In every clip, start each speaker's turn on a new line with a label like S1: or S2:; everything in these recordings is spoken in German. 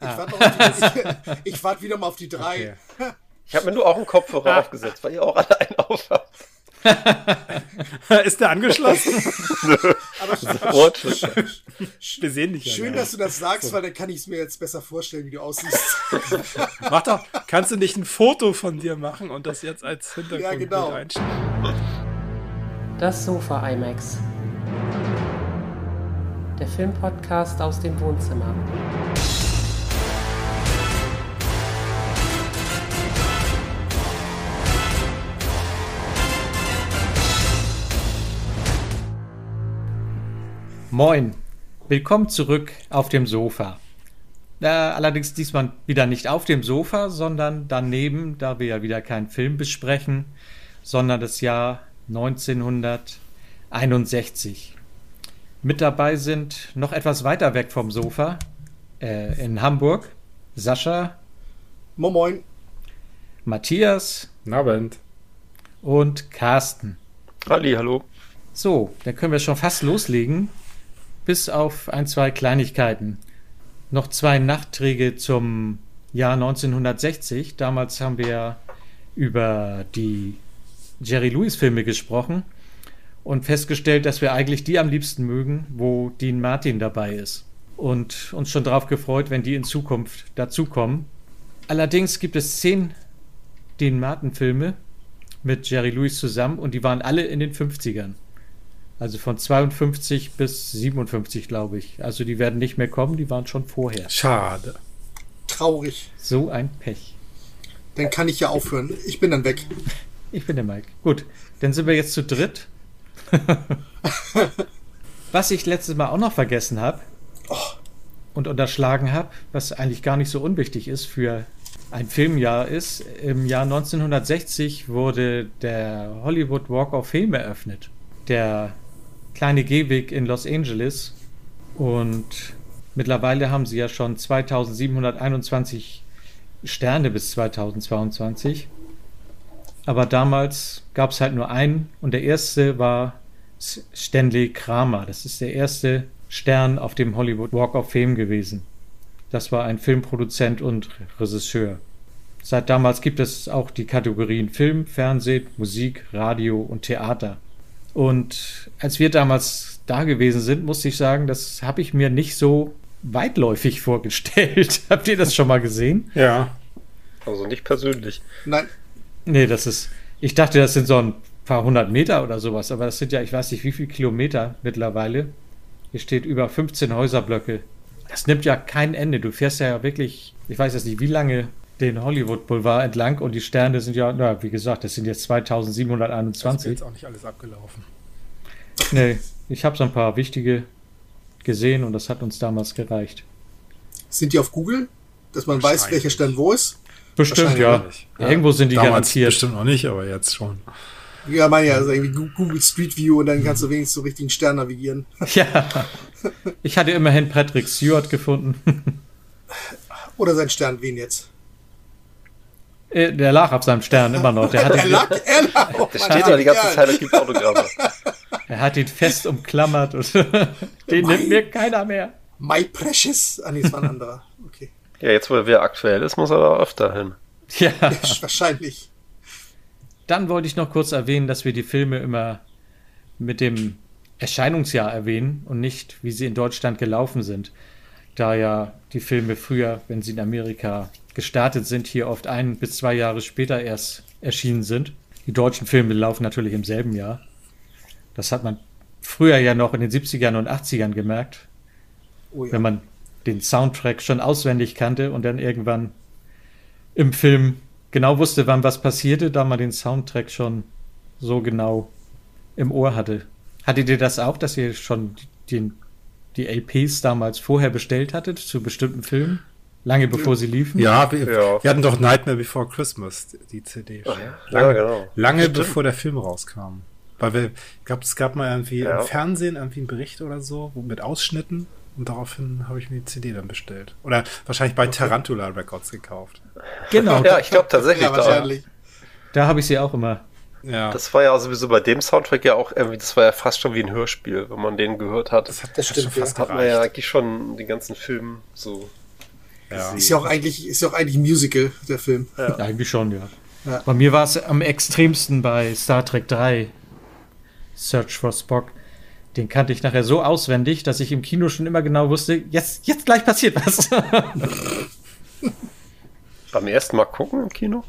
S1: Ah. Ich, warte die, ich, ich warte wieder mal auf die drei.
S2: Okay. Ich habe mir nur auch einen Kopfhörer ah. aufgesetzt, weil ihr auch alle einen auf habt.
S3: Ist der angeschlossen?
S1: Aber
S3: Wir sehen dich.
S1: Schön, dass du das sagst, so. weil dann kann ich es mir jetzt besser vorstellen, wie du aussiehst.
S3: Mach doch, kannst du nicht ein Foto von dir machen und das jetzt als Hintergrund ja, genau.
S4: Das Sofa IMAX. Der Filmpodcast aus dem Wohnzimmer.
S5: Moin, willkommen zurück auf dem Sofa. Äh, allerdings diesmal wieder nicht auf dem Sofa, sondern daneben, da wir ja wieder keinen Film besprechen, sondern das Jahr 1961. Mit dabei sind noch etwas weiter weg vom Sofa äh, in Hamburg Sascha.
S1: Moin, moin.
S5: Matthias.
S6: Abend.
S5: Und Carsten.
S2: Ali, hallo.
S5: So, dann können wir schon fast loslegen bis auf ein, zwei Kleinigkeiten. Noch zwei Nachträge zum Jahr 1960. Damals haben wir über die Jerry Lewis-Filme gesprochen und festgestellt, dass wir eigentlich die am liebsten mögen, wo Dean Martin dabei ist. Und uns schon darauf gefreut, wenn die in Zukunft dazukommen. Allerdings gibt es zehn Dean Martin-Filme mit Jerry Lewis zusammen und die waren alle in den 50ern. Also von 52 bis 57, glaube ich. Also die werden nicht mehr kommen, die waren schon vorher.
S3: Schade.
S1: Traurig.
S5: So ein Pech.
S1: Dann kann ich ja aufhören. Ich bin dann weg.
S5: Ich bin der Mike. Gut, dann sind wir jetzt zu dritt. was ich letztes Mal auch noch vergessen habe oh. und unterschlagen habe, was eigentlich gar nicht so unwichtig ist für ein Filmjahr ist, im Jahr 1960 wurde der Hollywood Walk of Fame eröffnet. Der kleine Gehweg in Los Angeles. Und mittlerweile haben sie ja schon 2721 Sterne bis 2022. Aber damals gab es halt nur einen und der erste war Stanley Kramer. Das ist der erste Stern auf dem Hollywood Walk of Fame gewesen. Das war ein Filmproduzent und Regisseur. Seit damals gibt es auch die Kategorien Film, Fernsehen, Musik, Radio und Theater. Und als wir damals da gewesen sind, musste ich sagen, das habe ich mir nicht so weitläufig vorgestellt. Habt ihr das schon mal gesehen?
S3: Ja.
S2: Also nicht persönlich.
S1: Nein.
S5: Nee, das ist. Ich dachte, das sind so ein paar hundert Meter oder sowas, aber das sind ja, ich weiß nicht, wie viele Kilometer mittlerweile. Hier steht über 15 Häuserblöcke. Das nimmt ja kein Ende. Du fährst ja wirklich, ich weiß jetzt nicht, wie lange den Hollywood Boulevard entlang und die Sterne sind ja, na, wie gesagt, das sind jetzt 2721. Das ist
S3: jetzt auch nicht alles abgelaufen.
S5: Nee, ich habe so ein paar wichtige gesehen und das hat uns damals gereicht.
S1: Sind die auf Google, dass man weiß, welcher Stern wo ist?
S5: Bestimmt, ja. ja. Irgendwo sind die damals garantiert.
S6: Bestimmt noch nicht, aber jetzt schon.
S1: Ja, meine ja, also irgendwie Google Street View und dann kannst du wenigstens so richtigen Stern navigieren.
S5: Ja. Ich hatte immerhin Patrick Stewart gefunden.
S1: Oder sein Stern, wen jetzt?
S5: Äh, Der lag auf seinem Stern immer noch. Der
S1: er lag, er lag
S2: auf Der steht doch die ganze Zeit und gibt Autogramme.
S5: Er hat ihn fest umklammert und den my, nimmt mir keiner mehr.
S1: My precious. Ah, nee, das war ein anderer. Okay.
S2: Ja, jetzt wo er wieder aktuell ist, muss er da öfter hin.
S5: Ja. ja.
S1: Wahrscheinlich.
S5: Dann wollte ich noch kurz erwähnen, dass wir die Filme immer mit dem Erscheinungsjahr erwähnen und nicht, wie sie in Deutschland gelaufen sind. Da ja die Filme früher, wenn sie in Amerika gestartet sind, hier oft ein bis zwei Jahre später erst erschienen sind. Die deutschen Filme laufen natürlich im selben Jahr. Das hat man früher ja noch in den 70ern und 80ern gemerkt, oh ja. wenn man den Soundtrack schon auswendig kannte und dann irgendwann im Film genau wusste, wann was passierte, da man den Soundtrack schon so genau im Ohr hatte. Hattet ihr das auch, dass ihr schon den, die LPs damals vorher bestellt hattet zu bestimmten Filmen? Lange bevor sie liefen?
S6: Ja wir, ja, wir, hatten doch Nightmare Before Christmas, die CD.
S2: Oh, ja. Lange, ja, genau.
S6: lange Stimmt. bevor der Film rauskam. Weil wir, ich glaube, es gab mal irgendwie im Fernsehen irgendwie einen Bericht oder so mit Ausschnitten und daraufhin habe ich mir die CD dann bestellt. Oder wahrscheinlich bei okay. Tarantula Records gekauft.
S5: Genau.
S2: ja, ich glaube tatsächlich. Ja, wahrscheinlich.
S5: Da, da habe ich sie auch immer.
S2: Ja. Das war ja sowieso bei dem Soundtrack ja auch irgendwie, das war ja fast schon wie ein Hörspiel, wenn man den gehört hat.
S1: Das hat, das stimmt,
S2: hat, schon fast hat man ja eigentlich schon den ganzen Film so
S6: Ja.
S1: Ist ja auch eigentlich, ist ja auch eigentlich ein Musical, der Film.
S5: Eigentlich schon, ja.
S1: Ja.
S5: Bei mir war es am extremsten bei Star Trek 3, Search for Spock. Den kannte ich nachher so auswendig, dass ich im Kino schon immer genau wusste, jetzt, jetzt gleich passiert was.
S2: Beim ersten Mal gucken im Kino?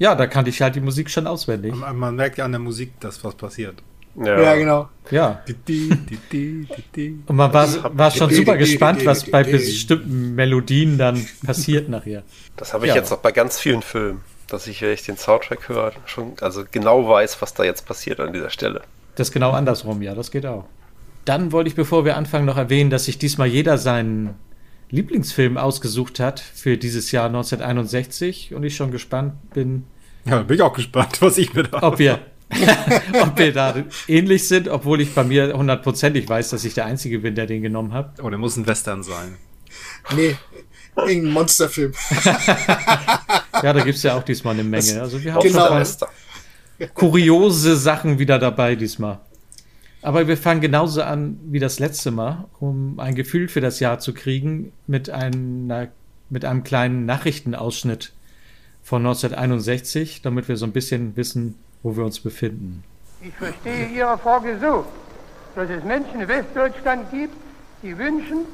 S5: ja, da kannte ich halt die Musik schon auswendig.
S6: Man, man merkt ja an der Musik, dass was passiert.
S1: Ja, genau.
S5: Ja.
S6: Di, di, di, di, di, di.
S5: Und man war, war schon super gespannt, was bei
S1: Idee.
S5: bestimmten Melodien dann passiert nachher.
S2: Das habe ich
S5: Ja.
S2: jetzt noch bei ganz vielen Filmen, dass ich, wenn ich den Soundtrack höre, schon also genau weiß, was da jetzt passiert an dieser Stelle.
S5: Das ist genau andersrum, ja, das geht auch. Dann wollte ich, bevor wir anfangen, noch erwähnen, dass sich diesmal jeder seinen Lieblingsfilm ausgesucht hat für dieses Jahr 1961 und ich schon gespannt bin,
S6: Ja, bin ich auch gespannt, was ich mir da.
S5: ob wir, ob wir da ähnlich sind, obwohl ich bei mir hundertprozentig weiß, dass ich der Einzige bin, der den genommen habe.
S6: Oh, der muss ein Western sein.
S1: Nee, irgendein Monsterfilm.
S5: Ja, da gibt's ja auch diesmal eine Menge. Also wir haben
S1: Genau.
S5: schon kuriose Sachen wieder dabei diesmal. Aber wir fangen genauso an wie das letzte Mal, um ein Gefühl für das Jahr zu kriegen, mit, einer, mit einem kleinen Nachrichtenausschnitt von 1961, damit wir so ein bisschen wissen, wo wir uns befinden.
S7: Ich verstehe Ihre Frage so, dass es Menschen in Westdeutschland gibt, die wünschen,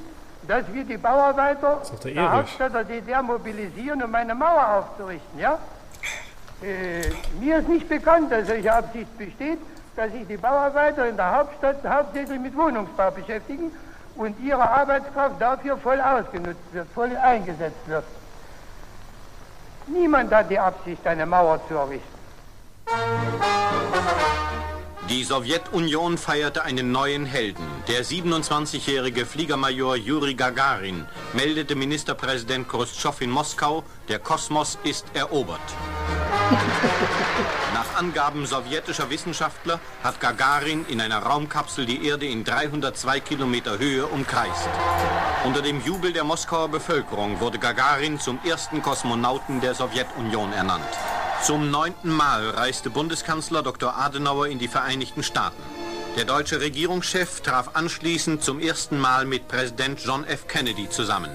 S7: dass wir die Bauarbeiter
S6: doch der
S7: der
S6: Erich.
S7: Hauptstadt der DDR mobilisieren, um eine Mauer aufzurichten. Ja? Äh, mir ist nicht bekannt, dass solche Absicht besteht, dass sich die Bauarbeiter in der Hauptstadt hauptsächlich mit Wohnungsbau beschäftigen und ihre Arbeitskraft dafür voll ausgenutzt wird, voll eingesetzt wird. Niemand hat die Absicht, eine Mauer zu errichten.
S8: Die Sowjetunion feierte einen neuen Helden. Der 27-jährige Fliegermajor Juri Gagarin meldete Ministerpräsident Khrushchev in Moskau, der Kosmos ist erobert. Nach Angaben sowjetischer Wissenschaftler hat Gagarin in einer Raumkapsel die Erde in 302 Kilometer Höhe umkreist. Unter dem Jubel der Moskauer Bevölkerung wurde Gagarin zum ersten Kosmonauten der Sowjetunion ernannt. Zum neunten Mal reiste Bundeskanzler Dr. Adenauer in die Vereinigten Staaten. Der deutsche Regierungschef traf anschließend zum ersten Mal mit Präsident John F. Kennedy zusammen.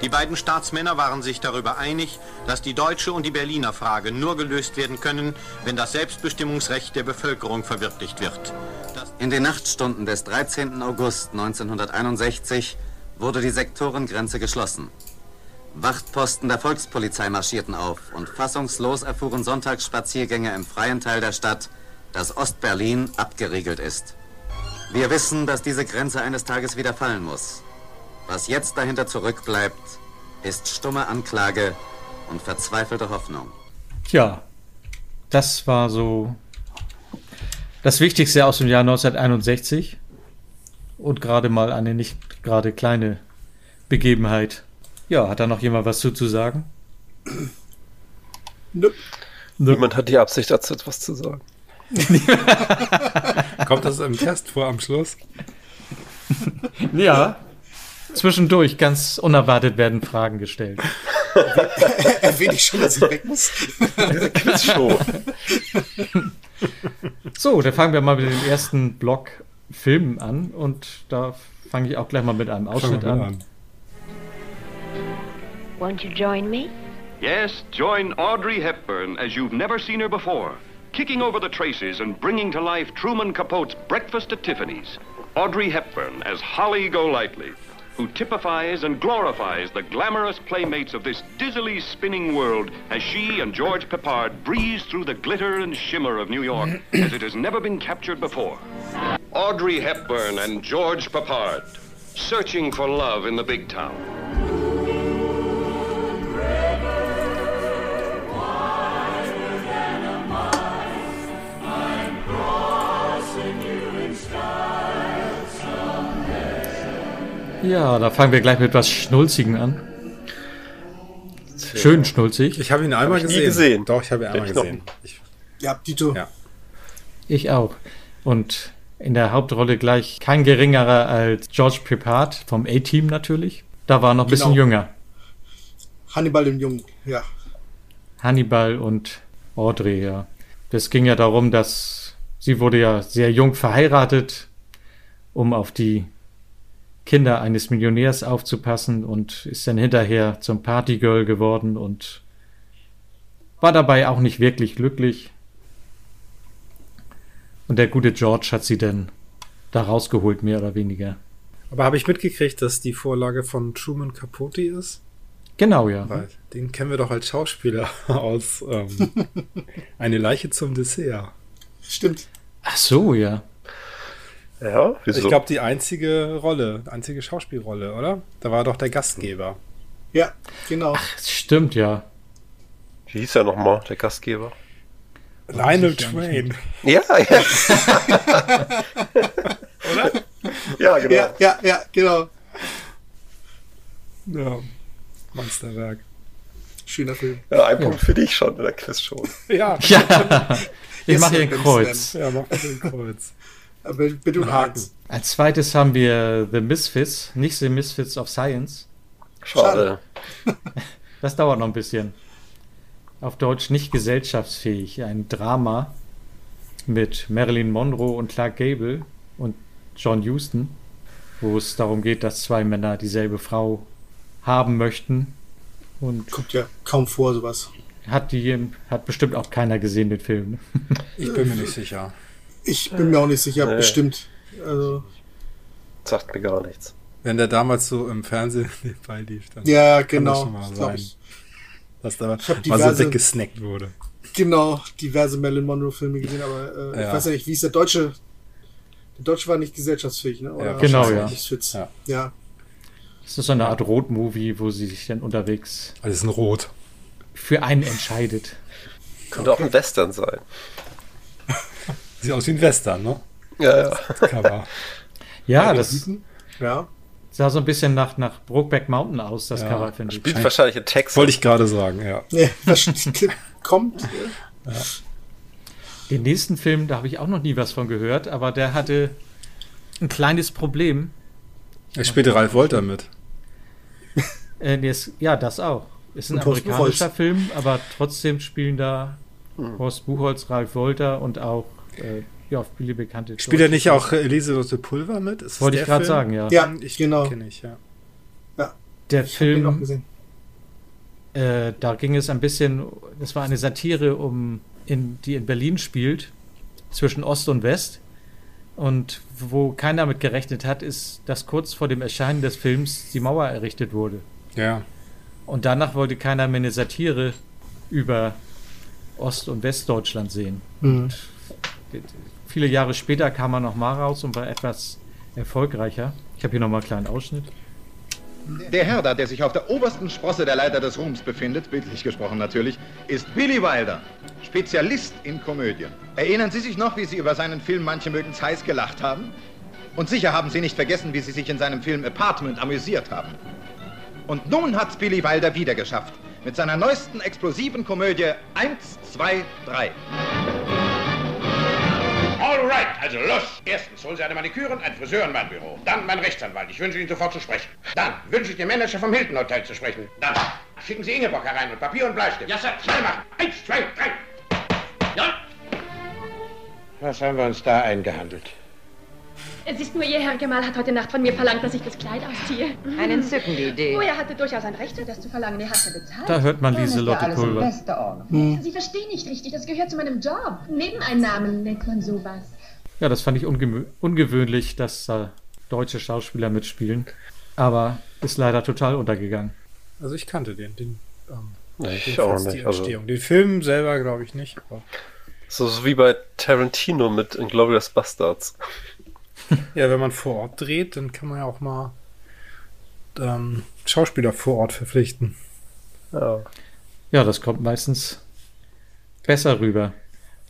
S8: Die beiden Staatsmänner waren sich darüber einig, dass die deutsche und die Berliner Frage nur gelöst werden können, wenn das Selbstbestimmungsrecht der Bevölkerung verwirklicht wird.
S9: In den Nachtstunden des 13. August 1961 wurde die Sektorengrenze geschlossen. Wachtposten der Volkspolizei marschierten auf und fassungslos erfuhren Sonntagsspaziergänger im freien Teil der Stadt, dass Ostberlin abgeriegelt ist. Wir wissen, dass diese Grenze eines Tages wieder fallen muss. Was jetzt dahinter zurückbleibt, ist stumme Anklage und verzweifelte Hoffnung.
S5: Tja, das war so das Wichtigste aus dem Jahr 1961 und gerade mal eine nicht gerade kleine Begebenheit. Ja, hat da noch jemand was zuzusagen?
S6: Ne.
S2: Niemand hat die Absicht, dazu etwas zu sagen.
S6: Kommt das im Test vor am Schluss?
S5: Ja. Zwischendurch ganz unerwartet werden Fragen gestellt.
S1: Erwähne ich schon, dass ich weg muss.
S2: Ist schon.
S5: So, dann fangen wir mal mit dem ersten Block Filmen an und da fange ich auch gleich mal mit einem
S6: Fangen
S5: Ausschnitt
S6: wir mal
S5: an.
S6: an.
S10: Won't you join me?
S4: Yes, join Audrey Hepburn as you've never seen her before, kicking over the traces and bringing to life Truman Capote's Breakfast at Tiffany's. Audrey Hepburn as Holly Golightly, who typifies and glorifies the glamorous playmates of this dizzily spinning world as she and George Peppard breeze through the glitter and shimmer of New York as it has never been captured before. Audrey Hepburn and George Peppard, searching for love in the big town.
S5: Ja, da fangen wir gleich mit was Schnulzigen an. Schön schnulzig.
S6: Ich habe ihn einmal
S2: Hab ich nie
S6: gesehen.
S2: gesehen.
S6: Doch, ich habe ihn einmal
S2: Ich noch
S6: gesehen. Ich,
S1: Ja, Tito.
S6: Ja.
S5: Ich auch. Und in der Hauptrolle gleich kein geringerer als George Peppard vom A-Team natürlich. Da war er noch ein bisschen
S1: Genau.
S5: jünger.
S1: Hannibal im Jungen. Ja.
S5: Hannibal und Audrey, ja. Das ging ja darum, dass sie wurde ja sehr jung verheiratet, um auf die Kinder eines Millionärs aufzupassen und ist dann hinterher zum Partygirl geworden und war dabei auch nicht wirklich glücklich. Und der gute George hat sie dann da rausgeholt, mehr oder weniger.
S6: Aber habe ich mitgekriegt, dass die Vorlage von Truman Capote ist?
S5: Genau, ja.
S6: Weil den kennen wir doch als Schauspieler aus ähm, Eine Leiche zum Dessert.
S1: Stimmt.
S5: Ach so, ja.
S2: Ja, wieso?
S6: Ich glaube, die einzige Rolle, einzige Schauspielrolle, oder? Da war doch der Gastgeber.
S1: Ja, genau.
S5: Ach, stimmt, ja.
S2: Wie hieß er nochmal, der Gastgeber?
S6: Lionel Train.
S2: Ja, ja.
S6: Oder?
S2: ja, genau.
S1: Ja, ja, ja, genau.
S6: Ja. Monsterwerk.
S1: Schöner Film.
S2: Ja, ein Punkt für dich schon in der Quiz schon.
S6: Ja,
S5: Ja, ich
S1: Yes,
S5: mache hier ein
S1: Sir,
S5: Kreuz.
S6: ja mach mal den Kreuz.
S1: Aber bitte um Haken.
S5: Als zweites haben wir The Misfits, nicht The Misfits of Science.
S2: Schade.
S5: Das dauert noch ein bisschen. Auf Deutsch nicht gesellschaftsfähig. Ein Drama mit Marilyn Monroe und Clark Gable und John Huston, wo es darum geht, dass zwei Männer dieselbe Frau haben möchten. Und
S1: Kommt ja kaum vor, sowas.
S5: hat die hat bestimmt auch keiner gesehen, den Film. ne?
S6: Ich bin mir nicht sicher.
S1: Ich bin mir auch nicht sicher,
S6: Äh,
S2: Nee.
S1: bestimmt. Also,
S2: Sagt mir gar nichts.
S6: Wenn der damals so im Fernsehen nebenbei lief, dann
S1: ja,
S6: schon
S1: genau.
S6: mal
S1: Das glaub
S6: sein.
S1: ich.
S6: dass da
S1: hab
S6: mal so
S1: diverse-
S6: weggesnackt wurde.
S1: Genau, diverse Marilyn Monroe-Filme gesehen, aber äh,
S6: Ja.
S1: ich weiß ja nicht, wie ist der Deutsche? Der Deutsche war nicht gesellschaftsfähig, ne?
S6: Ja,
S5: genau, ja.
S1: Misfits.
S6: Ja.
S1: Ja. ja.
S5: Das ist so eine Art Rotmovie, wo sie sich dann unterwegs
S6: Alles in Rot.
S5: für einen entscheidet.
S2: Könnte auch ein Western sein.
S6: Sieht aus wie ein Western, ne?
S2: Ja, ja.
S6: Das Cover.
S5: Ja, das
S1: ja.
S5: sah so ein bisschen nach, nach Brokeback Mountain aus, das Cover, finde ich.
S2: Spielt wahrscheinlich in Texas.
S6: Wollte ich gerade sagen, ja.
S1: Nee, was kommt. äh,
S5: Den nächsten Film, da habe ich auch noch nie was von gehört, aber der hatte ein kleines Problem.
S6: Er spielte Ralf Wolter mit.
S5: Äh, nee, es- ja, das auch. Ist ein
S1: Und Horst
S5: amerikanischer Film, aber trotzdem spielen da
S1: Hm.
S5: Horst Buchholz, Ralf Wolter und auch äh, ja, auf viele bekannte.
S6: Spielt er
S5: Deutsche.
S6: nicht auch äh, Elisabeth Pulver mit? Ist das
S5: Wollte
S6: der
S5: ich gerade
S6: Film? Ähm,
S5: sagen, ja.
S1: Ja,
S6: Ich
S1: genau.
S6: Kenn ich, ja.
S5: Der
S1: Den auch
S5: Film
S1: gesehen.
S5: Äh, da ging es ein bisschen, das war eine Satire, um in, die in Berlin spielt, zwischen Ost und West. Und wo keiner mit gerechnet hat, ist, dass kurz vor dem Erscheinen des Films die Mauer errichtet wurde.
S6: Ja.
S5: Und danach wollte keiner mehr eine Satire über Ost- und Westdeutschland sehen.
S1: Mhm.
S5: Hm. Viele Jahre später kam er nochmal raus und war etwas erfolgreicher. Ich habe hier nochmal einen kleinen Ausschnitt.
S11: Der Herr da, der sich auf der obersten Sprosse der Leiter des Ruhms befindet, bildlich gesprochen natürlich, ist Billy Wilder, Spezialist in Komödien. Erinnern Sie sich noch, wie Sie über seinen Film Manche mögen's heiß gelacht haben? Und sicher haben Sie nicht vergessen, wie Sie sich in seinem Film Apartment amüsiert haben. Und nun hat's Billy Wilder wieder geschafft. Mit seiner neuesten explosiven Komödie 1, 2, 3.
S9: Alright, also los. Erstens, holen Sie eine Maniküre und einen Friseur in mein Büro. Dann mein Rechtsanwalt. Ich wünsche ihn sofort zu sprechen. Dann wünsche ich den Manager vom Hilton Hotel zu sprechen. Dann schicken Sie Ingeborg herein und Papier und Bleistift. Ja, Sir. Schnell machen. Eins, zwei, drei. Ja. Was haben wir uns da eingehandelt?
S12: Es ist nur Ihr Herr Gemahl hat heute Nacht von mir verlangt, dass ich das Kleid ausziehe.
S11: Eine entzückende Idee.
S12: Oh, er hatte durchaus ein Recht, das zu verlangen. Er hat ja bezahlt.
S5: Da hört man Lieselotte Pulver.
S12: Sie verstehen nicht richtig. Das gehört zu meinem Job. Nebeneinnahmen nennt man sowas.
S5: Ja, das fand ich ungewö ungewöhnlich, dass da deutsche Schauspieler mitspielen. Aber ist leider total untergegangen.
S6: Also ich kannte den. den ähm,
S2: Ich auch
S6: jedenfalls die
S2: nicht. Also,
S6: Entstehung. Den Film selber glaube ich nicht. Aber
S2: so so wie bei Tarantino mit Inglourious Bastards.
S6: ja, wenn man vor Ort dreht, dann kann man ja auch mal ähm, Schauspieler vor Ort verpflichten.
S2: Ja.
S5: Ja, das kommt meistens besser rüber. Einen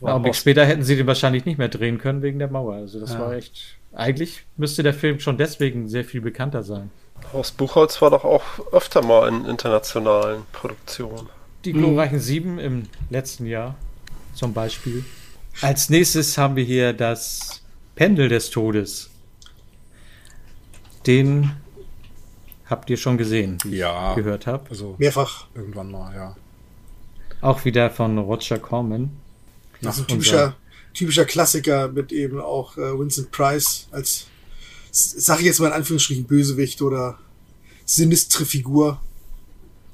S6: Warum
S5: Augenblick
S6: aus-
S5: später hätten sie den wahrscheinlich nicht mehr drehen können wegen der Mauer. Also das war echt. Eigentlich müsste der Film schon deswegen sehr viel bekannter sein.
S2: Horst Buchholz war doch auch öfter mal in internationalen Produktionen.
S5: Die
S6: Mhm.
S1: Mhm.
S5: glorreichen Sieben im letzten Jahr zum Beispiel. Als nächstes haben wir hier das Pendel des Todes. Den habt ihr schon gesehen, wie
S6: Ja.
S5: ich gehört habe.
S6: Also
S1: Mehrfach.
S6: irgendwann mal, ja.
S5: Auch wieder von Roger Corman.
S1: Das ist ein
S5: unser-
S1: typischer, typischer Klassiker mit eben auch äh, Vincent Price äh, als sag ich jetzt mal in Anführungsstrichen, Bösewicht oder sinistre Figur.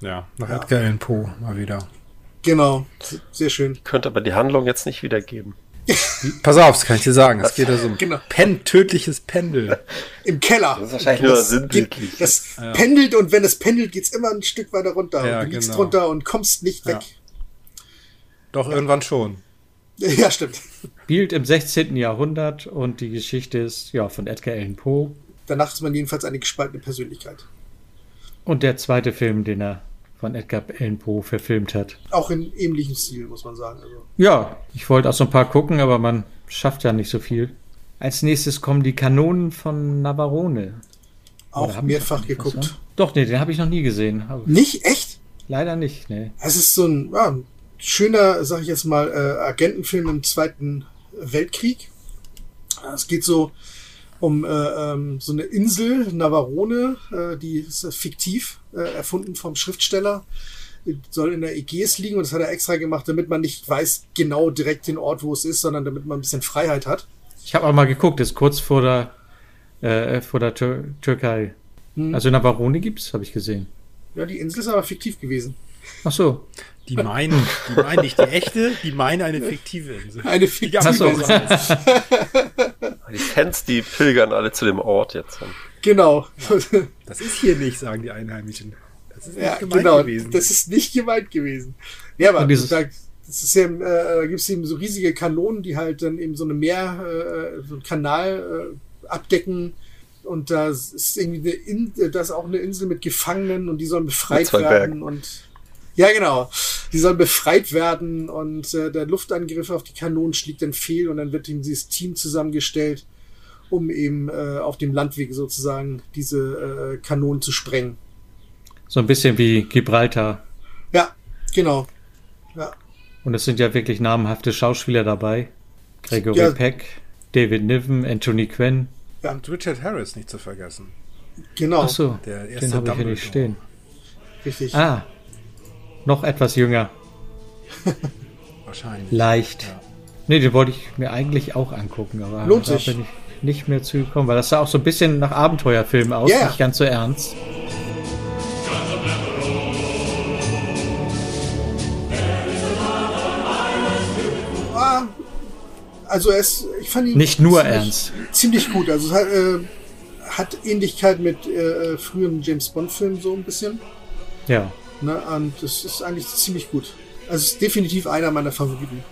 S6: Ja, nach ja. Edgar Allan Poe mal wieder.
S1: Genau, sehr schön.
S2: Ich könnte aber die Handlung jetzt nicht wiedergeben.
S6: Pass auf, das kann ich dir sagen. Es geht da so um genau. Pen, tödliches Pendel.
S1: Im Keller.
S2: Das ist wahrscheinlich nur sinnbildlich.
S1: Das, das ja. pendelt und wenn es pendelt, geht es immer ein Stück weiter runter. Ja, du genau. liegst runter und kommst nicht ja. weg.
S6: Doch irgendwann schon.
S1: Ja, stimmt.
S5: Spielt im 16. Jahrhundert und die Geschichte ist ja von Edgar Allan Poe.
S1: Danach ist man jedenfalls eine gespaltene Persönlichkeit.
S5: Und der zweite Film, den er von Edgar Allan Poe verfilmt hat.
S1: Auch in ähnlichem Stil, muss man sagen. Also.
S5: Ja, ich wollte auch so ein paar gucken, aber man schafft ja nicht so viel. Als nächstes kommen die Kanonen von Navarone.
S1: Auch ne? mehrfach geguckt.
S5: Doch, nee, den habe ich noch nie gesehen.
S1: Nicht? Echt?
S5: Leider nicht, nee.
S1: Es ist so ein ja, schöner, sag ich jetzt mal, äh, Agentenfilm im Zweiten Weltkrieg. Es geht so um äh, ähm, so eine Insel, Navarone, äh, die ist fiktiv äh, erfunden vom Schriftsteller, soll in der Ägäis liegen und das hat er extra gemacht, damit man nicht weiß genau direkt den Ort, wo es ist, sondern damit man ein bisschen Freiheit hat.
S5: Ich habe auch mal geguckt, ist kurz vor der, vor der Tür Türkei. Hm. Also Navarone gibt's, habe ich gesehen.
S1: Ja, die Insel ist aber fiktiv gewesen.
S5: Ach so.
S6: Die meinen, die meinen nicht die echte, die meinen eine fiktive Insel.
S1: Eine fiktive so. Insel.
S2: Die Fans, die pilgern alle zu dem Ort jetzt.
S1: Genau.
S6: Ja, das ist hier nicht, sagen die Einheimischen.
S1: Das ist nicht ja, gemeint genau, gewesen. Das ist nicht gemeint gewesen. Ja, aber dieses da, das ist ja, äh, gibt es eben so riesige Kanonen, die halt dann eben so eine Meer, äh, so einen Kanal äh, abdecken. Und da ist irgendwie eine In das ist auch eine Insel mit Gefangenen und die sollen befreit werden und ja, genau. Die sollen befreit werden und äh, der Luftangriff auf die Kanonen schlägt dann fehl und dann wird ihm dieses Team zusammengestellt, um eben äh, auf dem Landweg sozusagen diese äh, Kanonen zu sprengen.
S5: So ein bisschen wie Gibraltar.
S1: Ja, genau. Ja.
S5: Und es sind ja wirklich namhafte Schauspieler dabei. Gregory ja. Peck, David Niven, Anthony Quinn.
S6: Ja. Und Richard Harris nicht zu vergessen.
S1: Genau. Ach
S5: so, der erste den habe ich hier nicht stehen.
S1: Richtig.
S5: Ah, noch etwas jünger.
S6: Wahrscheinlich.
S5: Leicht. Ja. Ne, den wollte ich mir eigentlich auch angucken, aber
S1: Lohnt sich.
S5: bin ich nicht mehr zugekommen, weil das sah auch so ein bisschen nach Abenteuerfilm aus, yeah. nicht ganz so ernst.
S1: Ah, also es, ich fand ihn
S5: nicht nur ziemlich, ernst.
S1: Ziemlich gut. Also es hat, äh, hat Ähnlichkeit mit äh, früheren James Bond-Filmen so ein bisschen.
S5: Ja.
S1: Ne, und das ist eigentlich ziemlich gut. Also ist definitiv einer meiner Favoriten.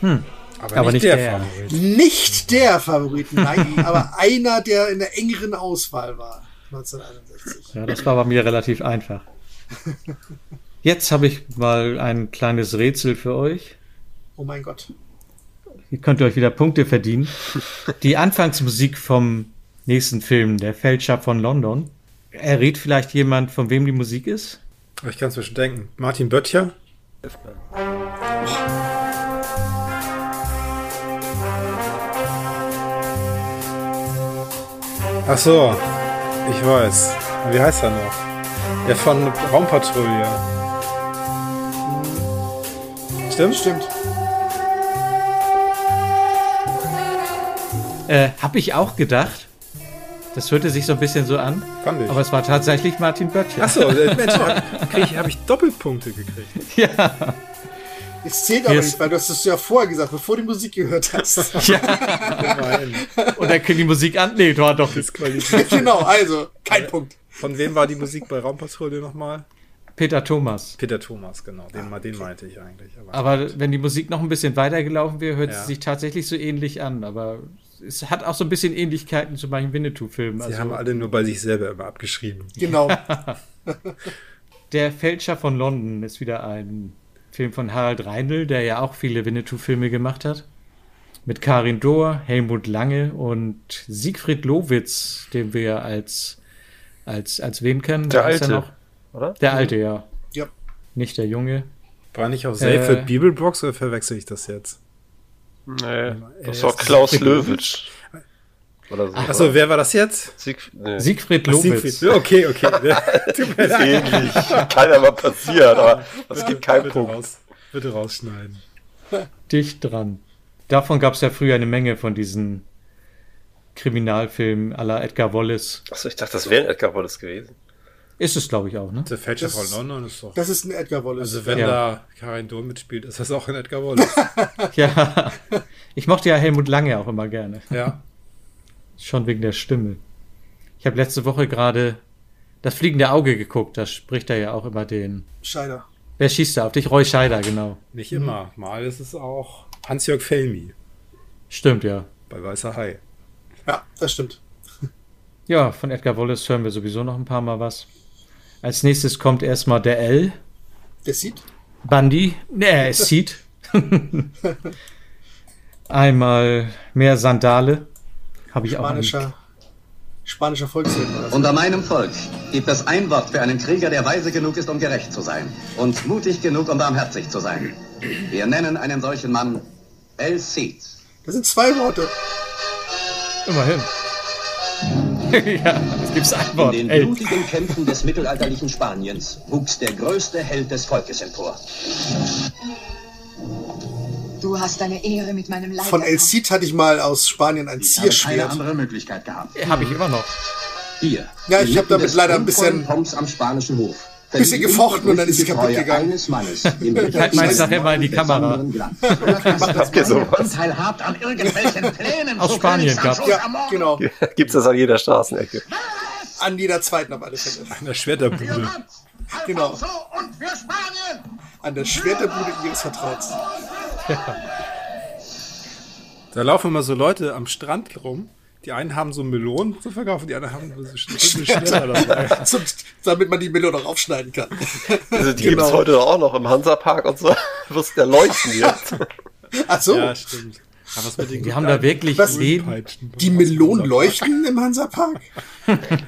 S5: Hm.
S6: Aber, aber nicht, nicht, der, der Favorit.
S1: Nicht der Favoriten, nein, aber einer, der in der engeren Auswahl war. 1961.
S5: Ja, das war bei mir relativ einfach. Jetzt habe ich mal ein kleines Rätsel für euch.
S1: Oh mein Gott.
S5: Ihr könnt euch wieder Punkte verdienen. Die Anfangsmusik vom nächsten Film, Der Fälscher von London. Errät vielleicht jemand, von wem die Musik ist?
S6: Ich kann es mir schon denken. Martin Böttcher? Ach so, ich weiß. Wie heißt er noch? Der von Raumpatrouille. Stimmt?
S1: Stimmt.
S5: Äh, hab ich auch gedacht. Das hörte sich so ein bisschen so an.
S6: Fand ich.
S5: Aber es war tatsächlich Martin Böttcher.
S6: Achso, Mensch, habe ich Doppelpunkte gekriegt.
S5: Ja.
S1: Es zählt aber Hier nicht, weil du hast es ja vorher gesagt, bevor du die Musik gehört hast.
S5: Ja. Nein. Und dann klingt die Musik an. Nee, du hast doch das
S1: Qualität. genau, also kein aber Punkt.
S6: Von wem war die Musik bei Raumpatrouille nochmal?
S5: Peter Thomas.
S6: Peter Thomas, genau. Den, ah, okay. den meinte ich eigentlich.
S5: Aber, aber, wenn die Musik noch ein bisschen weiter gelaufen wäre, hört ja. sie sich tatsächlich so ähnlich an. Aber es hat auch so ein bisschen Ähnlichkeiten zu manchen Winnetou-Filmen.
S6: Sie also, haben alle nur bei sich selber immer abgeschrieben.
S1: Genau.
S5: der Fälscher von London ist wieder ein Film von Harald Reindl, der ja auch viele Winnetou-Filme gemacht hat. Mit Karin Dohr, Helmut Lange und Siegfried Lowitz, den wir als, als, als wen kennen.
S2: Der Alte, noch?
S5: oder? Der Alte, ja.
S1: ja.
S5: Nicht der Junge.
S6: War nicht auch Seyfried äh, Bibelbox oder verwechsel ich das jetzt?
S2: Nee, das war Klaus Löwitsch. Also,
S6: Oder so, Achso, wer war das jetzt?
S5: Siegf nee. Siegfried Lobitz. Siegfried.
S6: Okay, okay.
S2: Tut mir Ähnlich. Keiner war passiert, aber das gibt keinen
S6: bitte
S2: Punkt.
S6: Raus, bitte rausschneiden.
S5: Dicht dran. Davon gab es ja früher eine Menge von diesen Kriminalfilm à la Edgar Wallace.
S2: Achso, ich dachte, das wäre ein Edgar Wallace gewesen.
S5: Ist es, glaube ich, auch, ne?
S6: The Fetcher von London ist doch.
S1: Das ist ein Edgar Wallace.
S6: Also, wenn ja. da Karin Dohm mitspielt, ist das auch ein Edgar Wallace.
S5: ja. Ich mochte ja Helmut Lange auch immer gerne.
S6: Ja.
S5: Schon wegen der Stimme. Ich habe letzte Woche gerade das fliegende Auge geguckt. Da spricht er ja auch über den.
S1: Scheider.
S5: Wer schießt da auf dich? Roy Scheider, genau.
S6: Nicht immer. Mal ist es auch Hans-Jörg Felmi.
S5: Stimmt, ja.
S6: Bei Weißer Hai.
S1: Ja, das stimmt.
S5: Ja, von Edgar Wallace hören wir sowieso noch ein paar Mal was. Als nächstes kommt erstmal der L.
S1: Der sieht.
S5: Bundy. Ne, er sieht. Einmal mehr Sandale. Habe ich
S1: spanischer, auch. Nicht. Spanischer Volksheld.
S13: Also. Unter meinem Volk gibt es ein Wort für einen Krieger, der weise genug ist, um gerecht zu sein. Und mutig genug, um barmherzig zu sein. Wir nennen einen solchen Mann El Cid.
S1: Das sind zwei Worte.
S5: Immerhin. ja, es gibt ein Wort.
S13: In den blutigen Ey. Kämpfen des mittelalterlichen Spaniens wuchs der größte Held des Volkes empor.
S12: Du hast deine Ehre mit meinem Leib.
S1: Von El Cid hatte ich mal aus Spanien ein ich Zierschwert.
S13: Habe keine andere Möglichkeit gehabt.
S5: Habe ich immer noch.
S13: Hier.
S1: Ja, ich habe damit leider ein bisschen.
S13: Pomps am spanischen Hof.
S1: Bisschen gefochten und dann ist sie kaputt gegangen.
S13: Eines Mannes,
S5: ich halt sag immer in die Kamera.
S2: Habt ihr sowas?
S13: Teilhabt an irgendwelchen Plänen.
S5: Aus Spanien gab's.
S1: Ja, genau.
S2: Gibt's das an jeder Straßenecke.
S1: An jeder zweiten auf alle Fälle.
S13: Halt
S6: An der Schwerterbude.
S1: Genau. An der Schwerterbude ihres Vertrauens. Ja.
S6: Da laufen immer so Leute am Strand rum die einen haben so Melonen zu verkaufen, die anderen haben so Schnitter
S1: Zum, damit man die Melone auch aufschneiden kann.
S2: Also die genau. gibt es heute auch noch im Hansapark und so. Wirst der leuchten jetzt.
S1: Ach so.
S6: Ja, stimmt.
S5: Aber was mit den die haben da wirklich was,
S1: Leben. Die Melonen leuchten im Hansapark?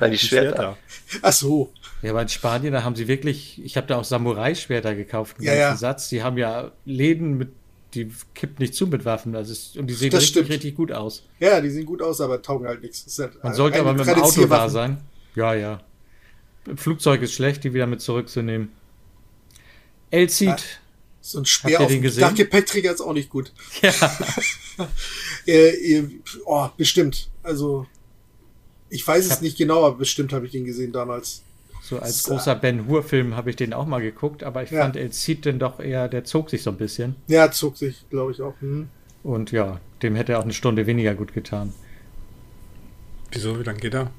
S2: Nein, die Schwerter.
S1: Ach so.
S5: Ja, aber in Spanien, da haben sie wirklich, ich habe da auch Samurai-Schwerter gekauft,
S1: ja, ja.
S5: Satz. Die haben ja Läden mit die kippt nicht zu mit Waffen. Also ist, und die sehen richtig, richtig, gut aus.
S1: Ja, die sehen gut aus, aber taugen halt nichts. Halt
S5: Man sollte aber mit dem Auto da sein. Ja, ja. Flugzeug ist schlecht, die wieder mit zurückzunehmen. El Cid. Ja,
S1: so ein Speer auf dem Gepäckträger ist auch nicht gut.
S5: Ja.
S1: äh, oh, bestimmt. Also, ich weiß ich es nicht genau, aber bestimmt habe ich den gesehen damals.
S5: So als so. großer Ben Hur-Film habe ich den auch mal geguckt, aber ich ja. fand El Cid denn doch eher, der zog sich so ein bisschen.
S1: Ja, zog sich, glaube ich, auch. Hm.
S5: Und ja, dem hätte er auch eine Stunde weniger gut getan.
S6: Wieso, wie lange geht er?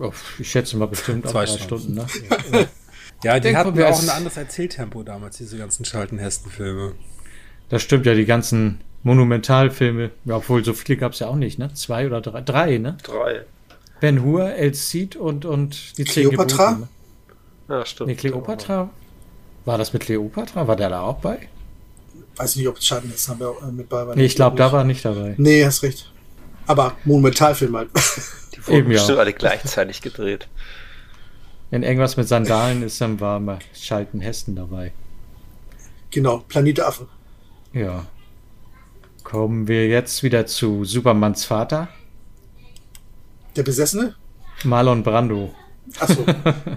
S5: Oh, ich schätze mal bestimmt
S6: Zwei
S5: Stunden. Stunden ne?
S6: ja, die Denk hatten ja auch ein anderes Erzähltempo damals, diese ganzen Schalten-Hesten-Filme.
S5: Das stimmt ja, die ganzen Monumentalfilme, ja, obwohl so viele gab es ja auch nicht, ne? Zwei oder drei, drei ne?
S2: Drei.
S5: Ben Hur, El Cid und, und die ne?
S1: Kleopatra?
S2: Ja, stimmt.
S5: Nee, Kleopatra. War das mit Kleopatra? War der da auch bei?
S1: Weiß nicht, ob Schatten jetzt äh, mit bei war.
S5: Nee, ich glaube, da war nicht dabei.
S1: Nee, hast recht. Aber Monumentalfilm halt.
S2: Die wurden Eben, bestimmt ja. alle gleichzeitig gedreht.
S5: Wenn irgendwas mit Sandalen ist, dann war mal Schalten Hessen dabei.
S1: Genau, Planet Affen.
S5: Ja. Kommen wir jetzt wieder zu Supermans Vater.
S1: Der Besessene?
S5: Marlon Brando.
S1: Achso.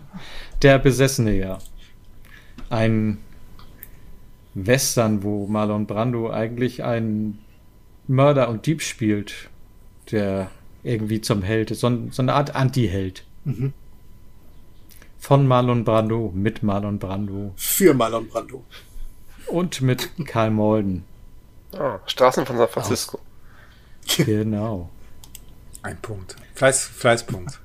S5: der Besessene, ja. Ein Western, wo Marlon Brando eigentlich einen Mörder und Dieb spielt, der irgendwie zum Held ist. So, so eine Art Anti-Held.
S1: Mhm.
S5: Von Marlon Brando, mit Marlon Brando.
S1: Für Marlon Brando.
S5: Und mit Karl Malden.
S2: Oh, Straßen von San Francisco.
S5: Aus. Genau.
S6: Ein Punkt. Fleiß, Fleißpunkt.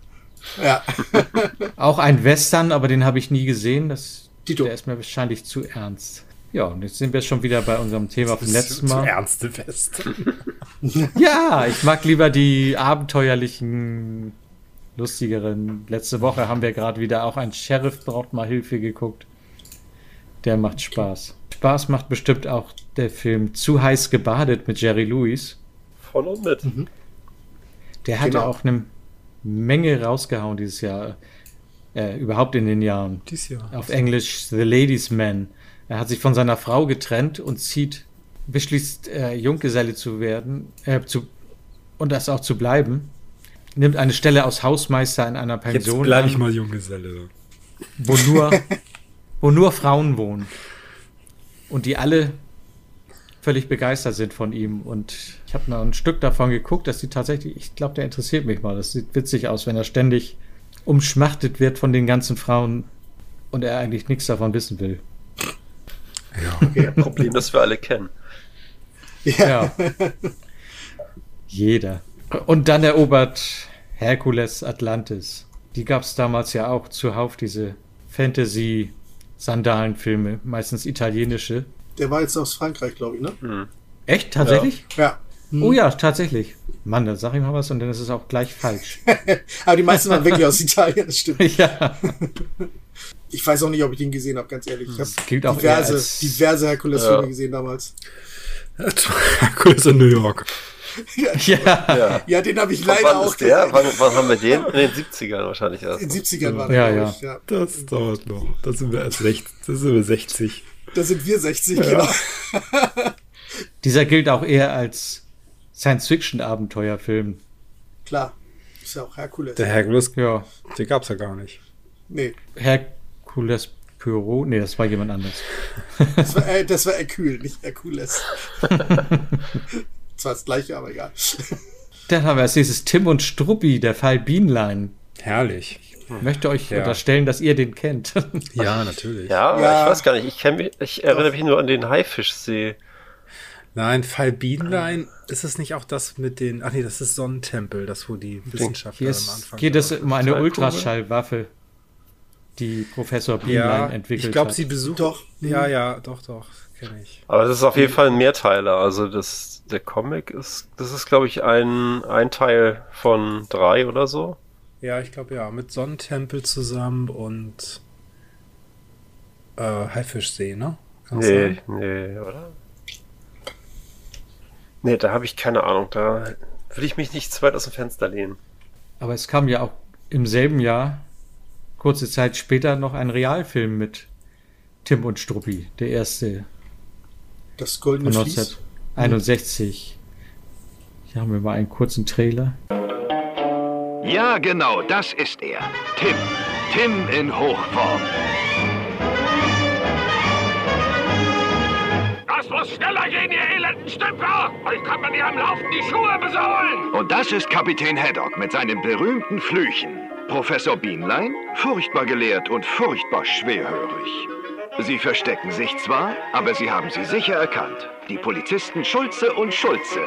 S1: Ja.
S5: auch ein Western, aber den habe ich nie gesehen. Das,
S1: Tito.
S5: Der ist mir wahrscheinlich zu ernst. Ja, und jetzt sind wir schon wieder bei unserem Thema vom letzten Mal. Zu
S6: ernste Western.
S5: ja, ich mag lieber die abenteuerlichen, lustigeren. Letzte Woche haben wir gerade wieder auch ein Sheriff braucht mal Hilfe geguckt. Der macht Spaß. Spaß macht bestimmt auch der Film Zu heiß gebadet mit Jerry Lewis.
S2: Voll und mit. Mhm.
S5: Der hat ja genau. auch eine Menge rausgehauen dieses Jahr. Äh, überhaupt in den Jahren.
S6: Dies Jahr.
S5: Auf Englisch The Ladies Man. Er hat sich von seiner Frau getrennt und zieht, beschließt, äh, Junggeselle zu werden äh, zu, und das auch zu bleiben. Nimmt eine Stelle als Hausmeister in einer Pension. Jetzt
S6: bleibe ich mal Junggeselle.
S5: Wo nur, wo nur Frauen wohnen. Und die alle völlig begeistert sind von ihm. Und ich habe noch ein Stück davon geguckt, dass die tatsächlich, ich glaube, der interessiert mich mal. Das sieht witzig aus, wenn er ständig umschmachtet wird von den ganzen Frauen und er eigentlich nichts davon wissen will.
S2: Ja, okay. Problem, das wir alle kennen.
S5: Ja. ja. Jeder. Und dann erobert Herkules Atlantis. Die gab es damals ja auch zuhauf, diese Fantasy-Sandalenfilme, meistens italienische.
S1: Der war jetzt aus Frankreich, glaube ich, ne?
S2: Hm.
S1: Mhm.
S5: Echt? Tatsächlich?
S1: Ja. ja.
S5: Hm. Oh ja, tatsächlich. Mann, dann sag ich mal was und dann ist es auch gleich falsch.
S1: Aber die meisten waren wirklich aus Italien, das stimmt.
S5: Ja.
S1: Ich weiß auch nicht, ob ich den gesehen habe, ganz ehrlich. Ich habe
S5: gilt auch
S1: diverse, diverse Herkules-Filme ja. gesehen damals.
S6: Herkules in New York.
S5: Ja, ja.
S1: ja den habe ich leider auch
S2: gesehen. Wann, wann, haben wir den? In den 70ern wahrscheinlich erst.
S1: In den 70ern war
S5: der, ja, ich,
S6: ja. Das dauert noch. Da sind wir erst 60. Da sind wir 60.
S1: Da sind wir genau. 60, genau.
S5: Dieser gilt auch eher als Science-Fiction-Abenteuerfilm.
S1: Klar. Ist ja auch Herkules.
S6: Der Herkules,
S5: ja.
S6: Den gab es ja gar nicht.
S1: Nee.
S5: Herkules Pyro? Nee, das war jemand anders.
S1: Das war, äh, das war Herkül, nicht Herkules. Zwar das gleiche, aber egal.
S5: Dann haben wir als nächstes Tim und Struppi, der Fall Bienlein.
S6: Herrlich.
S5: Ich möchte euch ja. unterstellen, dass ihr den kennt.
S6: Ja, natürlich.
S2: Ja, ja. ich weiß gar nicht. Ich, mich, ich erinnere mich nur an den Haifischsee.
S6: Nein, Fall Bienlein, ist es nicht auch das mit den. Ach nee, das ist Sonnentempel, das wo die Wissenschaftler
S5: am Anfang. Hier ist es um eine Ultraschallwaffe, die Professor Bienlein
S6: ja,
S5: entwickelt
S6: Ich glaube, sie besucht. Doch, ja, ja, doch, doch, kenne ich.
S2: Aber das ist auf jeden Fall ein Mehrteiler. Also das, der Comic ist, das ist, glaube ich, ein, ein Teil von drei oder so.
S6: Ja, ich glaube ja, mit Sonnentempel zusammen und äh, Haifischsee, ne?
S2: Kann's nee, sein? nee, oder? Nee, da habe ich keine Ahnung. Da würde ich mich nicht zu weit aus dem Fenster lehnen.
S5: Aber es kam ja auch im selben Jahr, kurze Zeit später, noch ein Realfilm mit Tim und Struppi, der erste.
S1: Das Goldene von 1961.
S5: Hier ja, haben wir mal einen kurzen Trailer.
S14: Ja, genau, das ist er. Tim. Tim in Hochform. muss schneller gehen, ihr elenden Stümper! Euch kann man hier am Laufen die Schuhe besohlen! Und das ist Kapitän Haddock mit seinen berühmten Flüchen. Professor Bienlein, furchtbar gelehrt und furchtbar schwerhörig. Sie verstecken sich zwar, aber sie haben sie sicher erkannt. Die Polizisten Schulze und Schulze.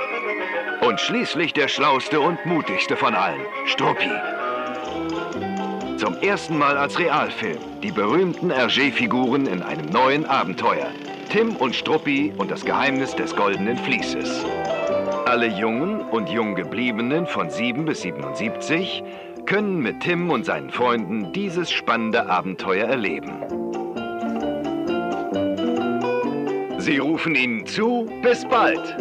S14: Und schließlich der schlauste und mutigste von allen, Struppi. Zum ersten Mal als Realfilm. Die berühmten Hergé-Figuren in einem neuen Abenteuer. Tim und Struppi und das Geheimnis des goldenen Vlieses. Alle Jungen und Junggebliebenen von 7 bis 77 können mit Tim und seinen Freunden dieses spannende Abenteuer erleben. Sie rufen ihnen zu, bis bald.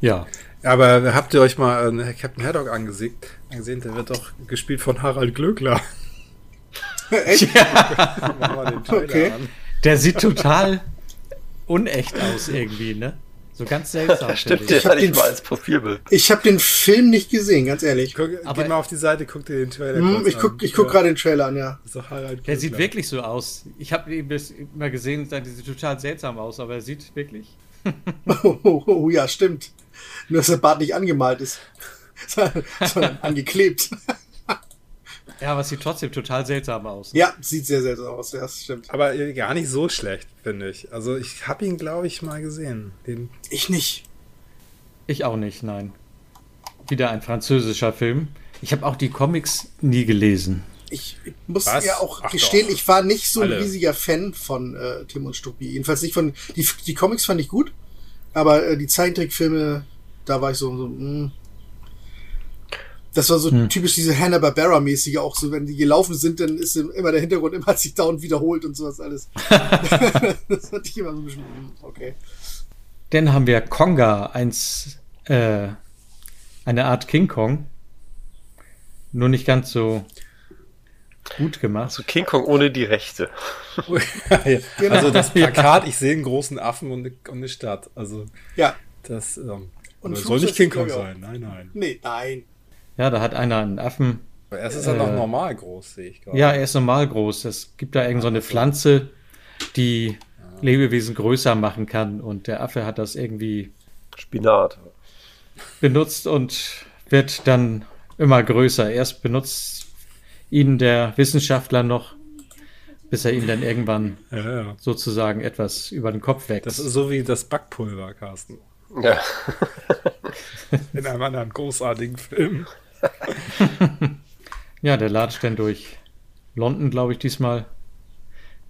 S5: Ja.
S6: Aber habt ihr euch mal äh, Captain Haddock angesehen? angesehen? Der wird doch gespielt von Harald Glöckler.
S5: Echt? Ja. okay. An. Der sieht total unecht aus irgendwie, ne? So ganz seltsam.
S2: Stimmt, den hatte ich mal als Profilbild.
S1: Ich habe den Film nicht gesehen, ganz ehrlich.
S6: Guck,
S1: Aber
S6: geh mal auf die Seite, guck dir den Trailer
S1: hm, ich guck, an. Ich guck ja. gerade den Trailer an, ja.
S5: So der sieht wirklich so aus. Ich habe ihn bis immer gesehen, der sieht total seltsam aus, aber er sieht wirklich.
S1: oh, oh, oh, ja, stimmt. Nur, dass der Bart nicht angemalt ist, sondern angeklebt.
S5: Ja, aber es sieht trotzdem total seltsam aus.
S1: Ne? Ja, sieht sehr seltsam aus, ja, das stimmt.
S6: Aber äh, gar nicht so schlecht, finde ich. Also ich habe ihn, glaube ich, mal gesehen. Den
S1: ich nicht.
S5: Ich auch nicht, nein. Wieder ein französischer Film. Ich habe auch die Comics nie gelesen.
S1: Ich muss Was? ja auch Ach gestehen, doch. ich war nicht so Alle. ein riesiger Fan von äh, Tim und Struppi. Jedenfalls nicht von. Die, die Comics fand ich gut, aber äh, die Zeichentrickfilme, da war ich so, so mh, das war so hm. typisch diese Hanna-Barbera-mäßige, auch so, wenn die gelaufen sind, dann ist immer der Hintergrund immer hat sich dauernd wiederholt und sowas alles. das hatte ich immer so ein bisschen, hm, okay.
S5: Dann haben wir Konga, eins, äh, eine Art King Kong. Nur nicht ganz so gut gemacht.
S2: So also King Kong ohne die Rechte.
S6: genau. Also das Plakat, ich sehe einen großen Affen und eine, und eine Stadt. Also
S1: ja.
S6: das ähm, soll nicht King Kong sein. Nein, nein.
S1: Nee, nein.
S5: Ja, da hat einer einen Affen.
S6: Aber erst ist er äh, noch normal groß, sehe ich Ah.
S5: gerade. Ja, er ist normal groß. Es gibt da irgend so eine Pflanze, die ja. Lebewesen größer machen kann. Und der Affe hat das irgendwie.
S2: Spinat.
S5: Benutzt und wird dann immer größer. Erst benutzt ihn der Wissenschaftler noch, bis er ihm dann irgendwann ja, ja. sozusagen etwas über den Kopf wächst.
S6: Das ist so wie das Backpulver, Carsten.
S2: Ja.
S6: In einem anderen großartigen Film.
S5: ja, der latscht dann durch London, glaube ich, diesmal.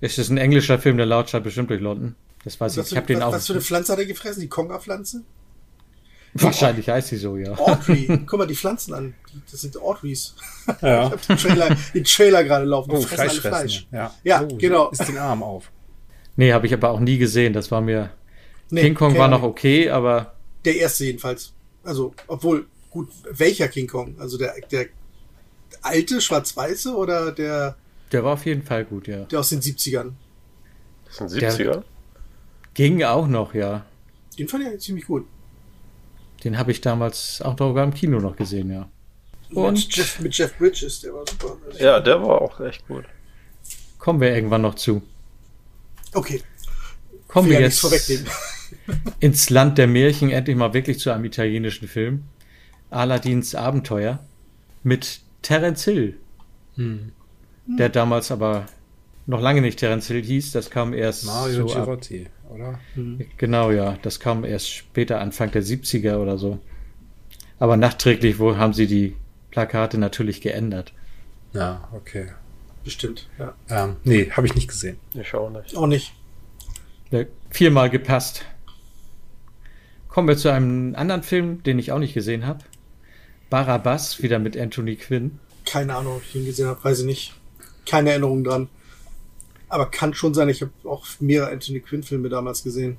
S5: Es ist ein englischer Film, der latscht halt bestimmt durch London. Das weiß
S1: was
S5: Also ich. Ich habe den auch.
S1: Was für eine Pflanze hat er gefressen? Die Konga-Pflanze?
S5: Wahrscheinlich heißt sie so, ja.
S1: Audrey, guck mal die Pflanzen an. Das sind Audreys. Ja. Ich habe den Trailer, den Trailer gerade laufen.
S6: Oh, Fleisch, Fleisch.
S1: Ja, ja oh, genau.
S6: Ist den Arm auf.
S5: Nee, habe ich aber auch nie gesehen. Das war mir. Nee, King Kong war noch okay, aber.
S1: Der erste jedenfalls. Also, obwohl, gut, welcher King Kong? Also der, der alte, schwarz-weiße oder der.
S5: Der war auf jeden Fall gut, ja.
S1: Der aus den 70ern.
S2: Das sind 70er? Der
S5: ging auch noch, ja.
S1: Den fand ich ziemlich gut.
S5: Den habe ich damals auch sogar im Kino noch gesehen, ja.
S1: Und mit Jeff, mit Jeff Bridges, der war super.
S2: Ja, der war auch echt gut.
S5: Kommen wir irgendwann noch zu.
S1: Okay.
S5: Kommen wir jetzt ins Land der Märchen endlich mal wirklich zu einem italienischen Film. Aladins Abenteuer mit Terence Hill. Hm. Der damals aber noch lange nicht Terence Hill hieß, das kam erst.
S6: Mario so Girotti, ab. oder?
S2: Mhm.
S5: Hm. Genau, ja. Das kam erst später, Anfang der 70er oder so. Aber nachträglich wo haben sie die Plakate natürlich geändert.
S6: Ja, okay.
S1: Bestimmt, ja.
S6: Ähm, nee, habe ich nicht gesehen.
S2: Ich auch nicht.
S1: Auch nicht.
S5: Ja, viermal gepasst. Kommen wir zu einem anderen Film, den ich auch nicht gesehen habe. Barabbas, wieder mit Anthony Quinn.
S1: Keine Ahnung, ob ich ihn gesehen habe, weiß ich nicht. Keine Erinnerung dran. Aber kann schon sein, ich habe auch mehrere Anthony Quinn-Filme damals gesehen.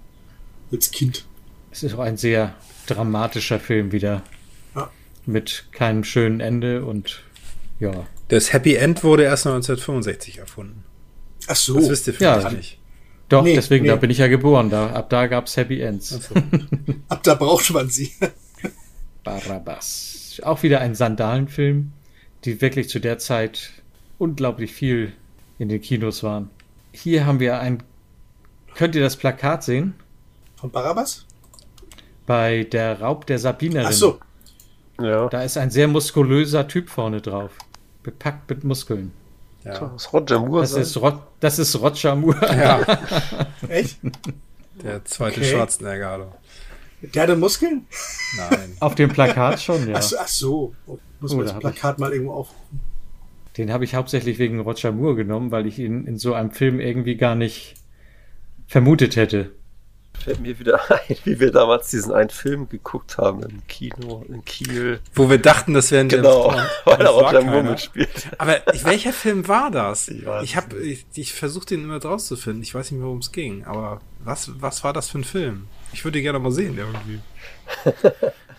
S1: Als Kind.
S5: Es ist auch ein sehr dramatischer Film wieder. Ja. Mit keinem schönen Ende und ja.
S6: Das Happy End wurde erst 1965 erfunden.
S1: Ach so.
S6: Das wisst ihr vielleicht ja, nicht.
S5: Doch, nee, deswegen, nee. da bin ich ja geboren. Da, ab da gab es Happy Ends. So.
S1: ab da braucht man sie.
S5: Barabbas. Auch wieder ein Sandalenfilm, die wirklich zu der Zeit unglaublich viel in den Kinos waren. Hier haben wir ein. Könnt ihr das Plakat sehen?
S1: Von Barabbas?
S5: Bei der Raub der Sabinerin.
S1: Ach so.
S5: Ja. Da ist ein sehr muskulöser Typ vorne drauf. Bepackt mit Muskeln.
S2: Ja. Das ist Roger Moore.
S5: Das, ist, Ro das ist Roger Moore. Ja.
S1: Echt?
S6: Der zweite okay.
S5: ne?
S6: Schwarzenegger. Also.
S1: Der hatte Muskeln?
S6: Nein.
S5: Auf dem Plakat schon, ja.
S1: Ach, ach so. Muss man oh, das Plakat ich... mal irgendwo aufrufen.
S5: Den habe ich hauptsächlich wegen Roger Moore genommen, weil ich ihn in so einem Film irgendwie gar nicht vermutet hätte.
S2: Fällt mir wieder ein, wie wir damals diesen einen Film geguckt haben im Kino in Kiel.
S6: Wo wir dachten, das wäre ein
S2: Genau, James weil er Roger Moore mitspielt.
S6: Aber welcher Film war das? Ich, ich habe, ich, ich versuche den immer draus zu finden. Ich weiß nicht mehr, worum es ging. Aber was, was war das für ein Film? Ich würde gerne mal sehen irgendwie.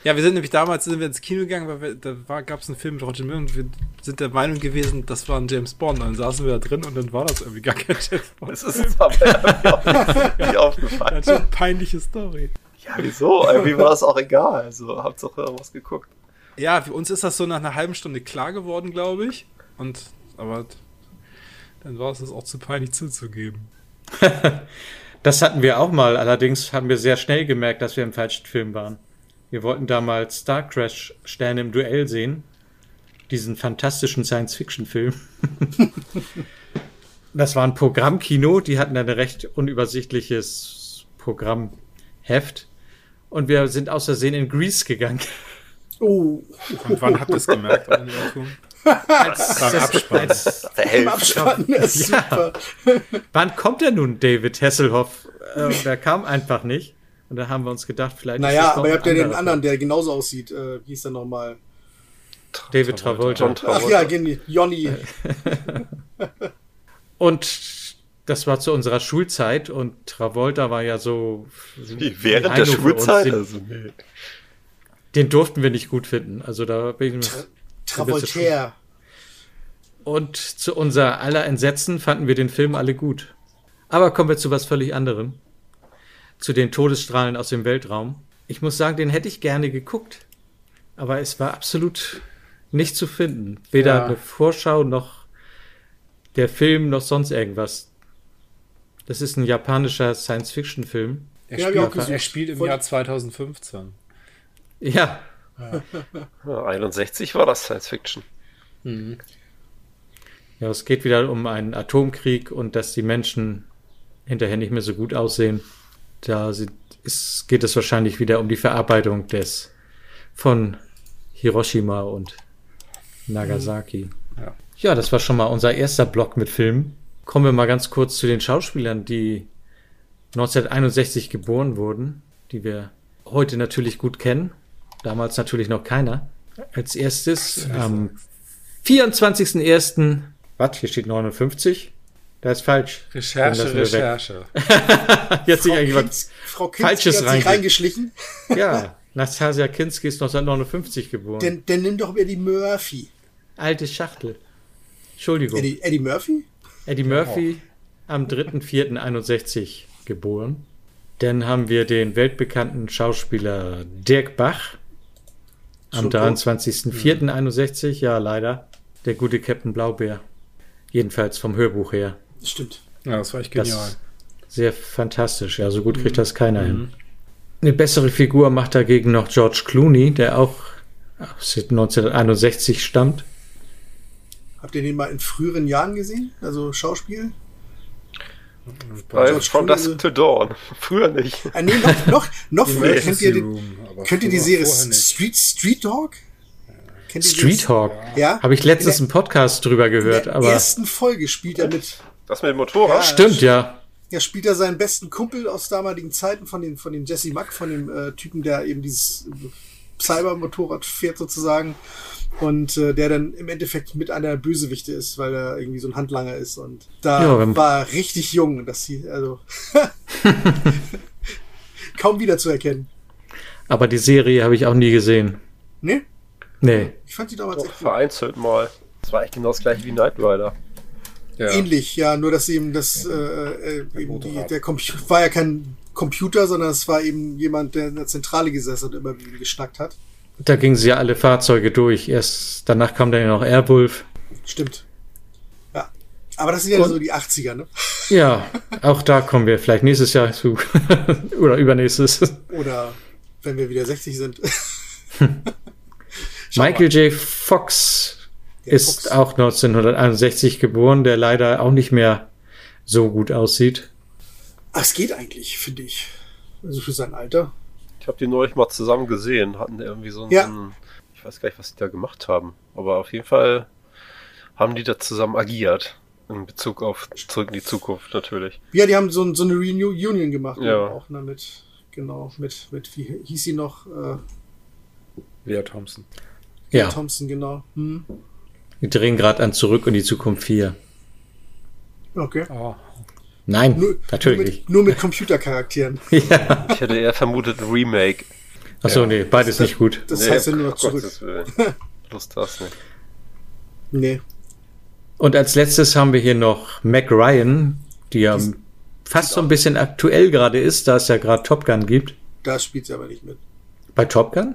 S6: Ja, wir sind nämlich damals sind wir ins Kino gegangen, weil wir, da gab es einen Film mit Roger Moore und wir sind der Meinung gewesen, das war ein James Bond. Dann saßen wir da drin und dann war das irgendwie gar kein James Bond.
S2: Das ist aber nicht aufgefallen.
S6: Das ist eine peinliche Story.
S2: Ja, wieso? Irgendwie war das auch egal. Also, Hauptsache was geguckt.
S6: Ja, für uns ist das so nach einer halben Stunde klar geworden, glaube ich. Und, aber dann war es das auch zu peinlich zuzugeben.
S5: das hatten wir auch mal. Allerdings haben wir sehr schnell gemerkt, dass wir im falschen Film waren. Wir wollten damals Star Crash Sterne im Duell sehen. Diesen fantastischen Science-Fiction-Film. das war ein Programmkino. Die hatten ein recht unübersichtliches Programmheft. Und wir sind aus Versehen in Greece gegangen.
S1: Oh.
S6: Und wann habt ihr es gemerkt?
S5: als, beim Abspann. Als,
S1: Im Abspann. Ist ja. super.
S5: Wann kommt denn nun David Hasselhoff? Äh, der kam einfach nicht. Und da haben wir uns gedacht, vielleicht.
S1: Naja, aber ihr habt ja den anderen, der genauso aussieht. Äh, wie hieß der nochmal?
S5: David Travolta.
S1: John Travolta. Ach ja, Jenny, Johnny.
S5: und das war zu unserer Schulzeit und Travolta war ja so.
S2: Wie während der Schulzeit? Den, also,
S5: nee. den durften wir nicht gut finden. Also da bin ich.
S1: Tra Travoltaire.
S5: Und zu unser aller Entsetzen fanden wir den Film alle gut. Aber kommen wir zu was völlig anderem zu den Todesstrahlen aus dem Weltraum. Ich muss sagen, den hätte ich gerne geguckt. Aber es war absolut nicht zu finden. Weder ja. eine Vorschau noch der Film noch sonst irgendwas. Das ist ein japanischer Science-Fiction-Film.
S6: Er, ja, spielt, er spielt im Von Jahr 2015.
S5: Ja.
S2: ja. 61 war das Science-Fiction. Mhm.
S5: Ja, es geht wieder um einen Atomkrieg und dass die Menschen hinterher nicht mehr so gut aussehen. Da ist, geht es wahrscheinlich wieder um die Verarbeitung des von Hiroshima und
S15: Mhm.
S5: Nagasaki. Ja. ja, das war schon mal unser erster Block mit Filmen. Kommen wir mal ganz kurz zu den Schauspielern, die 1961 geboren wurden, die wir heute natürlich gut kennen. Damals natürlich noch keiner. Als erstes am 24.01. Was? Hier steht 59. Das ist falsch.
S6: Recherche, Recherche.
S5: Jetzt Frau eigentlich was
S1: Frau Kinski Falsches hat sich reingeschlichen.
S5: ja, Nastasia Kinski ist 1959 geboren.
S1: Dann, dann nimm doch Eddie Murphy.
S5: Alte Schachtel. Entschuldigung.
S1: Eddie, Eddie Murphy?
S5: Eddie Murphy oh. am 3.4.61 geboren. Dann haben wir den weltbekannten Schauspieler Dirk Bach am 23.04.61. Mhm. Ja, leider. Der gute Captain Blaubeer. Jedenfalls vom Hörbuch her.
S1: Stimmt.
S6: Ja, das war echt genial.
S5: sehr fantastisch. Ja, so gut kriegt mhm. das keiner mhm. hin. Eine bessere Figur macht dagegen noch George Clooney, der auch aus 1961 stammt.
S1: Habt ihr den mal in früheren Jahren gesehen? Also Schauspiel?
S2: Bei George Äh, From Dusk to Dawn. Früher nicht.
S1: Ah, nee, noch, noch, noch früher. Nee, kennt ihr, den, kennt ihr die Serie Street, Street Dog?
S5: Kennt Street das? Hawk. Ja. Habe ich letztens einen Podcast drüber gehört. In der aber
S1: ersten Folge spielt er mit.
S2: Das mit dem Motorrad? Ja,
S5: stimmt, ja.
S1: Ja, spielt er seinen besten Kumpel aus damaligen Zeiten von dem, von dem Jesse Mack, von dem äh, Typen, der eben dieses Cyber-Motorrad fährt sozusagen. Und äh, der dann im Endeffekt mit einer Bösewichte ist, weil er irgendwie so ein Handlanger ist. Und da ja, war er richtig jung, dass sie, also kaum wiederzuerkennen.
S5: Aber die Serie habe ich auch nie gesehen.
S1: Nee?
S5: Nee.
S1: Ich fand die damals Doch,
S2: vereinzelt mal. Das war eigentlich genau das gleiche wie Knight Rider.
S1: Ja. Ähnlich, ja, nur dass eben das ja, äh, äh, eben die, der Computer war ja kein Computer, sondern es war eben jemand, der in der Zentrale gesessen und immer wieder geschnackt hat.
S5: Da gingen sie ja alle Fahrzeuge durch. Erst danach kam dann ja noch Airwolf.
S1: Stimmt. Ja. Aber das sind ja und, so die 80er, ne?
S5: Ja, auch da kommen wir vielleicht nächstes Jahr zu. Oder übernächstes.
S1: Oder wenn wir wieder 60 sind.
S5: Schau Michael mal. J. Fox der ist Fox. auch 1961 geboren, der leider auch nicht mehr so gut aussieht.
S1: Ach, Ah, es geht eigentlich, finde ich. Also für sein Alter.
S2: Ich habe die neulich mal zusammen gesehen, hatten irgendwie so einen, ja. ich weiß gar nicht, was die da gemacht haben, aber auf jeden Fall haben die da zusammen agiert. In Bezug auf Zurück in die Zukunft natürlich.
S1: Ja, die haben so, so eine Reunion gemacht. Ja. Auch ne, mit, genau, mit, mit, wie hieß sie noch? Äh,
S6: Lea Thompson.
S1: Ja. ja. Thompson, genau. Hm.
S5: Wir drehen gerade an Zurück und die Zukunft 4.
S1: Okay.
S5: Oh. Nein, nur, natürlich nicht.
S1: Nur mit Computercharakteren.
S2: ja. Ich hätte eher vermutet Remake.
S5: Achso, ja. nee, beides
S1: das,
S5: nicht gut.
S1: Das
S5: nee,
S1: heißt ja nur noch zurück.
S2: um Lust das nicht.
S1: Nee.
S5: Und als letztes haben wir hier noch Mac Ryan, die ja die fast so ein bisschen aktuell gerade ist, da es ja gerade Top Gun gibt.
S1: Da spielt sie aber nicht mit.
S5: Bei Top Gun?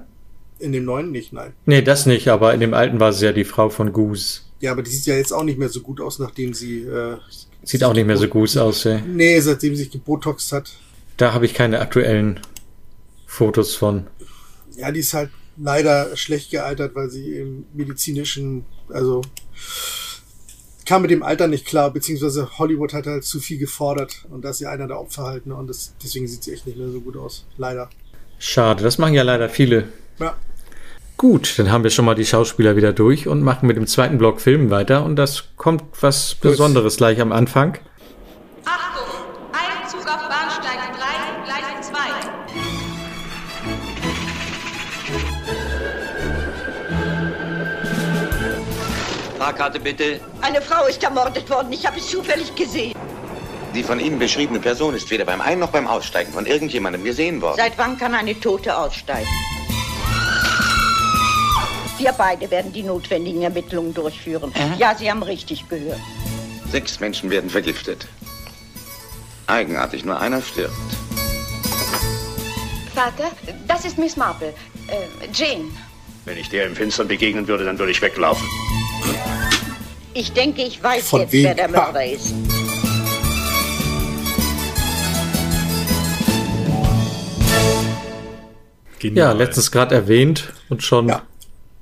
S1: In dem neuen nicht, nein.
S5: Nee, das nicht, aber in dem alten war sie ja die Frau von Goose.
S1: Ja, aber die sieht ja jetzt auch nicht mehr so gut aus, nachdem sie. Äh,
S5: sieht auch nicht mehr so Goose aus, ey.
S1: Nee, seitdem sie sich gebotoxt hat.
S5: Da habe ich keine aktuellen Fotos von.
S1: Ja, die ist halt leider schlecht gealtert, weil sie im medizinischen. Also. kam mit dem Alter nicht klar, beziehungsweise Hollywood hat halt zu viel gefordert und da ist ja einer der Opfer halt, ne? Und das, deswegen sieht sie echt nicht mehr so gut aus. Leider.
S5: Schade, das machen ja leider viele.
S1: Ja.
S5: Gut, dann haben wir schon mal die Schauspieler wieder durch und machen mit dem zweiten Block Filmen weiter. Und das kommt was Besonderes gleich am Anfang.
S16: Achtung! Einzug auf Bahnsteig 3, Gleis 2.
S17: Fahrkarte bitte.
S16: Eine Frau ist ermordet worden. Ich habe es zufällig gesehen.
S17: Die von Ihnen beschriebene Person ist weder beim Ein- noch beim Aussteigen von irgendjemandem gesehen worden.
S16: Seit wann kann eine Tote aussteigen? Wir beide werden die notwendigen Ermittlungen durchführen. Äh? Ja, Sie haben richtig gehört.
S17: Sechs Menschen werden vergiftet. Eigenartig, nur einer stirbt.
S16: Vater, das ist Miss Marple. Äh, Jane.
S17: Wenn ich der im Finstern begegnen würde, dann würde ich weglaufen.
S16: Ich denke, ich weiß Von jetzt, wer der Mörder ist.
S5: Genial. Ja, letztens gerade erwähnt und schon. Ja.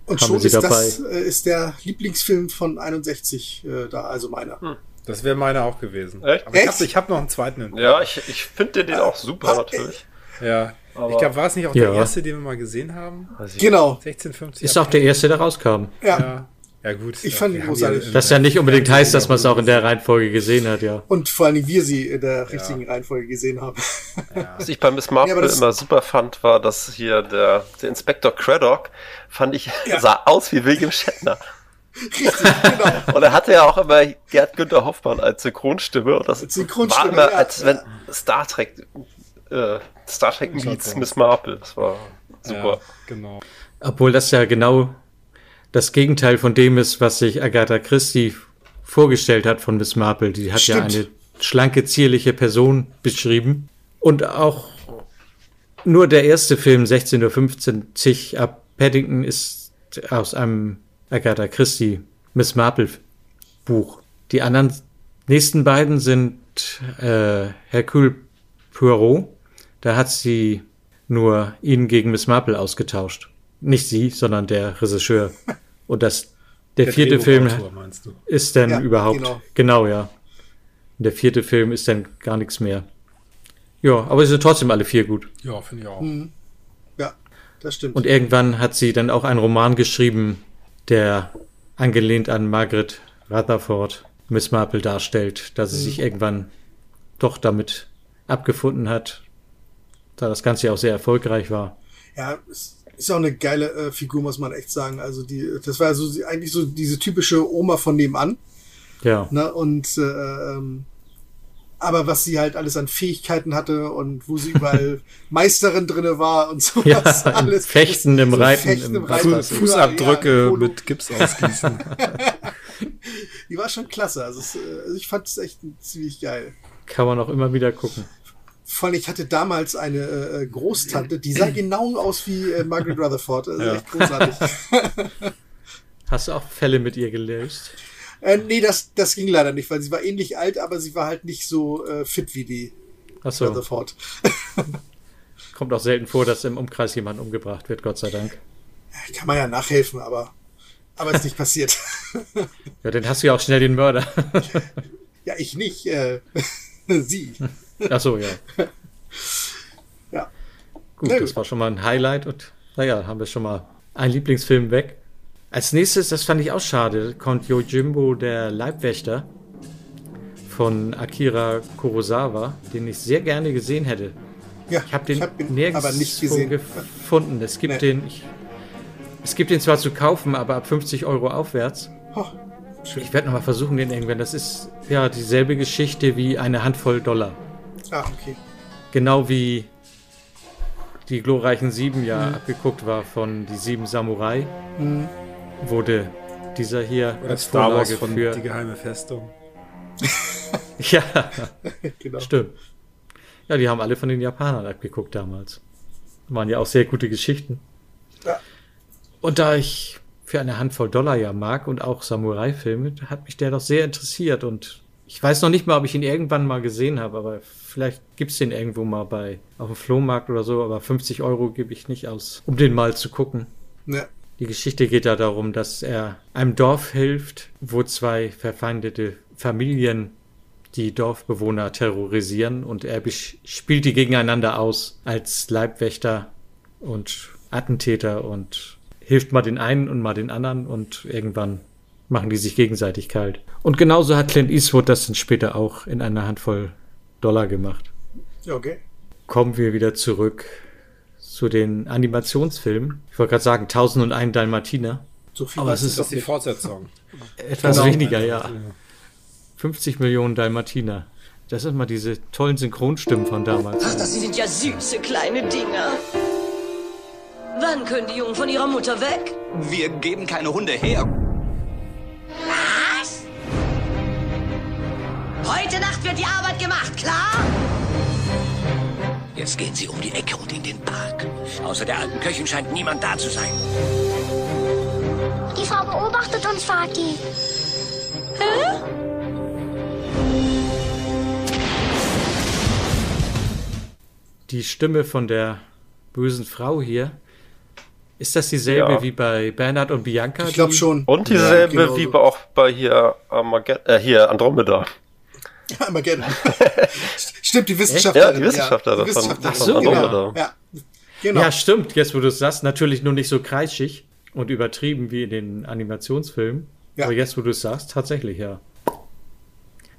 S1: Und schon ist, das, äh, ist der Lieblingsfilm von 61 äh, da, also meiner. Hm.
S6: Das wäre meiner auch gewesen.
S2: Echt?
S6: Aber ich habe hab noch einen zweiten.
S2: Ja, ich, ich finde den auch super natürlich.
S6: Ja. Aber ich glaube, war es nicht auch ja. der erste, den wir mal gesehen haben?
S1: Also genau.
S5: 1650. Ist auch der erste, der rauskam.
S1: Ja. ja.
S6: Ja, gut.
S1: Ich fand ihn großartig.
S5: Das ja nicht unbedingt heißt, dass man es auch in der Reihenfolge gesehen hat, ja.
S1: Und vor allem wir sie in der richtigen ja. Reihenfolge gesehen haben.
S2: Ja. Was ich bei Miss Marple ja, immer super fand, war, dass hier der, der Inspektor Craddock, fand ich, sah aus wie William Shatner. Richtig, genau. und er hatte ja auch immer Gerd Günther Hoffmann als Synchronstimme. Und das als Synchronstimme, war immer, als wenn Star Trek, äh, Star Trek meets Miss Marple. Das war super.
S6: genau.
S5: Obwohl das ja genau das Gegenteil von dem ist, was sich Agatha Christie vorgestellt hat von Miss Marple. Die hat Stimmt. ja eine schlanke, zierliche Person beschrieben. Und auch nur der erste Film 16.15 Uhr ab Paddington ist aus einem Agatha Christie Miss Marple Buch. Die anderen nächsten beiden sind äh, Hercule Poirot. Da hat sie nur ihn gegen Miss Marple ausgetauscht. Nicht sie, sondern der Regisseur. Und das, der, der vierte Film ist dann ja, überhaupt, genau. genau. ja. Der vierte Film ist dann gar nichts mehr. Ja, aber sie sind trotzdem alle vier gut.
S6: Ja, finde ich auch.
S1: Mhm. Ja, das stimmt.
S5: Und irgendwann hat sie dann auch einen Roman geschrieben, der angelehnt an Margaret Rutherford Miss Marple darstellt, dass sie mhm. sich irgendwann doch damit abgefunden hat, da das Ganze ja auch sehr erfolgreich war.
S1: Ja, es ist auch eine geile äh, Figur, muss man echt sagen. Also die, das war so eigentlich so diese typische Oma von nebenan.
S5: Ja.
S1: Ne? Und äh, ähm, aber was sie halt alles an Fähigkeiten hatte und wo sie überall Meisterin drinne war und sowas
S5: ja, alles. Fechten im so Reiten, Fechten im
S6: Reiten Fuß, Fußabdrücke ja, mit Gips ausgießen.
S1: die war schon klasse. Also, es, also ich fand es echt ziemlich geil.
S5: Kann man auch immer wieder gucken.
S1: Vor allem, ich hatte damals eine äh, Großtante, die sah genau aus wie äh, Margaret Rutherford. Also ja. echt großartig.
S5: Hast du auch Fälle mit ihr gelöst?
S1: Äh, nee, das, das ging leider nicht, weil sie war ähnlich alt, aber sie war halt nicht so äh, fit wie die
S5: Ach so. Rutherford. Kommt auch selten vor, dass im Umkreis jemand umgebracht wird, Gott sei Dank.
S1: Kann man ja nachhelfen, aber, aber ist nicht passiert.
S5: ja, dann hast du ja auch schnell den Mörder.
S1: ja, ich nicht. Äh, sie.
S5: Ach so, ja.
S1: ja.
S5: Gut, ja, das gut. war schon mal ein Highlight und naja, haben wir schon mal einen Lieblingsfilm weg. Als nächstes, das fand ich auch schade, kommt Yojimbo, der Leibwächter von Akira Kurosawa, den ich sehr gerne gesehen hätte.
S1: Ja,
S5: ich habe den ich hab nirgends gefunden. Es gibt, nee. den, ich, es gibt den zwar zu kaufen, aber ab 50 Euro aufwärts.
S1: Oh,
S5: ich werde nochmal versuchen, den irgendwann. Das ist ja dieselbe Geschichte wie eine Handvoll Dollar.
S1: Ah, okay.
S5: Genau wie die glorreichen Sieben ja mhm. abgeguckt war von die Sieben Samurai,
S1: mhm.
S5: wurde dieser hier
S6: Oder als Star Vorlage Wars von für die geheime Festung.
S5: ja, genau. stimmt. Ja, die haben alle von den Japanern abgeguckt damals. Waren ja auch sehr gute Geschichten.
S1: Ja.
S5: Und da ich für eine Handvoll Dollar ja mag und auch Samurai-Filme, hat mich der doch sehr interessiert und ich weiß noch nicht mal, ob ich ihn irgendwann mal gesehen habe, aber vielleicht gibt's den irgendwo mal bei auf dem Flohmarkt oder so, aber 50 Euro gebe ich nicht aus, um den mal zu gucken.
S1: Ja.
S5: Die Geschichte geht ja darum, dass er einem Dorf hilft, wo zwei verfeindete Familien die Dorfbewohner terrorisieren und er spielt die gegeneinander aus als Leibwächter und Attentäter und hilft mal den einen und mal den anderen und irgendwann machen die sich gegenseitig kalt. Und genauso hat Clint Eastwood das dann später auch in einer Handvoll Dollar gemacht.
S1: Okay.
S5: Kommen wir wieder zurück zu den Animationsfilmen. Ich wollte gerade sagen, 1001 Dalmatiner.
S6: So viel Aber es ist, das ist die Fortsetzung.
S5: Etwas genau. weniger, ja. 50 Millionen Dalmatiner. Das sind mal diese tollen Synchronstimmen von damals.
S8: Ach, das sind ja süße kleine Dinger. Wann können die Jungen von ihrer Mutter weg?
S18: Wir geben keine Hunde her.
S8: Was? Heute Nacht wird die Arbeit gemacht, klar?
S18: Jetzt gehen sie um die Ecke und in den Park. Außer der alten Köchin scheint niemand da zu sein.
S19: Die Frau beobachtet uns, Faki.
S8: Hä?
S5: Die Stimme von der bösen Frau hier. Ist das dieselbe
S2: Ja.
S5: wie bei Bernhard und Bianca?
S1: Ich glaube schon. genau
S2: Und dieselbe wie bei, auch bei hier, Armageddon, äh, hier Andromeda.
S1: Immer gerne. Stimmt, die Wissenschaftlerin.
S2: Ja, die Wissenschaftlerin
S1: ja, die
S2: von-
S1: Wissenschaftlerin.
S2: von
S1: genau.
S2: Andromeda.
S1: Ja, genau.
S5: Ja, stimmt. Jetzt, wo du es sagst, natürlich nur nicht so kreischig und übertrieben wie in den Animationsfilmen.
S1: Ja.
S5: Aber jetzt, wo du es sagst, tatsächlich, ja.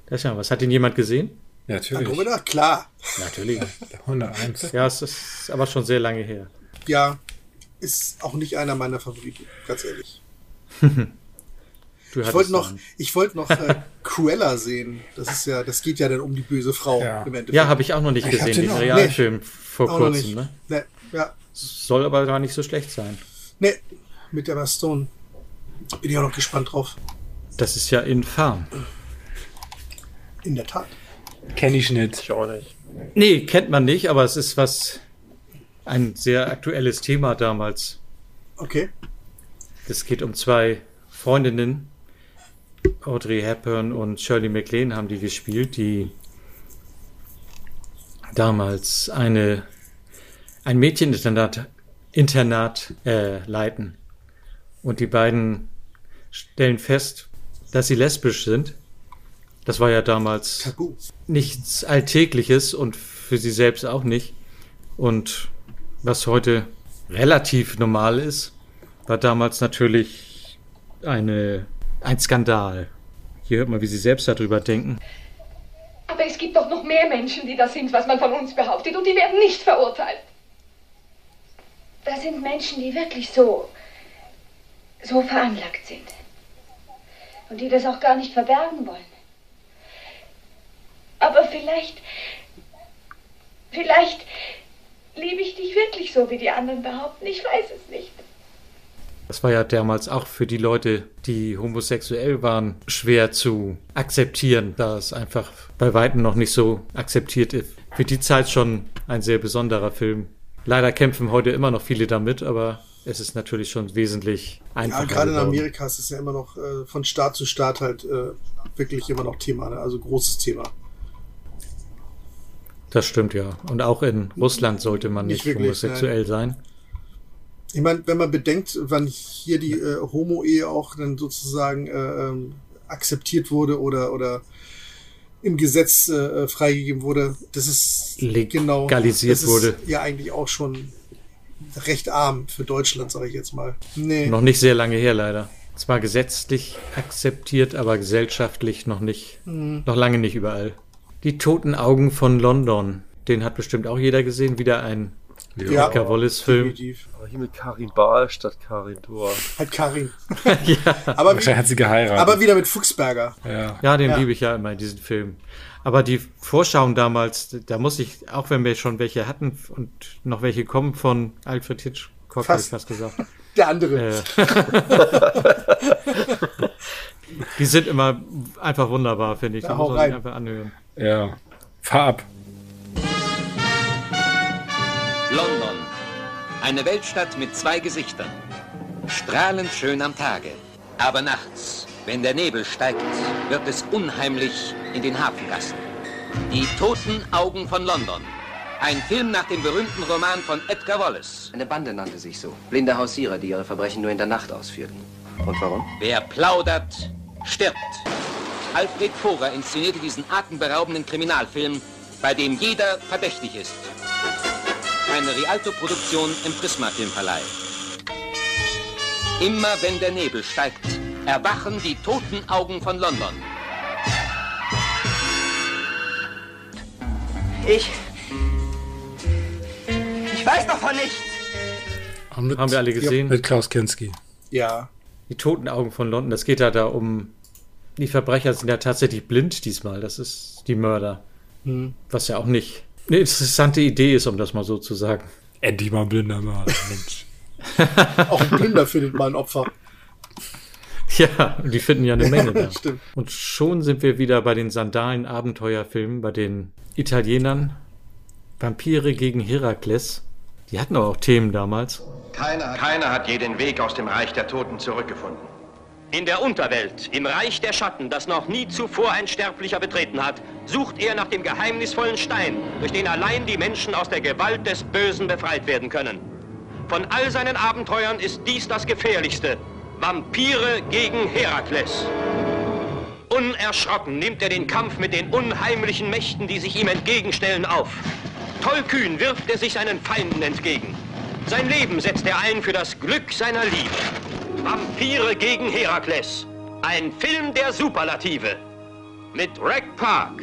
S5: Das ist ja was. Hat ihn jemand gesehen?
S6: Natürlich.
S1: Andromeda, klar.
S5: Natürlich.
S6: 101.
S5: Ja, es ist aber schon sehr lange her.
S1: Ja, ist auch nicht einer meiner Favoriten, ganz ehrlich.
S5: Du
S1: Ich
S5: hattest
S1: wollte noch,
S5: einen.
S1: ich wollte noch äh, Cruella sehen. Das ist ja, das geht ja dann um die böse Frau im Endeffekt.
S5: Ja, habe ich auch noch nicht gesehen, den, Realfilm vor
S1: Auch noch
S5: kurzem.
S1: nicht.
S5: Ne?
S1: Nee, ja.
S5: Soll aber gar nicht so schlecht sein.
S1: Nee, mit Emma Stone. Bin ich auch noch gespannt drauf.
S5: Das ist ja infam.
S1: In der Tat.
S6: Kenn ich nicht.
S2: Ich auch nicht.
S5: Nee, kennt man nicht, aber es ist was, ein sehr aktuelles Thema damals.
S1: Okay.
S5: Es geht um zwei Freundinnen. Audrey Hepburn und Shirley MacLaine haben die gespielt, die damals eine, ein Mädcheninternat Internat, äh, leiten. Und die beiden stellen fest, dass sie lesbisch sind. Das war ja damals nichts Alltägliches und für sie selbst auch nicht. Und was heute relativ normal ist, war damals natürlich eine, ein Skandal. Hier hört man, wie sie selbst darüber denken.
S20: Aber es gibt doch noch mehr Menschen, die das sind, was man von uns behauptet, und die werden nicht verurteilt.
S19: Da sind Menschen, die wirklich so, so veranlagt sind. Und die das auch gar nicht verbergen wollen. Aber vielleicht, vielleicht liebe ich dich wirklich so, wie die anderen behaupten. Ich weiß es nicht.
S5: Das war ja damals auch für die Leute, die homosexuell waren, schwer zu akzeptieren, da es einfach bei weitem noch nicht so akzeptiert ist. Für die Zeit schon ein sehr besonderer Film. Leider kämpfen heute immer noch viele damit, aber es ist natürlich schon wesentlich einfacher.
S1: Ja, gerade in
S5: geworden.
S1: Amerika ist es ja immer noch äh, von Staat zu Staat halt äh, wirklich immer noch Thema, ne? also großes Thema.
S5: Das stimmt ja. Und auch in Russland sollte man
S1: Nicht
S5: nicht,
S1: wirklich,
S5: homosexuell sein.
S1: Ich meine, wenn man bedenkt, wann hier die äh, Homo-Ehe auch dann sozusagen äh, ähm, akzeptiert wurde oder, oder im Gesetz äh, freigegeben wurde, das ist genau
S5: Legalisiert
S1: das ist
S5: wurde.
S1: Ja, eigentlich auch schon recht arm für Deutschland, sage ich jetzt mal. Nee.
S5: Noch nicht sehr lange her, leider. Zwar gesetzlich akzeptiert, aber gesellschaftlich noch nicht.
S1: Mhm.
S5: Noch lange nicht überall. Die toten Augen von London. Den hat bestimmt auch jeder gesehen. Wieder ein
S1: Ja.
S5: Edgar Wallace-Film.
S2: Aber hier mit Oh, Karin Bahl statt Karin Dor.
S1: Halt Karin.
S5: ja.
S1: Aber wie- Aber wieder mit Fuchsberger.
S5: Ja, den
S1: Ja.
S5: liebe ich ja immer, diesen Film. Aber die Vorschauen damals, da muss ich, auch wenn wir schon welche hatten und noch welche kommen von Alfred Hitchcock, habe ich
S1: Fast.
S5: fast gesagt.
S1: Der andere.
S5: Äh. die sind immer einfach wunderbar, finde ich.
S1: Na,
S5: Die
S1: hau
S5: muss man sich
S1: rein.
S5: einfach anhören.
S6: Ja. Fahr ab.
S21: London. Eine Weltstadt mit zwei Gesichtern. Strahlend schön am Tage. Aber nachts, wenn der Nebel steigt, wird es unheimlich in den Hafengassen. Die toten Augen von London. Ein Film nach dem berühmten Roman von Edgar Wallace.
S15: Eine Bande nannte sich so. Blinde Hausierer, die ihre Äh, Verbrechen nur in der Nacht ausführten. Und warum?
S21: Wer plaudert, stirbt. Alfred Vorer inszenierte diesen atemberaubenden Kriminalfilm, bei dem jeder verdächtig ist. Eine Rialto-Produktion im Prisma-Filmverleih. Immer wenn der Nebel steigt, erwachen die toten Augen von London.
S22: Ich. Ich weiß davon nichts.
S6: Haben,
S5: wir alle gesehen.
S6: Mit Klaus Kinski.
S1: Ja.
S5: Die toten Augen von London, das geht ja da um. Die Verbrecher sind ja tatsächlich blind diesmal. Das ist die Mörder.
S1: Hm.
S5: Was ja auch nicht eine interessante Idee ist, um das mal so zu sagen.
S6: Endlich mal ein blinder Mann. Mensch.
S1: Auch ein Blinder findet mal ein Opfer.
S5: Ja, die finden ja eine Menge da.
S1: Stimmt.
S5: Und schon sind wir wieder bei den Sandalen-Abenteuerfilmen, bei den Italienern. Vampire gegen Herakles. Die hatten aber auch Themen damals.
S23: Keiner hat, je den Weg aus dem Reich der Toten zurückgefunden.
S24: In der Unterwelt, im Reich der Schatten, das noch nie zuvor ein Sterblicher betreten hat, sucht er nach dem geheimnisvollen Stein, durch den allein die Menschen aus der Gewalt des Bösen befreit werden können. Von all seinen Abenteuern ist dies das gefährlichste. Vampire gegen Herakles. Unerschrocken nimmt er den Kampf mit den unheimlichen Mächten, die sich ihm entgegenstellen, auf. Tollkühn wirft er sich seinen Feinden entgegen. Sein Leben setzt er ein für das Glück seiner Liebe. Vampire gegen Herakles. Ein Film der Superlative. Mit Rack Park,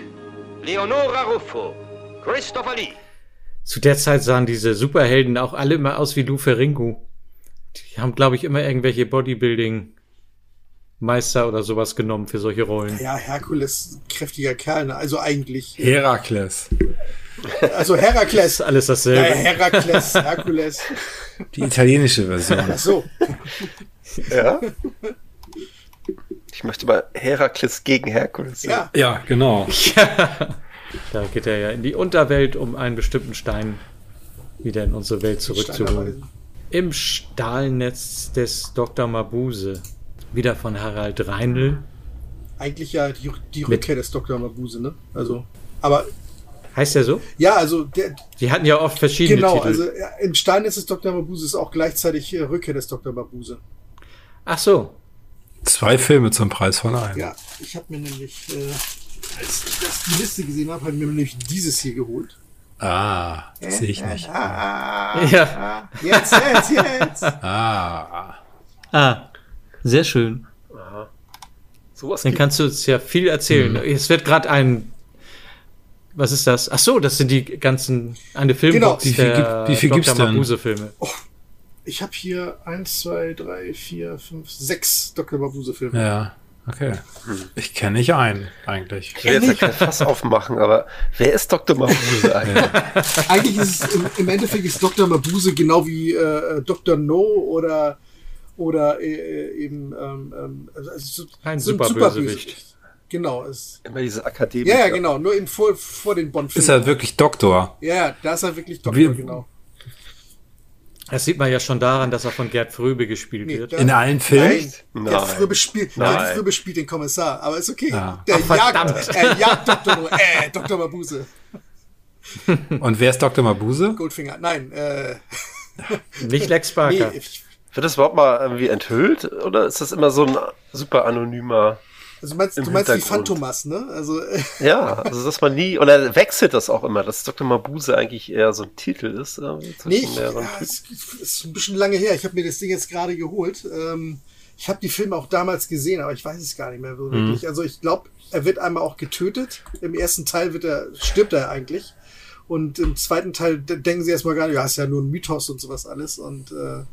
S24: Leonora Ruffo, Christopher Lee.
S5: Zu der Zeit sahen diese Superhelden auch alle immer aus wie Lufe Ringu. Die haben, glaube ich, immer irgendwelche Bodybuilding Meister oder sowas genommen für solche Rollen.
S1: Ja, Herkules, kräftiger Kerl, ne? also eigentlich.
S6: Herakles.
S1: Also Herakles. Äh,
S5: Das alles dasselbe. Ja,
S1: Herakles, Herkules.
S6: Die italienische Version.
S5: Also-
S1: Ach so.
S2: Ja. Ich möchte mal Herakles gegen Herkules
S1: sehen. Ja,
S6: ja genau.
S5: Ja. Da geht er ja in die Unterwelt, um einen bestimmten Stein wieder in unsere Welt zurückzuholen. Im Stahlnetz des Dr. Mabuse wieder von Harald Reinl.
S1: Eigentlich ja die, die Rückkehr des Dr. Mabuse, ne? Also, aber.
S5: Heißt der so?
S1: Ja, also der.
S5: Die hatten ja oft verschiedene
S1: genau,
S5: Titel.
S1: also ja, im Stein ist es Dr. Mabuse, ist auch gleichzeitig äh, Rückkehr des Dr. Mabuse.
S5: Ach so.
S6: Zwei Filme zum Preis von einem.
S1: Ja, ich habe mir nämlich, äh, als ich das die Liste gesehen habe, habe ich mir nämlich dieses hier geholt.
S6: Ah, äh, sehe ich nicht.
S1: Ah, ja. Ah, jetzt, jetzt, jetzt.
S6: Ah.
S5: Ah. Sehr schön.
S2: So
S5: Dann kannst du uns ja viel erzählen. Mhm. Es wird gerade ein. Was ist das? Ach so, das sind die ganzen eine
S6: genau.
S5: Filmbox der
S6: wie viel, gibt, wie viel Dr.
S5: Mabuse Filme.
S1: Oh, ich habe hier 1, 2, 3, 4, 5, 6 Dr. Mabuse Filme.
S6: Ja, okay. Ich kenne nicht einen eigentlich.
S2: Ich will jetzt ja kein Fass aufmachen, aber wer ist Dr. Mabuse eigentlich?
S1: eigentlich ist es im, im, Endeffekt ist Dr. Mabuse genau wie äh, Dr. No oder oder äh, eben ähm, also so,
S5: ein so super, super Bösewicht.
S1: Genau. Es,
S2: Immer diese Akademie.
S1: Ja, ja, genau. Nur eben vor, vor den Bond.
S6: Ist er wirklich Doktor?
S1: Ja, da ist er wirklich Doktor, Wir, genau.
S5: Das sieht man ja schon daran, dass er von Gerd Fröbe gespielt nee, wird.
S6: In allen Filmen?
S1: Nein. Nein. Gerd, Fröbe spielt, Gerd Fröbe spielt den Kommissar, aber ist okay.
S6: Ah.
S1: Ja. Der Ach, jagt, er jagt Dr. äh, Dr. Mabuse.
S6: Und wer ist Dr. Mabuse?
S1: Goldfinger. Nein. Äh.
S5: Nicht Lex Barker. Nee, ich,
S2: wird das überhaupt mal irgendwie enthüllt oder ist das immer so ein super anonymer?
S1: Also meinst, du meinst die Phantomas, ne? Also
S2: ja, also dass man nie oder wechselt das auch immer, dass Dr. Mabuse eigentlich eher so ein Titel ist. Äh,
S1: nee, ich, ja, es ist ein bisschen lange her. Ich habe mir das Ding jetzt gerade geholt. Ähm, ich habe die Filme auch damals gesehen, aber ich weiß es gar nicht mehr so wirklich. Mhm. Also ich glaube, er wird einmal auch getötet. Im ersten Teil wird er stirbt er eigentlich und im zweiten Teil denken sie erstmal gar nicht, ja, ist ja nur ein Mythos und sowas alles und äh,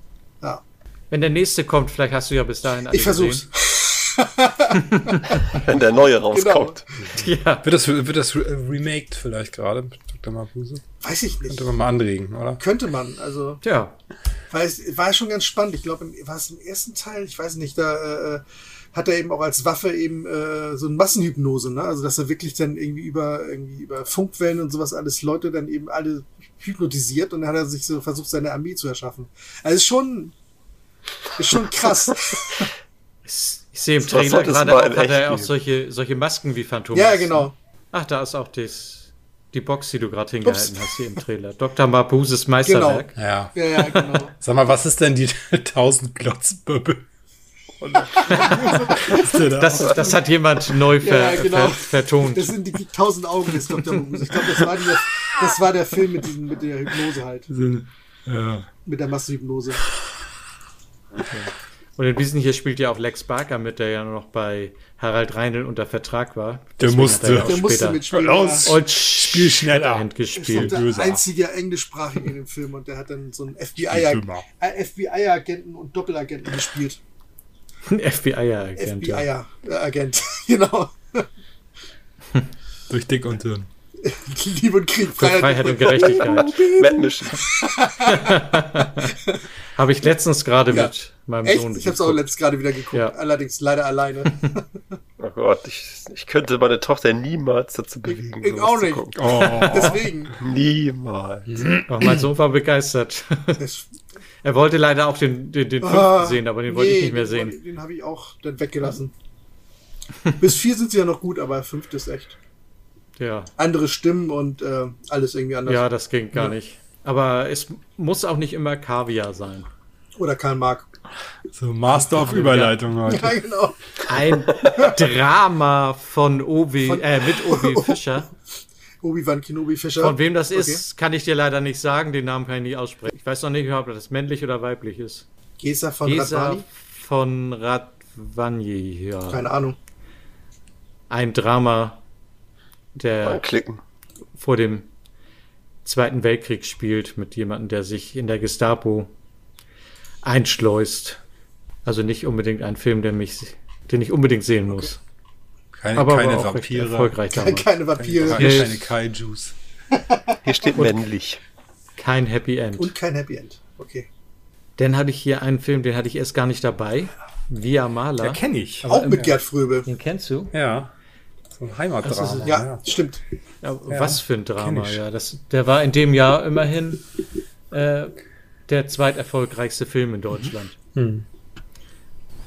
S1: ja.
S5: Wenn der nächste kommt, vielleicht hast du ja bis dahin.
S1: Ich versuch's.
S2: Wenn der neue rauskommt.
S6: Genau. Ja. Wird das, wird das äh, remaked vielleicht gerade mit Dr. Mabuse?
S1: Weiß ich nicht.
S6: Könnte man mal anregen, oder?
S1: Könnte man, also.
S5: Ja.
S1: Weil es war schon ganz spannend. Ich glaube, war es im ersten Teil? Ich weiß nicht, da äh, hat er eben auch als Waffe eben äh, so eine Massenhypnose, ne? Also dass er wirklich dann irgendwie über, irgendwie über Funkwellen und sowas alles Leute dann eben alle hypnotisiert und dann hat er sich so versucht, seine Armee zu erschaffen. Also schon ist schon krass.
S5: ich sehe im das Trailer gerade auch, hat er auch solche, solche Masken wie Phantom.
S1: Ja, genau.
S5: Ach, da ist auch das, die Box, die du gerade hingehalten Ups. hast hier im Trailer. Dr. Mabuses Meisterwerk.
S6: Genau. Ja.
S1: ja, ja, genau.
S6: Sag mal, was ist denn die 1000 Glotzböbel?
S5: das, das, hat jemand neu ver, ja, genau. ver, vertont.
S1: Das sind die 1000 Augen des Dr. Mabuse. Ich glaube, das, war die, das war der Film mit, diesem, mit der Hypnose halt.
S6: Ja.
S1: Mit der Massenhypnose.
S5: Okay. Und in diesem hier spielt ja auch Lex Barker mit, der ja noch bei Harald Reinl unter Vertrag war.
S6: Der Deswegen musste,
S1: ja der musste mitspielen.
S6: Los, und spiel schnell ab.
S5: Gespielt.
S1: Das ist der einzige englischsprachige in dem Film und der hat dann so einen FBI-Agenten FBI und Doppelagenten gespielt.
S5: Ein FBI-Agent.
S1: FBI-Agent, genau.
S6: Durch dick und dünn.
S1: Liebe und Krieg,
S5: Freiheit, Freiheit und Gerechtigkeit.
S2: Mad Mission.
S5: Habe ich letztens gerade ja. mit meinem
S1: Echt?
S5: Sohn.
S1: Ich habe es auch letztens gerade wieder geguckt, ja. allerdings leider alleine.
S2: oh Gott, ich, ich, könnte meine Tochter niemals dazu bewegen.
S1: Ich, ich auch nicht.
S2: Oh.
S1: Deswegen.
S2: Niemals.
S5: Auch mein Sohn war begeistert.
S1: Das,
S5: Er wollte leider auch den, den, den fünften
S1: Ah,
S5: sehen, aber den wollte ich
S1: nee,
S5: nicht mehr
S1: den
S5: sehen.
S1: wollte-
S15: Äh,
S1: Den habe ich auch dann weggelassen. Bis vier sind sie ja noch gut, aber fünft ist echt.
S5: Ja.
S1: Andere Stimmen und äh, alles irgendwie anders.
S5: ja, das ging gar
S1: Ja.
S5: nicht. Aber es muss auch nicht immer Kaviar sein.
S1: Oder Karl Marx.
S6: So, Master auf Überleitung heute.
S1: Ja, genau.
S5: Ein Drama von Obi, äh, mit Obi Fischer.
S1: Obi-Wan Kenobi Fischer.
S5: Von wem das
S1: Okay.
S5: ist, kann ich dir leider nicht sagen. Den Namen kann ich nicht aussprechen. Ich weiß noch nicht, ob das männlich oder weiblich ist.
S1: Gesa von Radvani?
S5: von Radvani, ja.
S1: Keine Ahnung.
S5: Ein Drama, der vor dem Zweiten Weltkrieg spielt mit jemandem, der sich in der Gestapo einschleust. Also nicht unbedingt ein Film, der mich, den ich unbedingt sehen muss.
S6: Keine,
S5: Aber
S6: keine
S5: war auch recht
S6: Vampire.
S5: Erfolgreich damals.
S6: Keine, keine Kaijus.
S2: Hier steht
S5: Und
S2: männlich.
S5: Kein Happy End.
S1: Und kein Happy End. Okay.
S5: Dann habe ich hier einen Film, den hatte ich erst gar nicht dabei. Via Maler.
S6: Ja, kenn ich.
S5: Aber
S6: Auch mit
S5: im-
S6: Gerd
S1: Fröbe.
S5: Den kennst du?
S6: Ja. So ein
S5: Das ist-
S6: Heimatdrama.
S5: ja,
S1: stimmt.
S6: Ja,
S5: Was für ein
S6: kenn
S5: Drama,
S6: ich.
S5: ja. Das, der war in dem Jahr immerhin äh, der zweiterfolgreichste Film
S6: Mhm.
S5: in Deutschland.
S6: Hm.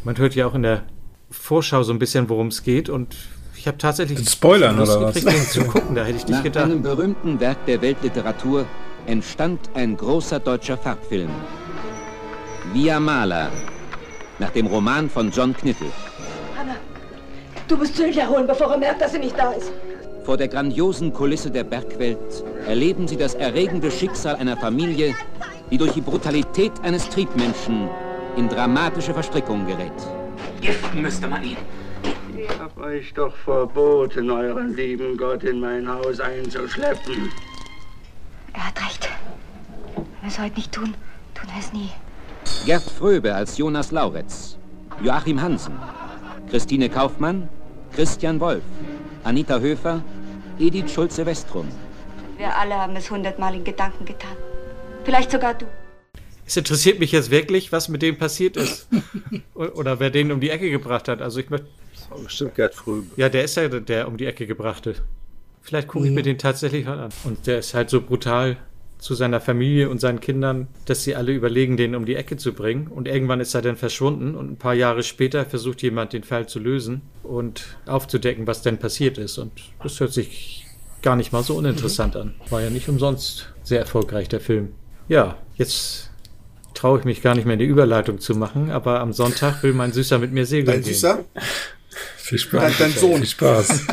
S5: Man hört ja auch in der Vorschau so ein bisschen, worum es geht und ich habe tatsächlich
S6: Spoilern,
S5: Lust
S6: oder was?
S5: gekriegt, den zu gucken, da hätte ich nicht
S21: Nach
S9: also
S5: gedacht.
S21: einem berühmten Werk der Weltliteratur entstand ein großer deutscher Farbfilm. Via Maler, nach dem Roman von John Knittel.
S20: Hanna, du musst Sylvia holen, bevor er merkt, dass sie nicht da ist.
S21: Vor der grandiosen Kulisse der Bergwelt erleben sie das erregende Schicksal einer Familie, die durch die Brutalität eines Triebmenschen in dramatische Verstrickung gerät.
S18: Giften müsste man ihn.
S7: Ich hab euch doch verboten, euren lieben Gott in mein Haus einzuschleppen.
S19: Er hat recht. Wenn wir es heute nicht tun, tun wir es nie.
S21: Gerd Fröbe als Jonas Lauretz, Joachim Hansen, Christine Kaufmann, Christian Wolf, Anita Höfer, Edith Schulze-Westrum.
S19: Wir alle haben es hundertmal in Gedanken getan. Vielleicht sogar du.
S5: Es interessiert mich jetzt wirklich, was mit dem passiert ist. O- Oder wer den um die Ecke gebracht hat. Also ich möchte.
S2: Bestimmt Gerd Fröbe.
S5: Ja, der ist ja der, der um die Ecke gebrachte. Vielleicht gucke ich mir den tatsächlich mal an. Und der ist halt so brutal zu seiner Familie und seinen Kindern, dass sie alle überlegen, den um die Ecke zu bringen. Und irgendwann ist er dann verschwunden und ein paar Jahre später versucht jemand, den Fall zu lösen und aufzudecken, was denn passiert ist. Und das hört sich gar nicht mal so uninteressant an. War ja nicht umsonst sehr erfolgreich, der Film. Ja, jetzt traue ich mich gar nicht mehr, eine Überleitung zu machen, aber am Sonntag will mein Süßer mit mir segeln
S1: Dein
S5: gehen.
S1: Süßer?
S6: Viel
S1: Dein,
S6: Spaß.
S1: dein Sohn.
S6: Viel Spaß.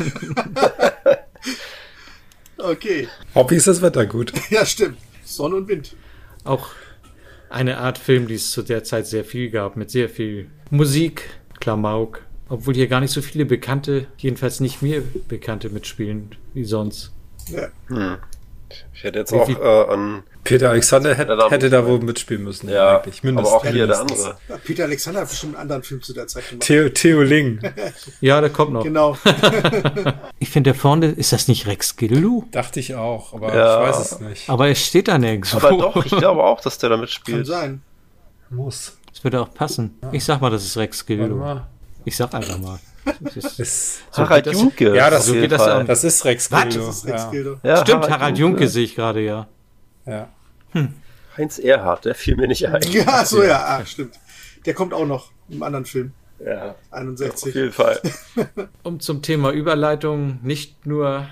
S1: okay.
S6: Hobby ist das Wetter gut.
S1: Ja, stimmt. Sonne und Wind.
S5: auch eine Art Film, die es zu der Zeit sehr viel gab, mit sehr viel Musik, Klamauk. Obwohl hier gar nicht so viele Bekannte, jedenfalls nicht mir Bekannte mitspielen, wie sonst.
S1: Ja.
S2: Hm. Ich hätte jetzt
S5: Wie
S2: auch
S5: viel-
S2: äh, an.
S6: Peter Alexander hätte- hätte da wohl mitspielen müssen,
S2: Ja,
S6: eigentlich,
S2: aber
S6: mindestens.
S2: auch hier der
S6: Mindestens.
S2: andere.
S1: Ja, Peter Alexander hat bestimmt einen anderen Film zu der Zeit gemacht.
S6: Theo, Theo Ling.
S5: Ja, der kommt noch.
S1: Genau.
S5: Ich finde, da vorne, ist das nicht Rex Gillu?
S6: Dachte ich auch, aber
S2: Ja.
S6: ich weiß es nicht.
S5: Aber er steht da nirgends.
S2: Aber doch, ich glaube auch, dass der da mitspielt.
S1: sein.
S6: Muss.
S5: Das würde auch passen. Ich sag mal, das ist Rex Gillu.
S6: Warte mal.
S5: Ich sag einfach mal. Das ist- So
S2: Harald
S5: geht das-
S2: Junke.
S6: Ja, das,
S5: so geht das
S2: Fall.
S5: an.
S6: das ist Rex
S5: Was?
S6: Gildo. ja.
S2: Ja,
S5: Stimmt, Harald, Junke.
S2: Junke
S5: sehe ich gerade, ja.
S6: Ja.
S2: Heinz Erhardt, der fiel mir nicht ein.
S1: Ja, so ja, ah, stimmt. Der kommt auch noch im anderen Film.
S2: Ja. Auf
S1: 61.
S2: jeden Fall.
S5: Um zum Thema Überleitung, nicht nur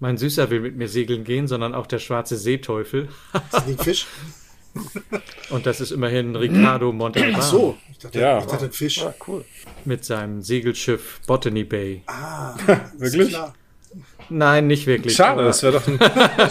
S5: mein Süßer will mit mir segeln gehen, sondern auch der schwarze Seeteufel.
S1: Den Fisch.
S5: Und das ist immerhin Ricardo Montalban
S1: Ach so. Ich dachte,
S6: Ja.
S1: ich dachte ein Fisch.
S2: Ah,
S1: cool.
S5: mit seinem Segelschiff Botany Bay.
S1: Ah,
S6: Wirklich?
S1: Klar.
S5: Nein, nicht wirklich.
S6: Schade,
S5: aber-
S6: das wäre doch ein
S2: Das wäre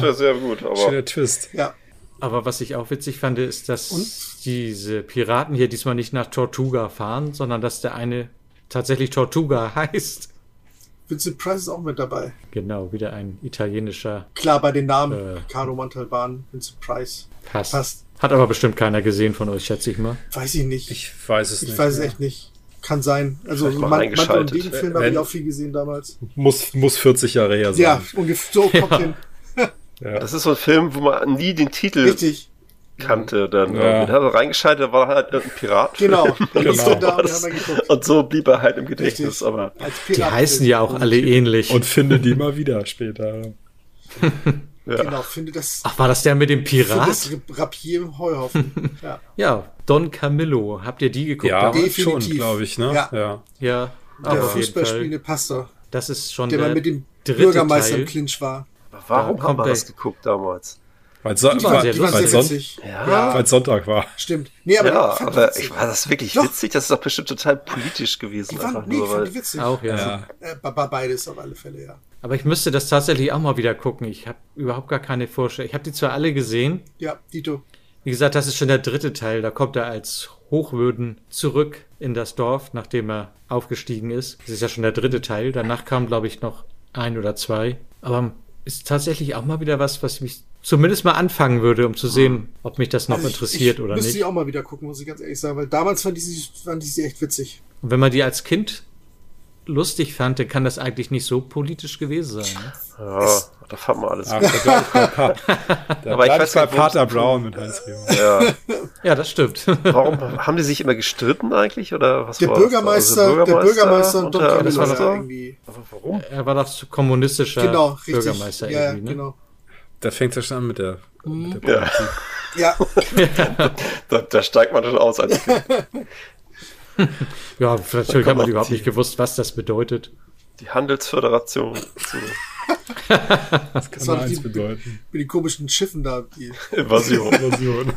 S6: schöner,
S2: sehr gut, aber.
S6: schöner Twist.
S1: Ja.
S5: Aber was ich auch witzig fand, ist, dass diese Piraten hier diesmal nicht nach Tortuga fahren, sondern dass der eine tatsächlich Tortuga heißt.
S1: Vincent Price ist auch mit dabei.
S5: Genau, wieder ein italienischer
S1: Klar, bei den Namen.
S5: Äh.
S1: Ricardo Montalban, Vincent Price.
S5: Pass.
S1: Passt.
S5: Hat aber bestimmt keiner gesehen von euch, schätze ich mal.
S1: Weiß ich nicht. Ich,
S6: Ich weiß es nicht.
S1: weiß es
S6: mehr.
S1: echt nicht. Kann sein. Also
S2: Vielleicht
S1: so
S2: mal
S1: man, manche
S2: reingeschaltet.
S1: Film habe
S6: Wenn-
S1: ich auch viel gesehen damals.
S6: Muss, muss 40 Jahre her sein.
S1: Ja, ungefähr so kommt hin.
S2: Das ist so ein Film, wo man nie den Titel
S1: Richtig.
S2: kannte. Dann
S6: Ja.
S2: ja. Den hat er reingeschaltet, war halt irgendein Pirat.
S1: Genau. Wir
S2: Und,
S1: genau.
S2: so
S1: da und wir
S2: war's.
S1: haben mal geguckt.
S2: und so blieb er halt im Gedächtnis.
S1: Richtig.
S2: Aber
S1: Als
S5: Die
S1: Pirat-
S5: heißen ja auch alle ähnlich.
S6: Und finde die mal wieder später.
S1: Ja. Genau, finde das.
S5: Ach, war das der mit dem Pirat? Das
S1: Rapier Heuhaufen.
S5: ja. ja. Don Camillo. Habt ihr die geguckt?
S6: Ja, definitiv. schon, glaube ich, ne?
S5: Ja. Ja, ja
S1: der ja. Fußballspielende Pastor.
S5: Das ist schon
S1: ne, der, der mal mit dem Bürgermeister Teil. im Clinch war.
S2: Aber warum da haben wir das geguckt damals?
S6: Weil, so die war, die war, weil, Son ja. Ja. weil Sonntag war.
S1: Stimmt.
S2: Nee, aber, ja, aber ich war das wirklich Doch. witzig. Das ist doch bestimmt total politisch gewesen.
S1: Die fand, nee, nur, weil... die witzig.
S5: Auch, ja.
S1: Also, äh, beides auf alle Fälle, ja.
S5: Aber ich müsste das tatsächlich auch mal wieder gucken. Ich habe überhaupt gar keine Vorstellung. Ich habe die zwar alle gesehen.
S1: Ja, Dito.
S5: Wie gesagt, das ist schon der dritte Teil. Da kommt er als Hochwürden zurück in das Dorf, nachdem er aufgestiegen ist. Das ist ja schon der dritte Teil. Danach kam, glaube ich, noch ein oder zwei. Aber ist tatsächlich auch mal wieder was, was mich zumindest mal anfangen würde, um zu sehen, ob mich das noch also interessiert
S1: Ah. ich, ich
S5: oder nicht.
S1: Müsste ich auch mal wieder gucken, muss ich ganz ehrlich sagen, weil damals fand ich sie, fand ich sie echt witzig.
S5: Und wenn man die als Kind lustig fand, dann kann das eigentlich nicht so politisch gewesen sein. Ne?
S2: Ja, es, da fand man alles. Ach,
S6: da da Aber ich weiß bei Pater Brown mit Heinz
S5: ja. ja, das stimmt.
S2: Warum haben die sich immer gestritten eigentlich? Oder was
S1: der,
S2: war
S1: Bürgermeister, also der Bürgermeister und Don
S5: Camillo. Das war doch, irgendwie. Aber warum? Er war doch kommunistischer
S1: genau, richtig.
S5: Bürgermeister
S1: ja, irgendwie. Ne? Genau.
S6: Da fängt er schon an mit der,
S1: mhm.
S6: mit
S1: der Ja.
S2: ja. da, da steigt man schon aus als Kind.
S5: ja, natürlich hat man überhaupt die, nicht gewusst, was das bedeutet.
S2: Die Handelsföderation.
S6: das kann das die, bedeuten.
S1: Mit den komischen Schiffen da. Die
S2: Invasion. Invasion.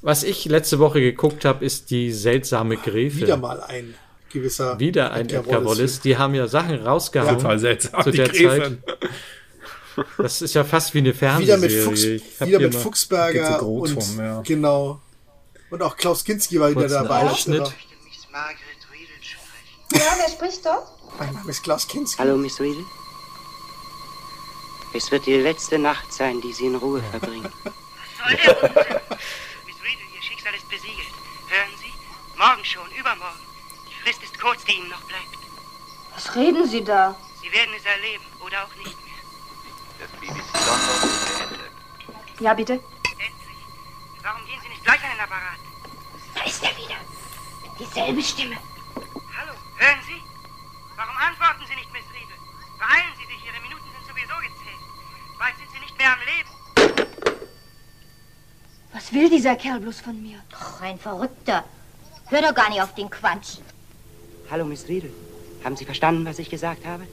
S5: Was ich letzte Woche geguckt habe, ist die seltsame Gräfe.
S1: Wieder mal ein gewisser.
S5: Wieder ein Edgar, Edgar Wallace. Wallace. Die haben ja Sachen rausgehauen.
S6: Total seltsam.
S5: Zu der Gräfen. Zeit. Das ist ja fast wie eine Fernsehserie.
S1: Wieder mit, Fuchs, wieder mit Fuchsberger so und rum, ja. genau. Und auch Klaus Kinski war wieder dabei.
S5: Ausschnitt.
S19: Margaret Riedel sprechen. Ja, wer spricht dort?
S1: Mein Name ist Klaus Kinski.
S3: Hallo, Miss Riedel. Es wird die letzte Nacht sein, die Sie in Ruhe verbringen.
S4: Was soll der Unsinn? Miss Riedel, Ihr Schicksal ist besiegelt. Hören Sie? Morgen schon, übermorgen. Die Frist ist kurz, die Ihnen noch bleibt.
S19: Was reden Sie da?
S4: Sie werden es erleben oder auch nicht mehr.
S3: Das BBC London ist beendet.
S19: Ja, bitte.
S4: Endlich. Warum gehen Sie nicht gleich an den Apparat?
S19: Da ist er wieder. Dieselbe Stimme.
S4: Hallo, hören Sie? Warum antworten Sie nicht, Miss Riedel? Beeilen Sie sich, Ihre Minuten sind sowieso gezählt. Bald sind Sie nicht mehr am Leben.
S19: Was will dieser Kerl bloß von mir?
S23: Doch, ein Verrückter. Hör doch gar nicht auf den Quatsch.
S3: Hallo, Miss Riedel. Haben Sie verstanden, was ich gesagt habe?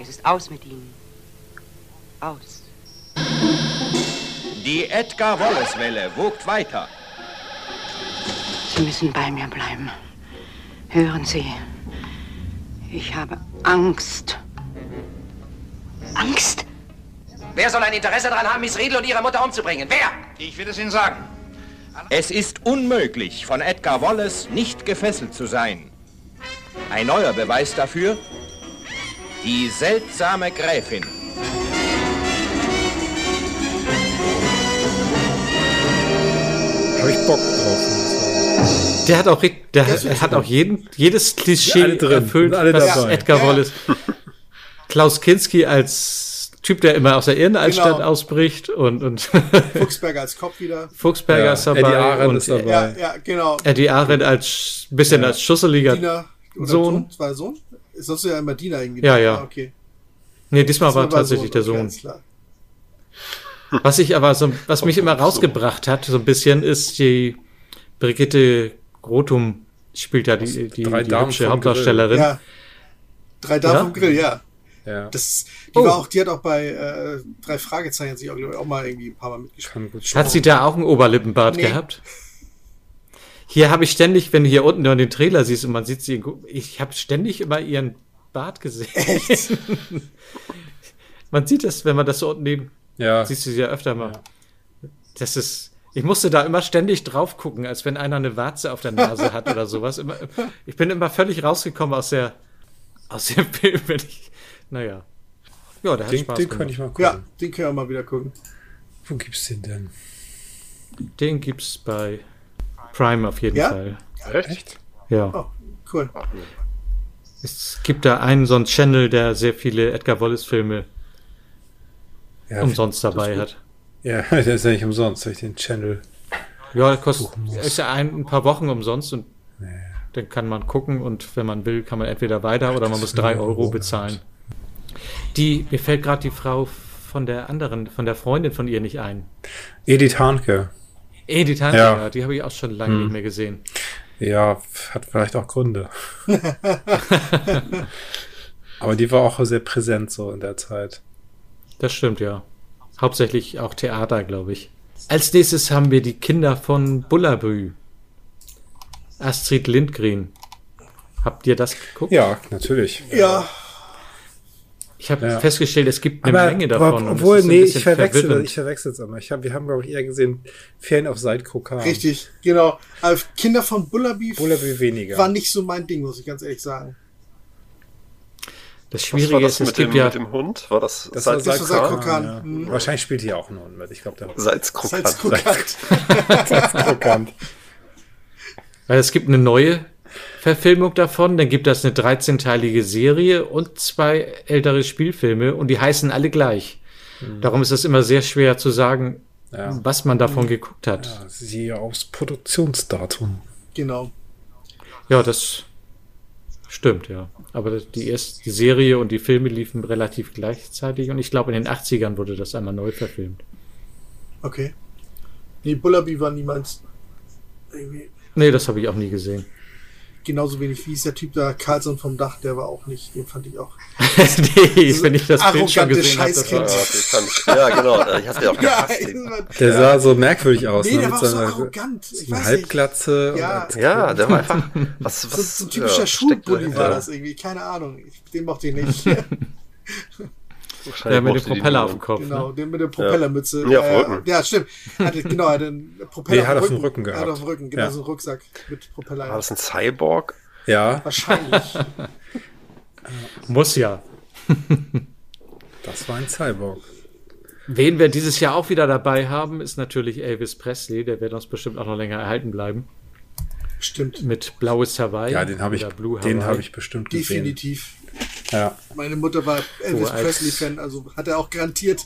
S3: Es ist aus mit Ihnen. Aus.
S24: Die Edgar Wallace-Welle wogt weiter.
S3: Sie müssen bei mir bleiben. Hören Sie, ich habe Angst.
S19: Angst?
S3: Wer soll ein Interesse daran haben, Miss Riedel und ihre Mutter umzubringen? Wer?
S24: Ich will es Ihnen sagen. Es ist unmöglich, von Edgar Wallace nicht gefesselt zu sein. Ein neuer Beweis dafür, die seltsame Gräfin.
S6: Habe ich Bock drauf.
S5: Der hat auch, der hat, hat auch jeden, jedes Klischee
S6: drin,
S5: erfüllt, was
S6: dabei.
S5: Edgar ja. Wallace. Klaus Kinski als Typ, der immer aus der Irrenanstalt genau. ausbricht und, und
S1: Fuchsberger als Kopf wieder.
S5: Fuchsberger ja, ist dabei.
S6: Eddie Arendt und, ist dabei.
S1: Ja, ja, genau.
S5: Eddie Arendt als bisschen ja. als Schusseliger Dina, Sohn.
S1: War Sohn? Sonst ja immer Diener irgendwie.
S5: Ja, ja.
S1: Okay.
S5: Nee, diesmal das war, war tatsächlich Sohn, der Sohn. Was ich aber so, was mich immer rausgebracht hat, so ein bisschen, ist die Brigitte Grotum spielt ja die, die,
S6: drei
S5: die hübsche Hauptdarstellerin. Ja.
S1: Drei Damen ja? vom Grill, ja. ja. Das, die, oh. war auch, die hat auch bei äh, drei Fragezeichen sich auch, ich, auch mal irgendwie ein paar Mal mitgespielt.
S5: Hat sie da auch einen Oberlippenbart nee. gehabt? Hier habe ich ständig, wenn du hier unten nur den Trailer siehst und man sieht sie, ich habe ständig immer ihren Bart gesehen.
S1: Echt?
S5: man sieht das, wenn man das so unten neben,
S6: ja.
S5: siehst du sie ja öfter mal. Ja. Das ist, ich musste da immer ständig drauf gucken, als wenn einer eine Warze auf der Nase hat oder sowas. Immer, ich bin immer völlig rausgekommen aus der, aus dem Film, wenn ich, naja. Ja, da hat
S6: den,
S5: Spaß
S6: Den
S5: gemacht.
S6: kann ich mal gucken.
S1: Ja, den können wir mal wieder gucken.
S6: Wo gibt's den denn?
S5: Den gibt's bei Prime auf jeden
S1: ja?
S5: Fall.
S1: Echt?
S5: Ja.
S1: Oh, cool.
S5: Es gibt da einen, so einen Channel, der sehr viele Edgar Wallace-Filme ja, umsonst dabei hat.
S6: Ja, der ist ja nicht umsonst, weil ich den Channel.
S5: Ja, der kostet ist ja ein, ein, paar Wochen umsonst und nee. dann kann man gucken und wenn man will, kann man entweder weiter oder man muss drei Euro bezahlen. Die, mir fällt gerade die Frau von der anderen, von der Freundin von ihr nicht ein?
S6: Edith Hanke.
S5: Edith Hanke, ja. ja die habe ich auch schon lange hm. nicht mehr gesehen.
S6: Ja, hat vielleicht auch Gründe. Aber die war auch sehr präsent so in der Zeit.
S5: Das stimmt, ja. Hauptsächlich auch Theater, glaube ich. Als nächstes haben wir die Kinder von Bullabü. Astrid Lindgren. Habt ihr das geguckt?
S6: Ja, natürlich.
S1: Ja.
S5: Ich habe ja. festgestellt, es gibt eine
S6: aber,
S5: Menge davon.
S6: Aber, obwohl, nee, ich verwechsel, ich verwechsel es immer. Ich hab, wir haben, glaube ich, eher gesehen, Ferien auf Seitkokan.
S1: Richtig, genau. Also Kinder von Bullaby,
S6: Bullaby weniger.
S1: war nicht so mein Ding, muss ich ganz ehrlich sagen.
S5: Das Schwierige das ist, es
S2: mit
S5: gibt
S2: dem,
S5: ja.
S2: Mit dem Hund? War das,
S6: Das war
S2: Salz-
S6: Salzkrokan.
S1: Salzkrokan.
S6: Ja.
S1: Mhm.
S6: Wahrscheinlich spielt hier auch ein Hund mit. Ich glaube, der
S2: Salzkrokant.
S1: Salzkrokant.
S6: Salzkrokant.
S5: Weil es gibt eine neue Verfilmung davon, dann gibt es eine 13-teilige Serie und zwei ältere Spielfilme und die heißen alle gleich. Darum ist es immer sehr schwer zu sagen,
S6: Mhm. Ja.
S5: was man davon geguckt hat.
S6: Ja, siehe aufs Produktionsdatum.
S1: Genau.
S5: Ja, das stimmt, ja. Aber die, erst, die Serie und die Filme liefen relativ gleichzeitig und ich glaube, in den 80ern wurde das einmal neu verfilmt.
S1: Okay. Nee, Bullaby war niemals. irgendwie-
S5: Nee, das habe ich auch nie gesehen.
S1: Genauso wenig wie ist der Typ da, Carlson vom Dach, der war auch nicht, den fand ich auch.
S5: nee, wenn ich das Bild schon
S1: Arrogante
S5: gesehen habe, das
S1: Scheißkind.
S5: war
S2: Ja, den fand ich- ja, genau. Ich hatte ja auch gehasst. den.
S6: Der sah so merkwürdig aus.
S1: Nee,
S6: ne?
S1: der
S6: Mit
S1: war auch so
S6: seiner
S1: arrogant. Ich
S6: einer
S1: weiß nicht.
S6: Halbglatze.
S1: Ja.
S6: und-
S2: Ja, der war einfach. Was,
S1: So,
S2: was,
S1: so ein typischer
S2: ja,
S1: Schulbully
S2: steckte-
S1: war
S2: ja,
S1: das irgendwie, keine Ahnung. Ich, den mochte ich nicht.
S2: wahrscheinlich
S5: der mit dem
S2: mochte die
S5: Propeller auf dem
S2: niemand.
S5: Kopf.
S1: genau,
S5: ne?
S1: den mit der Propellermütze. Äh,
S2: Ja, auf dem Rücken.
S1: ja stimmt. Hatte, genau, er hatte einen Propeller
S6: Nee, hat auf dem Rücken
S1: Hat
S6: gehabt.
S1: auf dem Rücken, genau,
S6: Ja.
S1: so einen Rucksack mit Propeller.
S2: War das ein Cyborg?
S6: Ja,
S1: Wahrscheinlich.
S5: Muss ja.
S6: das war ein Cyborg.
S5: Wen wir dieses Jahr auch wieder dabei haben, ist natürlich Elvis Presley. Der wird uns bestimmt auch noch länger erhalten bleiben.
S1: Stimmt,
S5: Mit Blaues Hawaii.
S6: Ja, den habe ich,
S5: oder Blue
S6: den
S5: Hawaii.
S6: habe ich bestimmt gesehen.
S1: definitiv.
S6: Ja.
S1: Meine Mutter war Elvis
S5: als-
S1: Presley-Fan, also hat er auch garantiert.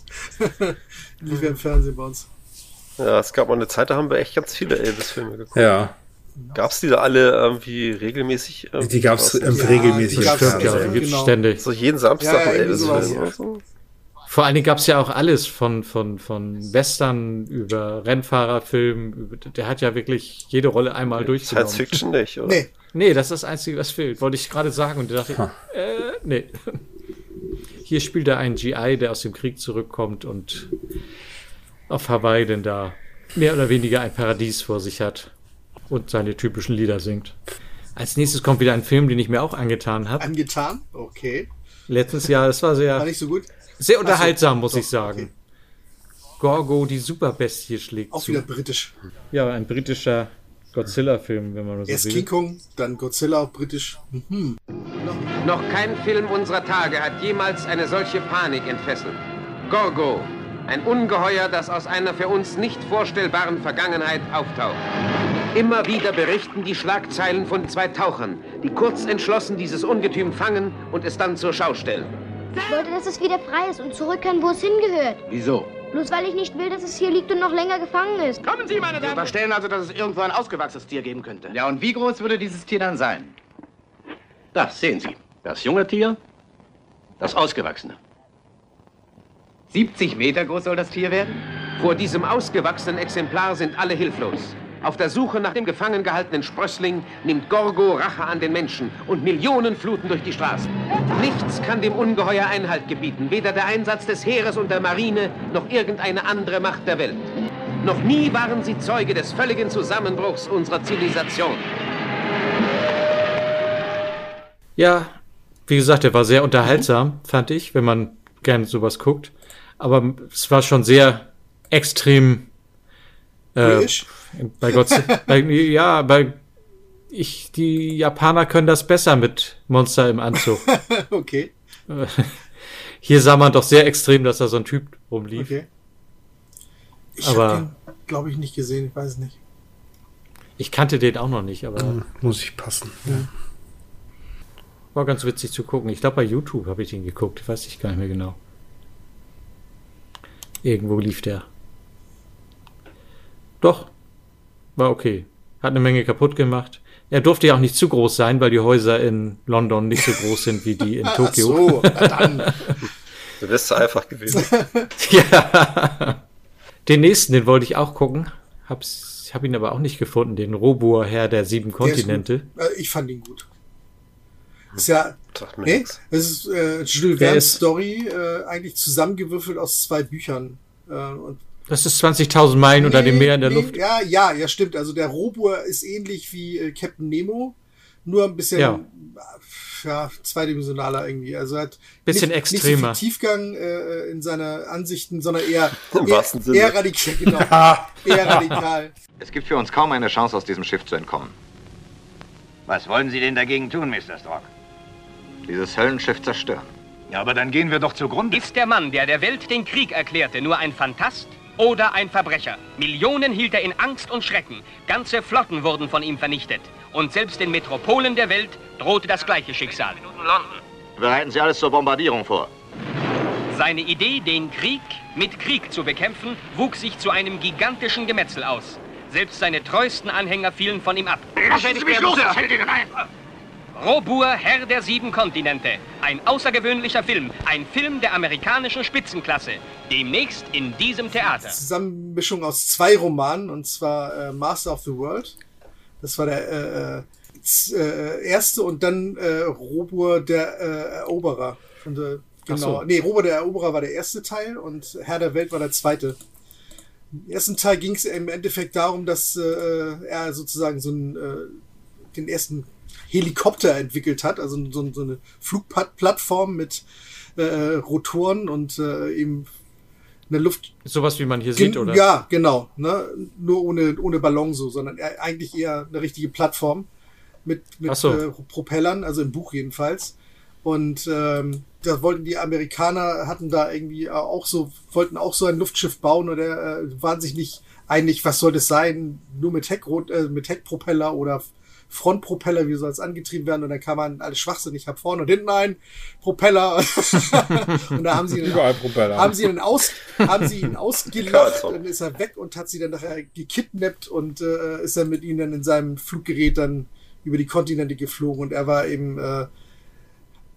S1: Lief er im Fernsehen bei uns.
S2: Ja, es gab mal eine Zeit, da haben wir echt ganz viele Elvis-Filme geguckt.
S6: Ja.
S2: Gab es die da alle irgendwie regelmäßig? ähm,
S6: Die gab es
S2: aus-
S1: Ja,
S6: regelmäßig.
S1: die gab's
S6: im
S5: Stimmt, ja,
S1: also,
S5: den
S6: Fernsehen.
S5: gibt
S1: genau.
S5: ständig.
S2: So jeden Samstag
S1: Ja, ja,
S2: ein
S1: irgendwie
S2: Elvis-Film.
S1: sowas.
S2: oder so?
S5: Vor allen Dingen gab es ja auch alles von, von, von Western über Rennfahrerfilmen. über- Der hat ja wirklich jede Rolle einmal durchgenommen.
S2: Science Fiction nicht, oder?
S1: Nee,
S5: Nee, das ist das Einzige, was fehlt. Wollte ich gerade sagen und da dachte ich, äh, nee. Hier spielt er einen GI, der aus dem Krieg zurückkommt und auf Hawaii denn da mehr oder weniger ein Paradies vor sich hat und seine typischen Lieder singt. Als nächstes kommt wieder ein Film, den ich mir auch angetan habe.
S1: angetan. Okay.
S5: Letztes Jahr, das war
S1: War
S5: sehr,
S1: nicht so gut.
S5: sehr unterhaltsam, muss
S1: Doch,
S5: ich sagen. Gorgo, die Superbestie, schlägt
S1: Auch wieder
S5: zu.
S1: britisch.
S5: Ja, ein britischer Godzilla-Film, wenn man so
S1: Erst
S5: will.
S1: King Kong, dann Godzilla auf britisch. Mhm.
S21: Noch kein Film unserer Tage hat jemals eine solche Panik entfesselt. Gorgo, ein Ungeheuer, das aus einer für uns nicht vorstellbaren Vergangenheit auftaucht. Immer wieder berichten die Schlagzeilen von zwei Tauchern, die kurz entschlossen dieses Ungetüm fangen und es dann zur Schau stellen.
S23: Ich wollte, dass es wieder frei ist und zurück kann, wo es hingehört.
S21: Wieso?
S23: Bloß weil ich nicht will, dass es hier liegt und noch länger gefangen ist.
S22: Kommen Sie, meine Damen! Unterstellen also, dass es irgendwo ein ausgewachsenes Tier geben könnte. Ja, und wie groß würde dieses Tier dann sein? Das sehen Sie. Das junge Tier, das ausgewachsene. 70 Meter groß soll das Tier werden?
S21: Vor diesem ausgewachsenen Exemplar sind alle hilflos. Auf der Suche nach dem gefangen gehaltenen Sprössling nimmt Gorgo Rache an den Menschen und Millionen fluten durch die Straßen. Nichts kann dem Ungeheuer Einhalt gebieten, weder der Einsatz des Heeres und der Marine noch irgendeine andere Macht der Welt. Noch nie waren sie Zeuge des völligen Zusammenbruchs unserer Zivilisation.
S5: Ja, wie gesagt, der war sehr unterhaltsam, fand ich, wenn man gerne sowas guckt. Aber es war schon sehr extrem. Äh,
S1: Britisch?
S5: bei Gott, bei, ja, bei ich, die Japaner können das besser mit Monster im Anzug.
S1: Okay,
S5: Äh, Hier sah man doch sehr extrem, dass da so ein Typ rumlief.
S1: okay. Ich
S5: Aber-
S1: habe den, glaube ich, nicht gesehen. Ich weiß nicht.
S5: Ich kannte den auch noch nicht, aber
S6: Hm. Muss ich passen. ne? Ja.
S5: war ganz witzig zu gucken. Ich glaube, bei YouTube habe ich den geguckt, weiß ich gar nicht mehr genau. Irgendwo lief der. Doch, war okay. Hat eine Menge kaputt gemacht. Er durfte ja auch nicht zu groß sein, weil die Häuser in London nicht so groß sind wie die in
S1: Ach
S5: Tokio.
S1: so, na dann.
S2: Du wärst einfach gewesen.
S5: ja. Den nächsten, den wollte ich auch gucken. Hab's, hab ihn aber auch nicht gefunden, den Robur Herr der sieben Kontinente.
S1: Der Äh, ich fand ihn gut. Ist ja, nee, es ist äh, Jules Verne's Story äh, eigentlich zusammengewürfelt aus zwei Büchern. Äh, und
S5: das ist 20.000 Meilen nee, unter dem Meer in der nee, Luft.
S1: Ja, ja, ja, stimmt. Also der Robur ist ähnlich wie äh, Captain Nemo, nur ein bisschen ja. ja zweidimensionaler irgendwie. Also hat
S5: bisschen
S1: nicht,
S5: extremer.
S1: Nicht so Tiefgang äh, in seiner Ansichten, sondern eher eher, eher, radikal, genau, eher radikal.
S11: Es gibt für uns kaum eine Chance, aus diesem Schiff zu entkommen.
S15: Was wollen Sie denn dagegen tun, Mr. Strock?
S11: Dieses Höllenschiff zerstören.
S15: Ja, aber dann gehen wir doch zugrunde.
S9: Ist der Mann, der der Welt den Krieg erklärte, nur ein Fantast? oder ein Verbrecher. Millionen hielt er in Angst und Schrecken. Ganze Flotten wurden von ihm vernichtet. Und selbst den Metropolen der Welt drohte das gleiche Schicksal.
S11: Bereiten Sie alles zur Bombardierung vor.
S9: Seine Idee, den Krieg mit Krieg zu bekämpfen, wuchs sich zu einem gigantischen Gemetzel aus. Selbst seine treuesten Anhänger fielen von ihm ab.
S15: Lassen Sie mich los, ich Ihnen ein!
S9: Robur, Herr der sieben Kontinente. Ein außergewöhnlicher Film. Ein Film der amerikanischen Spitzenklasse. Demnächst in diesem Theater.
S1: Zusammenmischung aus zwei Romanen, und zwar äh, Master of the World. Das war der äh, äh, erste und dann äh, Robur der äh, Eroberer. Und, genau. So. Nee, Robur der Eroberer war der erste Teil und Herr der Welt war der zweite. Im ersten Teil ging es im Endeffekt darum, dass äh, er sozusagen so einen, den ersten Helikopter entwickelt hat, also so, so eine Flugplattform mit äh, Rotoren und äh, eben eine Luft.
S5: Sowas wie man hier sieht, oder?
S1: Ja, genau. Ne? Nur ohne, ohne Ballon so, sondern e-, eigentlich eher eine richtige Plattform mit, mit
S5: so.
S1: äh, Propellern, also im Buch jedenfalls. Und ähm, da wollten die Amerikaner, hatten da irgendwie äh, auch so, wollten auch so ein Luftschiff bauen oder äh, waren sich nicht einig, was soll das sein? Nur mit, Heck, äh, mit Heckpropeller oder Frontpropeller, wie soll es angetrieben werden? Und dann kann man alles Schwachsinn. Ich habe vorne und hinten einen Propeller. und da haben sie
S6: einen, überall Propeller.
S1: Haben sie ihn aus, haben sie ihn ausgeliefert, dann ist er weg und hat sie dann nachher gekidnappt und äh, ist dann mit ihnen dann in seinem Fluggerät dann über die Kontinente geflogen und er war eben äh,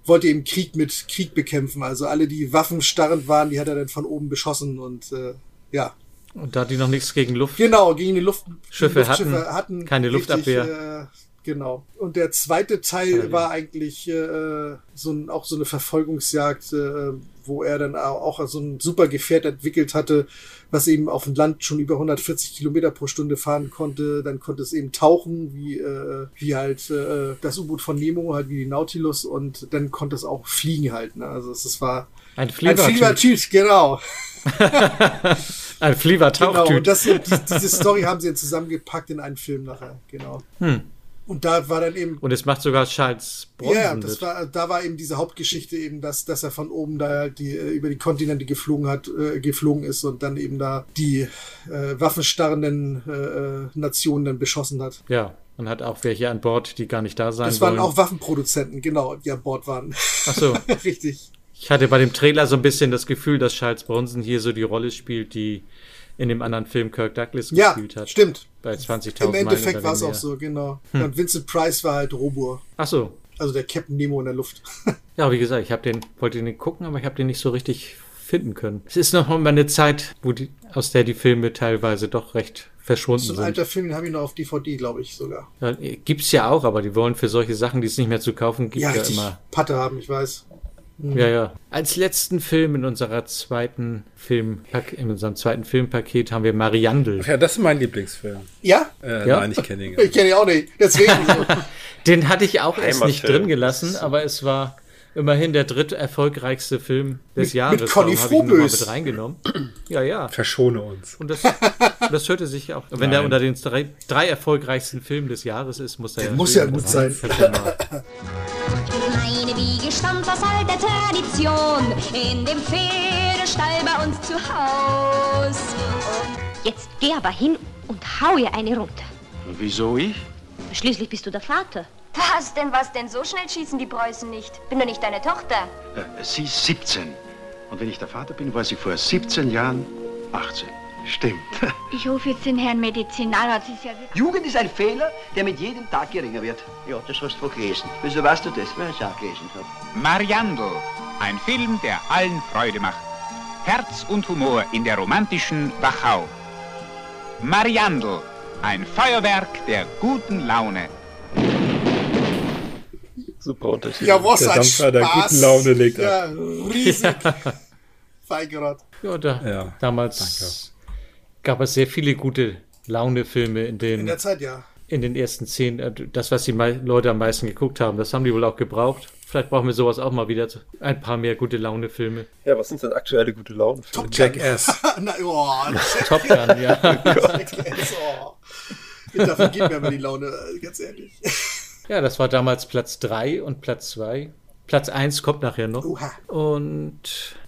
S1: wollte eben Krieg mit Krieg bekämpfen. Also alle, die waffenstarrend waren, die hat er dann von oben beschossen und äh, ja,
S5: und da die noch nichts gegen Luft.
S1: Genau, gegen die Luft,
S5: Schiffe hatten, hatten, Keine richtig, Luftabwehr.
S1: Äh, genau. Und der zweite Teil Allerdings. war eigentlich äh, so ein, auch so eine Verfolgungsjagd, äh, wo er dann auch so ein super Gefährt entwickelt hatte, was eben auf dem Land schon über 140 Kilometer pro Stunde fahren konnte. Dann konnte es eben tauchen, wie, äh, wie halt äh, das U-Boot von Nemo, halt wie die Nautilus. Und dann konnte es auch fliegen halt. Ne? Also es war
S5: ein Flieger.
S1: Ein Flieger genau.
S5: Ein Flievertauchtüt.
S1: Genau, und das, die, diese Story haben sie jetzt zusammengepackt in einen Film nachher, genau. Hm. Und da war dann eben.
S5: Und es macht sogar Charles
S1: Bronson. Ja, das mit. war, da war eben diese Hauptgeschichte eben, dass, dass er von oben da halt die, über die Kontinente geflogen hat, äh, geflogen ist und dann eben da die äh, waffenstarrenden äh, Nationen dann beschossen hat.
S5: Ja, man hat auch welche an Bord, die gar nicht da sein
S1: Das waren
S5: wollen.
S1: auch Waffenproduzenten, genau, die an Bord waren.
S5: Ach so.
S1: Richtig.
S5: Ich hatte bei dem Trailer so ein bisschen das Gefühl, dass Charles Bronson hier so die Rolle spielt, die in dem anderen Film Kirk Douglas
S1: ja,
S5: gespielt hat.
S1: stimmt.
S5: Bei 20.000 Im
S1: Endeffekt war es auch so, genau. Hm. Und Vincent Price war halt Robur.
S5: Ach so.
S1: Also der Captain Nemo in der Luft.
S5: ja, wie gesagt, ich habe den, wollte den gucken, aber ich habe den nicht so richtig finden können. Es ist noch mal eine Zeit, wo die, aus der die Filme teilweise doch recht verschwunden sind. So
S1: ein alter Film, den habe ich noch auf DVD, glaube ich sogar.
S5: Ja, gibt's ja auch, aber die wollen für solche Sachen, die es nicht mehr zu kaufen gibt, ja, ja immer.
S1: Patte haben, ich weiß.
S5: Ja, ja. Als letzten Film in unserer zweiten Film in unserem zweiten Filmpaket haben wir Mariandel.
S6: Ja, das ist mein Lieblingsfilm.
S1: Ja?
S6: Äh, ja? Nein, ich kenne ihn.
S1: Gar nicht. Ich kenne ihn auch nicht. Deswegen. So.
S5: Den hatte ich auch erst nicht drin gelassen, aber es war immerhin der dritt erfolgreichste Film des
S1: mit,
S5: Jahres.
S1: Mit Conny
S5: Frobös. mit reingenommen. Ja, ja.
S6: Verschone uns.
S5: Und das, das hörte sich auch, wenn Nein. der unter den drei, drei, erfolgreichsten Filmen des Jahres ist, muss der,
S1: der muss ja gut sein.
S12: Meine Wiege stammt aus alter Tradition, in dem Pferdestall bei uns zu Haus. Jetzt geh aber hin und hau ihr eine runter.
S15: Wieso ich?
S12: Schließlich bist du der Vater.
S23: Was denn, was denn? So schnell schießen die Preußen nicht. Bin doch nicht deine Tochter.
S15: Äh, sie ist 17. Und wenn ich der Vater bin, war sie vor 17 Jahren 18. Stimmt.
S23: Ich rufe jetzt den Herrn Medizinalrat. Ist ja
S15: Jugend ist ein Fehler, der mit jedem Tag geringer wird. Ja, das hast du gelesen. Wieso weißt du das? Weil ich auch gelesen habe.
S25: Mariandel,
S13: Ein Film, der allen Freude macht. Herz und Humor in der romantischen Wachau. Mariandel, ein Feuerwerk der guten Laune.
S2: Super Untertitel.
S1: Ja, was
S6: Der
S1: ein
S6: Dampfer der
S1: Spaß.
S6: guten Laune legt
S1: ja,
S6: ab.
S1: riesig. Feigerrad.
S5: Ja, da,
S6: Ja,
S5: damals gab es sehr viele gute Laune-Filme in den,
S1: In der Zeit, ja.
S5: in den ersten zehn. äh, Das, was die mei- Leute am meisten geguckt haben, das haben die wohl auch gebraucht. Vielleicht brauchen wir sowas auch mal wieder. zu- Ein paar mehr gute Laune-Filme.
S2: Ja, was sind denn aktuelle gute Launen? Top
S6: Jackass.
S1: Na, oh,
S5: Top Gun, ja.
S1: Jackass, oh. Dafür geht mir aber die Laune, äh, ganz ehrlich.
S5: Ja, das war damals Platz 3 und Platz 2. Platz 1 kommt nachher noch. Und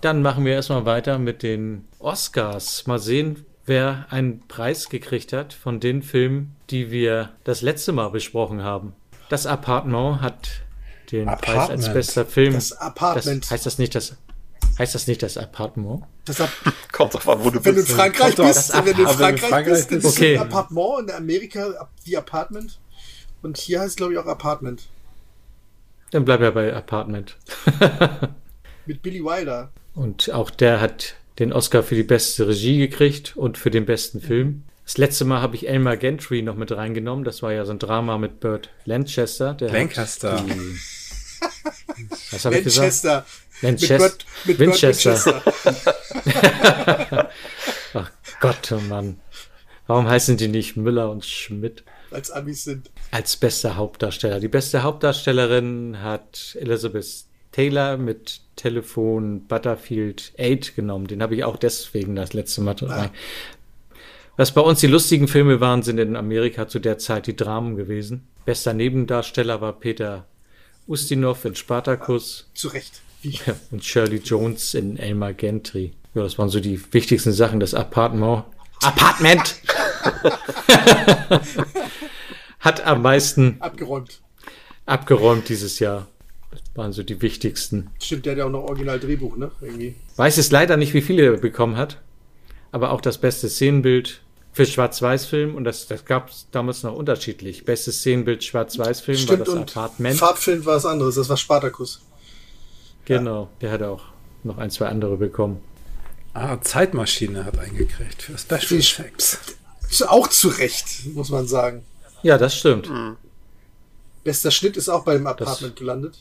S5: dann machen wir erstmal weiter mit den Oscars. Mal sehen, wer einen Preis gekriegt hat von den Filmen, die wir das letzte Mal besprochen haben. Das Appartement hat den Preis als
S1: Apartment.
S5: bester Film.
S1: Das Apartment.
S5: Das, heißt das nicht das Heißt das nicht das Appartement?
S1: Das Ap-
S2: Kommt drauf an, wo du
S1: Wenn du in
S2: bist.
S1: Frankreich
S5: Kommt doch
S1: bist,
S5: das
S1: wenn du in
S5: App-
S1: Frankreich,
S5: Frankreich
S1: bist, dann
S5: bist-
S1: ist okay.
S5: Okay.
S1: ein Apartment in Amerika, die Apartment. Und hier heißt es, glaube ich, auch Apartment.
S5: Dann bleiben wir bei Apartment.
S1: Mit Billy Wilder.
S5: Und auch der hat den Oscar für die beste Regie gekriegt und für den besten Film. Das letzte Mal habe ich Elmer Gantry noch mit reingenommen. Das war ja so ein Drama mit Burt Lancaster. Der hat
S6: Lancaster.
S5: die- Was habe ich
S1: Manchester.
S5: gesagt?
S1: Mit
S5: Lanchester.
S1: Burt- mit Burt Winchester.
S5: Winchester. Ach Gott, oh Mann. Warum heißen die nicht Müller und Schmidt?
S1: Als Amis sind.
S5: Als bester Hauptdarsteller. Die beste Hauptdarstellerin hat Elizabeth Taylor mit Telefon Butterfield 8 genommen. Den habe ich auch deswegen das letzte Mal
S1: Ah.
S5: rein. Was bei uns die lustigen Filme waren, sind in Amerika zu der Zeit die Dramen gewesen. Bester Nebendarsteller war Peter Ustinov in Spartacus.
S1: Zu Recht.
S5: Und Shirley Jones in Elmer Gantry. Ja, das waren so die wichtigsten Sachen. Das Apartment. Apartment! Hat am meisten
S1: Abgeräumt.
S5: abgeräumt dieses Jahr. Das waren so die wichtigsten.
S1: Stimmt, der hat ja auch noch original Drehbuch, ne? Irgendwie.
S5: Weiß es leider nicht, wie viele er bekommen hat, aber auch das beste Szenenbild für Schwarz-Weiß-Film und das, das gab es damals noch unterschiedlich. Bestes Szenenbild Schwarz-Weiß-Film war
S1: Stimmt,
S5: das
S1: und
S5: Apartment.
S1: Farbfilm war was anderes, das war Spartacus.
S5: genau, der hat auch noch ein, zwei andere bekommen.
S6: Ah, Zeitmaschine hat eingekriegt für Special Effects.
S1: Ist Auch zu Recht, muss man sagen.
S5: Ja, das stimmt.
S1: Bester Schnitt ist auch bei dem Apartment gelandet.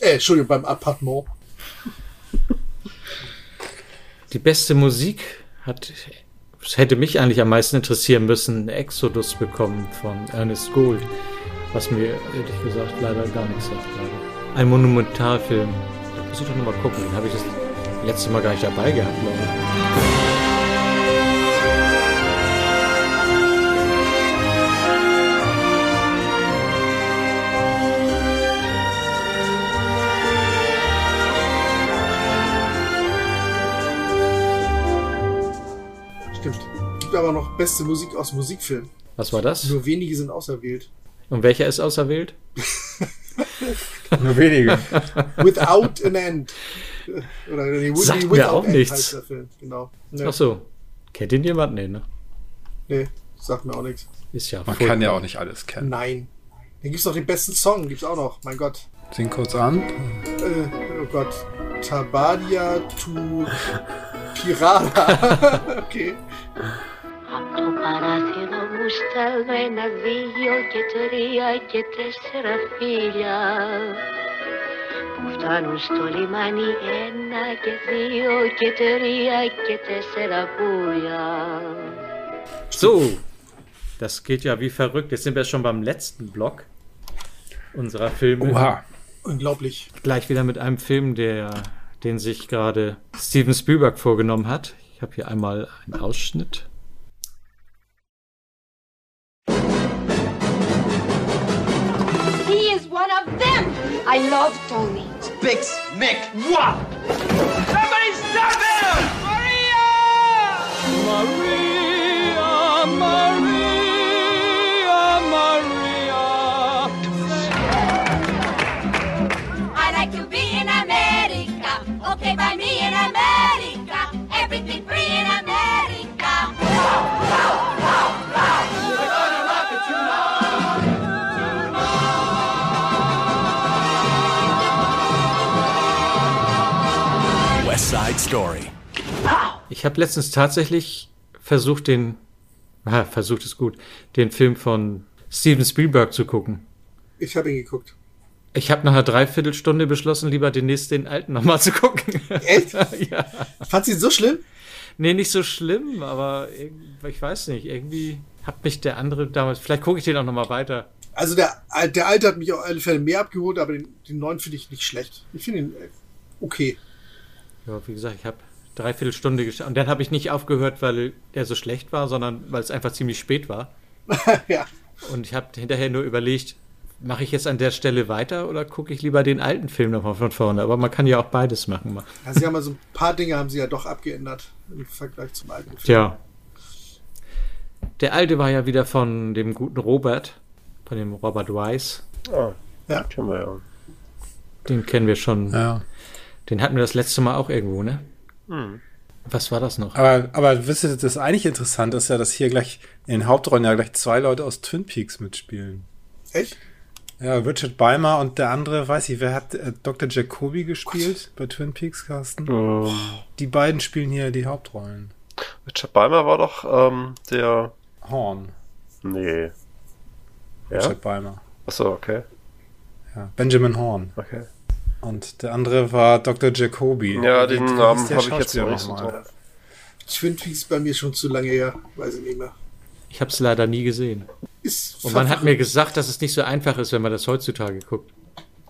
S1: Äh, Entschuldigung, beim Apartment.
S5: Die beste Musik hat, es hätte mich eigentlich am meisten interessieren müssen, Exodus bekommen von Ernest Gold, was mir ehrlich gesagt leider gar nichts sagt. gerade. Ein Monumentalfilm. Da muss ich doch nochmal gucken, den habe ich das letzte Mal gar nicht dabei gehabt, glaube ich.
S1: Stimmt. Gibt aber noch beste Musik aus Musikfilmen.
S5: Was war das?
S1: Nur wenige sind auserwählt.
S5: Und welcher ist auserwählt?
S6: Nur wenige.
S1: Without an End. Äh, Oder nee, With-
S5: Sagt
S1: nee,
S5: mir
S1: Without
S5: auch
S1: End
S5: nichts.
S1: heißt der Film. Genau. Nee,
S5: Ach so. Kennt ihn jemand? Nee, ne?
S1: nee, sagt mir auch nichts.
S5: Ist ja
S6: Man
S5: voll-
S6: kann ja auch nicht alles kennen.
S1: Nein. Dann gibt's noch den besten Song, gibt's auch noch. Mein Gott.
S6: Sing kurz an.
S1: Äh, oh Gott. Tabadia to Pirada. okay.
S14: το παράθυρο μου στάλμα ένα, δύο και τρία και τέσσερα φίλια που φτάνουν στο λιμάνι ένα και δύο και τρία και τέσσερα πουλιά.
S5: So, das geht ja wie verrückt. Jetzt sind wir schon beim letzten Block unserer Filme.
S6: Oha.
S1: Unglaublich.
S5: Gleich wieder mit einem Film, der, den sich gerade Steven Spielberg vorgenommen hat. Ich habe hier einmal einen Ausschnitt.
S14: He is one of them. I love Tony. Big Mick. What? Somebody stop him! Maria! Maria, Maria, Maria. I like to be in America. Okay, by me in America. Everything free in America. We're gonna rock it tonight.
S16: story.
S5: Ich habe letztens tatsächlich versucht, den. Ah, versucht ist gut. Den Film von Steven Spielberg zu gucken.
S1: Ich habe ihn geguckt.
S5: Ich habe nach einer Dreiviertelstunde beschlossen, lieber den nächsten den alten nochmal zu gucken.
S1: Echt? ja. Fandst du ihn so schlimm?
S5: Nee, nicht so schlimm, aber irgendwie- ich weiß nicht. Irgendwie hat mich der andere damals. Vielleicht gucke ich den auch nochmal weiter.
S1: Also der, Al- der alte hat mich auf alle Fälle mehr abgeholt, aber den, den neuen finde ich nicht schlecht. Ich finde ihn äh, okay.
S5: Ja, wie gesagt, ich habe dreiviertel Stunde geschaut. Und dann habe ich nicht aufgehört, weil er so schlecht war, sondern weil es einfach ziemlich spät war.
S1: ja.
S5: Und ich habe hinterher nur überlegt, mache ich jetzt an der Stelle weiter oder gucke ich lieber den alten Film nochmal von vorne? Aber man kann ja auch beides machen.
S1: Also sie haben also ein paar Dinge haben sie ja doch abgeändert im Vergleich zum alten Film.
S5: Tja. Der alte war ja wieder von dem guten Robert, von dem Robert Weiss.
S2: Ah,
S1: ja.
S2: Kennen wir ja.
S5: Den kennen wir schon.
S6: Ja.
S5: Den hatten wir das letzte Mal auch irgendwo, ne?
S2: Hm.
S5: Was war das noch?
S6: Aber, aber wisst ihr, das eigentlich interessant ist ja, dass hier gleich in den Hauptrollen ja gleich zwei Leute aus Twin Peaks mitspielen.
S1: Echt?
S6: Ja, Richard Beimer und der andere, weiß ich, wer hat äh, Dr. Jacobi gespielt bei Twin Peaks, Carsten?
S2: Ähm.
S6: Die beiden spielen hier die Hauptrollen.
S2: Richard Beimer war doch ähm, der.
S6: Horn.
S2: Nee. Ja?
S6: Richard Beimer.
S2: Achso, okay.
S6: Ja, Benjamin Horn.
S2: Okay.
S6: Und der andere war Dr. Jacobi.
S2: Ja,
S6: Wie-
S2: den
S6: wie
S2: Namen
S6: hieß der
S2: habe Hm, ich jetzt
S6: Schauspieler
S2: noch nicht so
S6: nochmal?
S2: drauf.
S1: Twin Peaks ist bei mir schon zu lange her, weiß ich nicht mehr.
S5: Ich habe es leider nie gesehen.
S1: Ist
S5: Und man hat
S1: verfahren.
S5: mir gesagt, dass es nicht so einfach ist, wenn man das heutzutage guckt.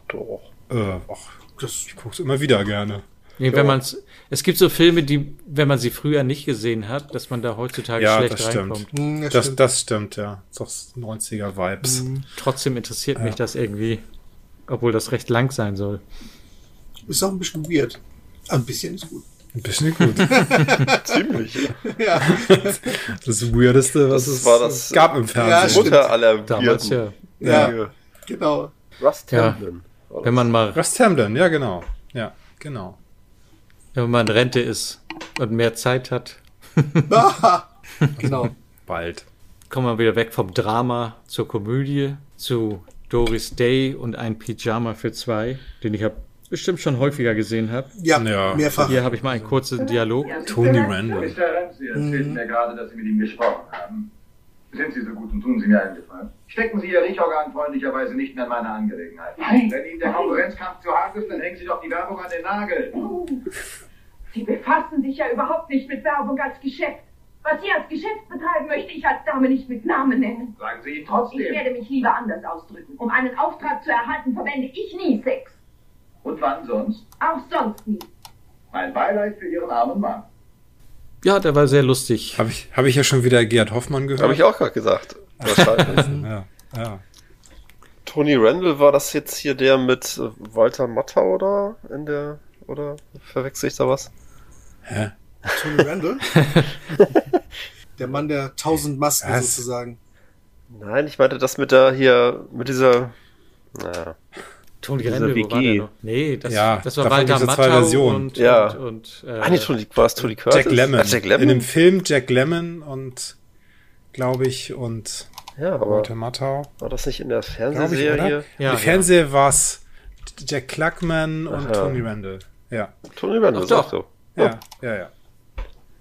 S2: Doch.
S6: Äh, ach, ich guck's immer wieder gerne.
S5: Nee, wenn man's, es gibt so Filme, die, wenn man sie früher nicht gesehen hat, dass man da heutzutage
S6: Ja,
S5: halt schlecht
S6: das stimmt.
S5: reinkommt.
S6: Hm,
S2: Hm,
S6: Das, das, stimmt, ja. Ist doch 90er-Vibes.
S5: Mhm. Trotzdem interessiert mich
S6: Ja.
S5: das irgendwie, obwohl das recht lang sein soll.
S1: Ist auch ein bisschen weird. Aber ein bisschen ist gut.
S6: Ein bisschen gut.
S1: Ziemlich. Ja.
S6: Das Weirdeste, was
S2: Das
S6: es
S2: war das äh,
S6: gab im Fernsehen.
S2: Mutter aller
S5: Damals,
S2: Wirten.
S1: Ja, genau.
S2: Rust
S5: Ja.
S2: Hamlin.
S1: Oh,
S2: war das.
S5: Wenn man mal,
S6: Rust Hamlin, ja, genau. Ja, genau.
S5: wenn man in Rente ist und mehr Zeit hat,
S1: genau.
S6: Bald.
S5: kommen wir wieder weg vom Drama zur Komödie, zu Doris Day und ein Pyjama für zwei, den ich hab bestimmt schon häufiger gesehen habe.
S1: Ja, Ja. mehrfach.
S5: Hier habe ich mal einen kurzen Dialog.
S6: Tony Randall.
S17: Mr. Ramsey erzählt
S1: Mhm.
S17: mir gerade, dass Sie mit ihm gesprochen haben. Sind Sie so gut und tun Sie mir einen Gefallen. Stecken Sie Ihr Riechorgan freundlicherweise nicht mehr in meine Angelegenheit. Wenn Ihnen der Konkurrenzkampf zu hart ist, dann hängen Sie doch die Werbung an den Nagel.
S20: Sie befassen sich ja überhaupt nicht mit Werbung als Geschäft. Was Sie als Geschäft betreiben, möchte ich als Dame nicht mit Namen nennen.
S17: Sagen Sie ihn
S20: Ich
S17: trotzdem.
S20: werde mich lieber anders ausdrücken. Um einen Auftrag zu erhalten, verwende ich nie Sex.
S17: Und wann sonst?
S20: Auch sonst nie.
S17: Mein Beileid für Ihren armen Mann.
S5: Ja, der war sehr lustig.
S6: Habe ich, hab ich ja schon wieder Gerhard Hoffmann gehört.
S2: Habe ich auch gerade gesagt. Wahrscheinlich.
S6: ja, ja.
S2: Tony Randall war das jetzt hier der mit äh, Walter Matthau oder in der oder verwechsel ich da was?
S6: Hä?
S1: Tony Randall? der Mann der tausend Masken
S2: Was?
S1: sozusagen.
S2: Nein, ich meinte das mit der hier mit dieser na,
S5: Tony
S2: dieser
S5: Randall, wo war der
S2: WG.
S5: noch? Nee, das,
S2: Ja,
S5: das war
S2: davon
S5: Walter
S2: gibt's ja
S5: Matthau
S2: zwei Versionen.
S5: und,
S2: Ja.
S5: und, und äh,
S2: Ah, nee, Tony- war es Tony Curtis?
S6: Jack Lemmon.
S2: Ah, Jack Lemmon?
S6: In dem Film Jack Lemmon und, glaube ich, und
S2: Ja, aber-
S6: Walter Matthau.
S2: war das nicht in der
S6: Glaube ich, oder?
S2: Fernsehserie?
S6: Im Fernsehen war es Jack Cluckman und
S2: Ach ja.
S6: Tony Randall. Ja.
S2: Tony Randall,
S6: Ach
S2: sagt
S6: doch.
S2: so.
S6: Ja, ja, ja.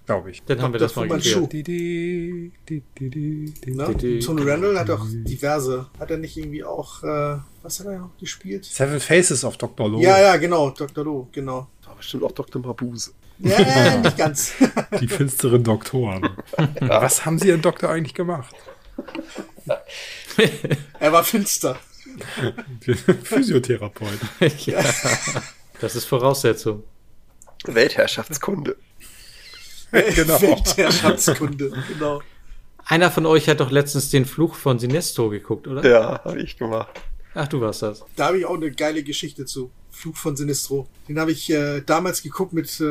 S6: Glaube ich.
S5: Dann haben wir das mal geklärt.
S6: Di, di, di, di, di, di,
S1: Ne?
S6: di, di.
S1: Tony Randall hat auch diverse. Hat er nicht irgendwie auch, äh, was hat er noch gespielt?
S6: Seven Faces of Dr. Lowe.
S1: Ja, ja, genau, Dr. Lou, genau.
S2: War bestimmt auch Dr. Mabuse.
S1: Ja, nicht ganz.
S6: Die finsteren Doktoren. Was haben sie an Doktor eigentlich gemacht?
S1: er war finster.
S6: Physiotherapeut.
S5: ja. Das ist Voraussetzung.
S2: Weltherrschaftskunde.
S6: genau.
S1: Weltherrschaftskunde, genau.
S5: Einer von euch hat doch letztens den Fluch von Sinesto geguckt, oder?
S2: Ja, habe ich gemacht.
S5: Ach, du warst das.
S1: Da habe ich auch eine geile Geschichte zu. Flug von Sinistro. Den habe ich äh, damals geguckt mit. Äh,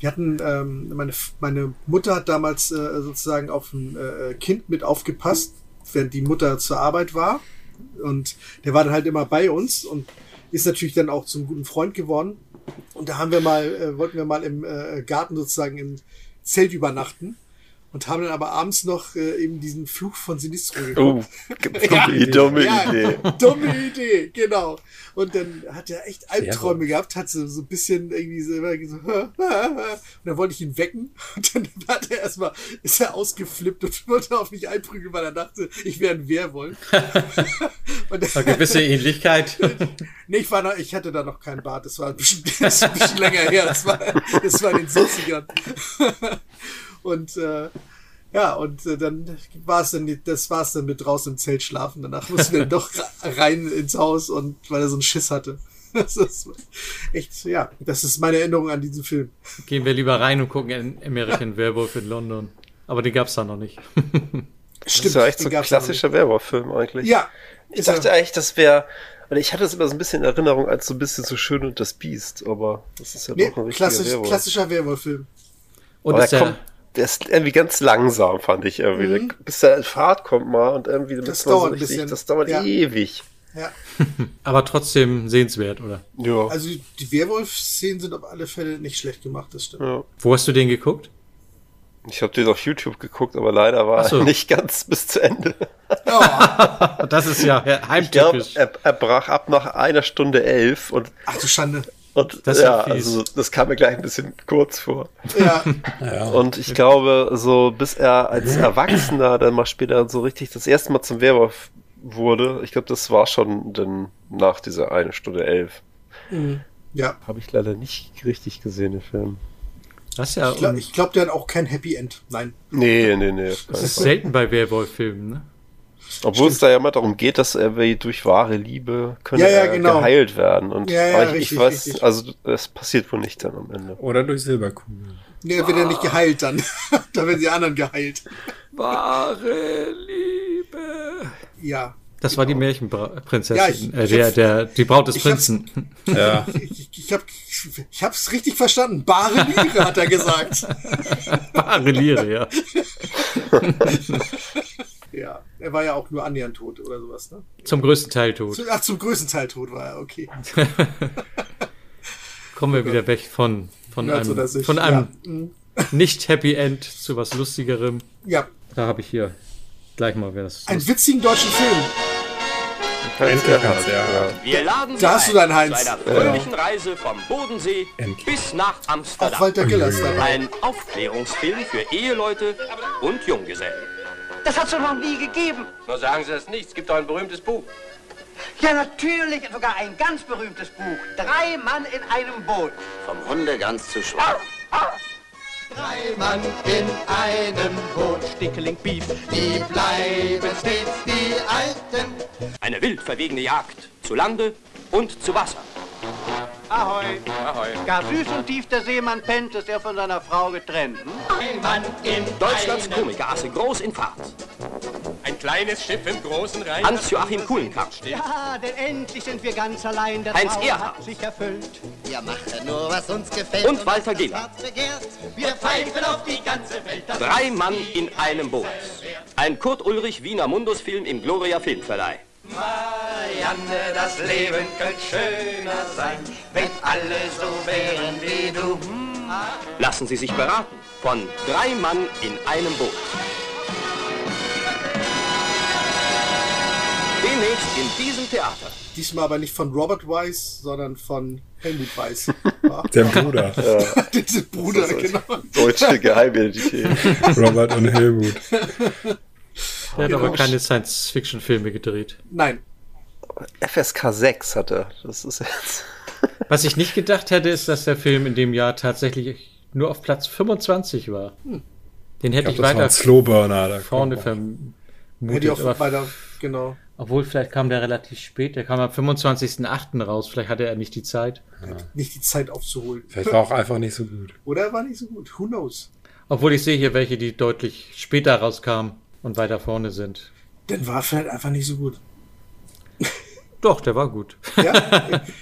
S1: wir hatten ähm, meine meine Mutter hat damals äh, sozusagen auf ein äh, Kind mit aufgepasst, während die Mutter zur Arbeit war und der war dann halt immer bei uns und ist natürlich dann auch zum guten Freund geworden. Und da haben wir mal äh, wollten wir mal im äh, Garten sozusagen im Zelt übernachten. und haben dann aber abends noch äh, eben diesen Fluch von Sinistro
S2: Oh,
S1: geguckt.
S2: dumme, dumme Idee.
S1: Dumme Idee, genau. Und dann hat er echt Albträume gehabt, hat so, so ein bisschen irgendwie so, immer so und dann wollte ich ihn wecken und dann hat er erstmal, ist er ausgeflippt und wollte auf mich einprügeln, weil er dachte, ich wäre ein Werwolf.
S5: Eine gewisse Ähnlichkeit.
S1: Nee, ich war noch, ich hatte da noch keinen Bart, das war ein bisschen, das ist ein bisschen länger her, das war, das war in den 70ern. Und äh, ja, und äh, dann war es dann, das war es dann mit draußen im Zelt schlafen. Danach mussten wir doch rein ins Haus und weil er so einen Schiss hatte. Das ist echt, ja, das ist meine Erinnerung an diesen Film.
S5: Gehen wir lieber rein und gucken in American Werewolf in London. Aber den gab's da noch nicht.
S2: Das ist ja echt so ein klassischer Werwolf-Film eigentlich.
S1: Ja.
S2: Ich dachte eigentlich, das wäre. Oder ich hatte es immer so ein bisschen in Erinnerung als so ein bisschen so schön und das Biest, aber das ist ja
S1: Nee,
S2: doch ein richtiger
S1: klassisch,
S2: Werwolf.
S1: klassischer Werwolf-Film.
S2: Und der, kommt, der ist irgendwie ganz langsam, fand ich irgendwie.
S1: Mhm.
S2: Bis der in Fahrt kommt mal und irgendwie damit
S1: Das
S2: man
S1: dauert ein bisschen.
S2: das dauert
S1: Ja.
S2: ewig.
S1: Ja.
S5: Aber trotzdem sehenswert, oder?
S2: Ja.
S1: Also die, die Werwolf-Szenen sind auf alle Fälle nicht schlecht gemacht, das stimmt.
S5: Wo hast du den geguckt?
S2: Ich habe den auf YouTube geguckt, aber leider war
S5: Ach so.
S2: er nicht ganz bis zu Ende.
S5: das ist ja heimtypisch.
S2: Ich glaub, er, er brach ab nach einer Stunde elf und.
S1: Ach du Schande.
S2: Und
S5: Das ist
S2: ja,
S5: ja fies.
S2: also das kam mir gleich ein bisschen kurz vor.
S1: Ja.
S2: Und ich glaube, so bis er als Erwachsener dann mal später so richtig das erste Mal zum Werwolf wurde, ich glaube, das war schon dann nach dieser eine Stunde elf.
S1: Mhm. Ja.
S2: Habe ich leider nicht richtig gesehen, den Film.
S5: Das ja
S1: ich glaube, glaub, der hat auch kein Happy End. Nein.
S2: Nee, nee, nee.
S5: Das ist selten bei Werwolf-Filmen, ne?
S2: Obwohl es da ja immer darum geht, dass er durch wahre Liebe könnte
S1: Ja, ja,
S2: er
S1: genau.
S2: geheilt werden. Und
S1: Ja, ja,
S2: aber ich,
S1: richtig,
S2: ich weiß,
S1: richtig.
S2: also das passiert wohl nicht dann am Ende.
S6: Oder durch Silberkugeln.
S1: Nee, er wird ja nicht geheilt dann. da werden die anderen geheilt.
S5: Wahre Liebe.
S1: Ja.
S5: Das war die Märchenprinzessin.
S1: Genau. Ja, ich-
S5: äh,
S1: ich
S5: der,
S1: hab's-
S5: der, die Braut des
S1: ich hab's-
S5: Prinzen.
S1: Ich, ich, hab, ich hab's richtig verstanden. Bare Liebe, hat er gesagt.
S5: Wahre Liebe, ja.
S1: ja. Er war ja auch nur annähernd tot oder sowas, ne?
S5: Zum größten Teil tot.
S1: Zu- Ach, zum größten Teil tot war er, okay.
S5: Kommen wir wieder weg von, von
S1: Ja, so
S5: einem,
S1: dass ich-
S5: von einem
S1: ja. Mhm.
S5: nicht Happy End zu was Lustigerem.
S1: Ja.
S5: Da habe ich hier gleich mal wer das.
S1: Einen witzigen deutschen Film.
S2: Endgerhard,
S16: Wir laden Sie
S1: Da hast
S16: ein
S1: du deinen Heinz.
S16: zu einer
S1: Ja.
S16: fröhlichen Reise vom Bodensee bis nach Amsterdam.
S1: Auch Walter Geller ist dabei.
S16: Ein Aufklärungsfilm für Eheleute und Junggesellen.
S8: Das hat's doch noch nie gegeben.
S16: Nur sagen Sie es nicht, es gibt doch ein berühmtes Buch.
S8: Ja, natürlich, und sogar ein ganz berühmtes Buch. Drei Mann in einem Boot.
S16: Vom Hunde ganz zu schwach.
S8: Drei Mann in einem Boot. Stickeling, Beef. Die bleiben stets die Alten.
S16: Eine wild verwegene Jagd. Zu Lande und zu Wasser.
S8: Ahoi.
S16: Ahoi.
S8: Gar süß und tief der Seemann pennt, ist er von seiner Frau getrennt. Hm? Ein Mann in
S16: Deutschlands Komiker Asse Groß in Fahrt. Ein kleines Schiff im großen Rhein. Hans-Joachim Kuhlenkamp.
S8: Ja, denn endlich sind wir ganz allein. Der
S16: Heinz
S8: Traum
S16: Erhard.
S8: hat sich erfüllt.
S16: Wir machen
S8: Nur was uns gefällt.
S16: Und Walter Giller.
S8: begehrt. Wir pfeifen auf die ganze Welt. Das
S16: Drei Mann in einem Boot. Ein Kurt-Ulrich-Wiener Mundus-Film im Gloria Filmverleih.
S8: Marianne, das Leben könnte schöner sein, wenn alle so wären wie du.
S16: Lassen Sie sich beraten von Drei Mann in einem Boot. Demnächst in diesem Theater.
S1: Diesmal aber nicht von Robert Weiss, sondern von Helmut Weiss.
S6: Der Bruder.
S2: Ja.
S1: Der Bruder,
S2: Das ist
S1: genau.
S2: Deutsche Geheimidentität.
S6: Robert und Helmut.
S5: Der hat
S2: Genau.
S5: aber keine Science-Fiction-Filme gedreht.
S1: Nein.
S2: FSK 6 hat er. Das ist jetzt.
S5: Was ich nicht gedacht hätte, ist, dass der Film in dem Jahr tatsächlich nur auf Platz 25 war.
S1: Hm.
S5: Den hätte
S6: Ich glaub,
S5: ich,
S6: das war
S5: weiter
S6: ein Slowburner, da
S5: vorne
S6: kommt
S5: vermutet.
S1: Hätte ich auch
S5: aber-
S1: weiter, genau.
S5: Obwohl, vielleicht kam der relativ spät. Der kam am 25.08. raus. Vielleicht hatte er nicht die Zeit.
S1: Nicht die Zeit aufzuholen.
S6: Vielleicht war auch einfach nicht so gut.
S1: Oder er war nicht so gut. Who knows?
S5: Obwohl ich sehe hier welche, die deutlich später rauskamen und weiter vorne sind.
S1: Dann war vielleicht einfach nicht so gut.
S5: Doch, der war gut.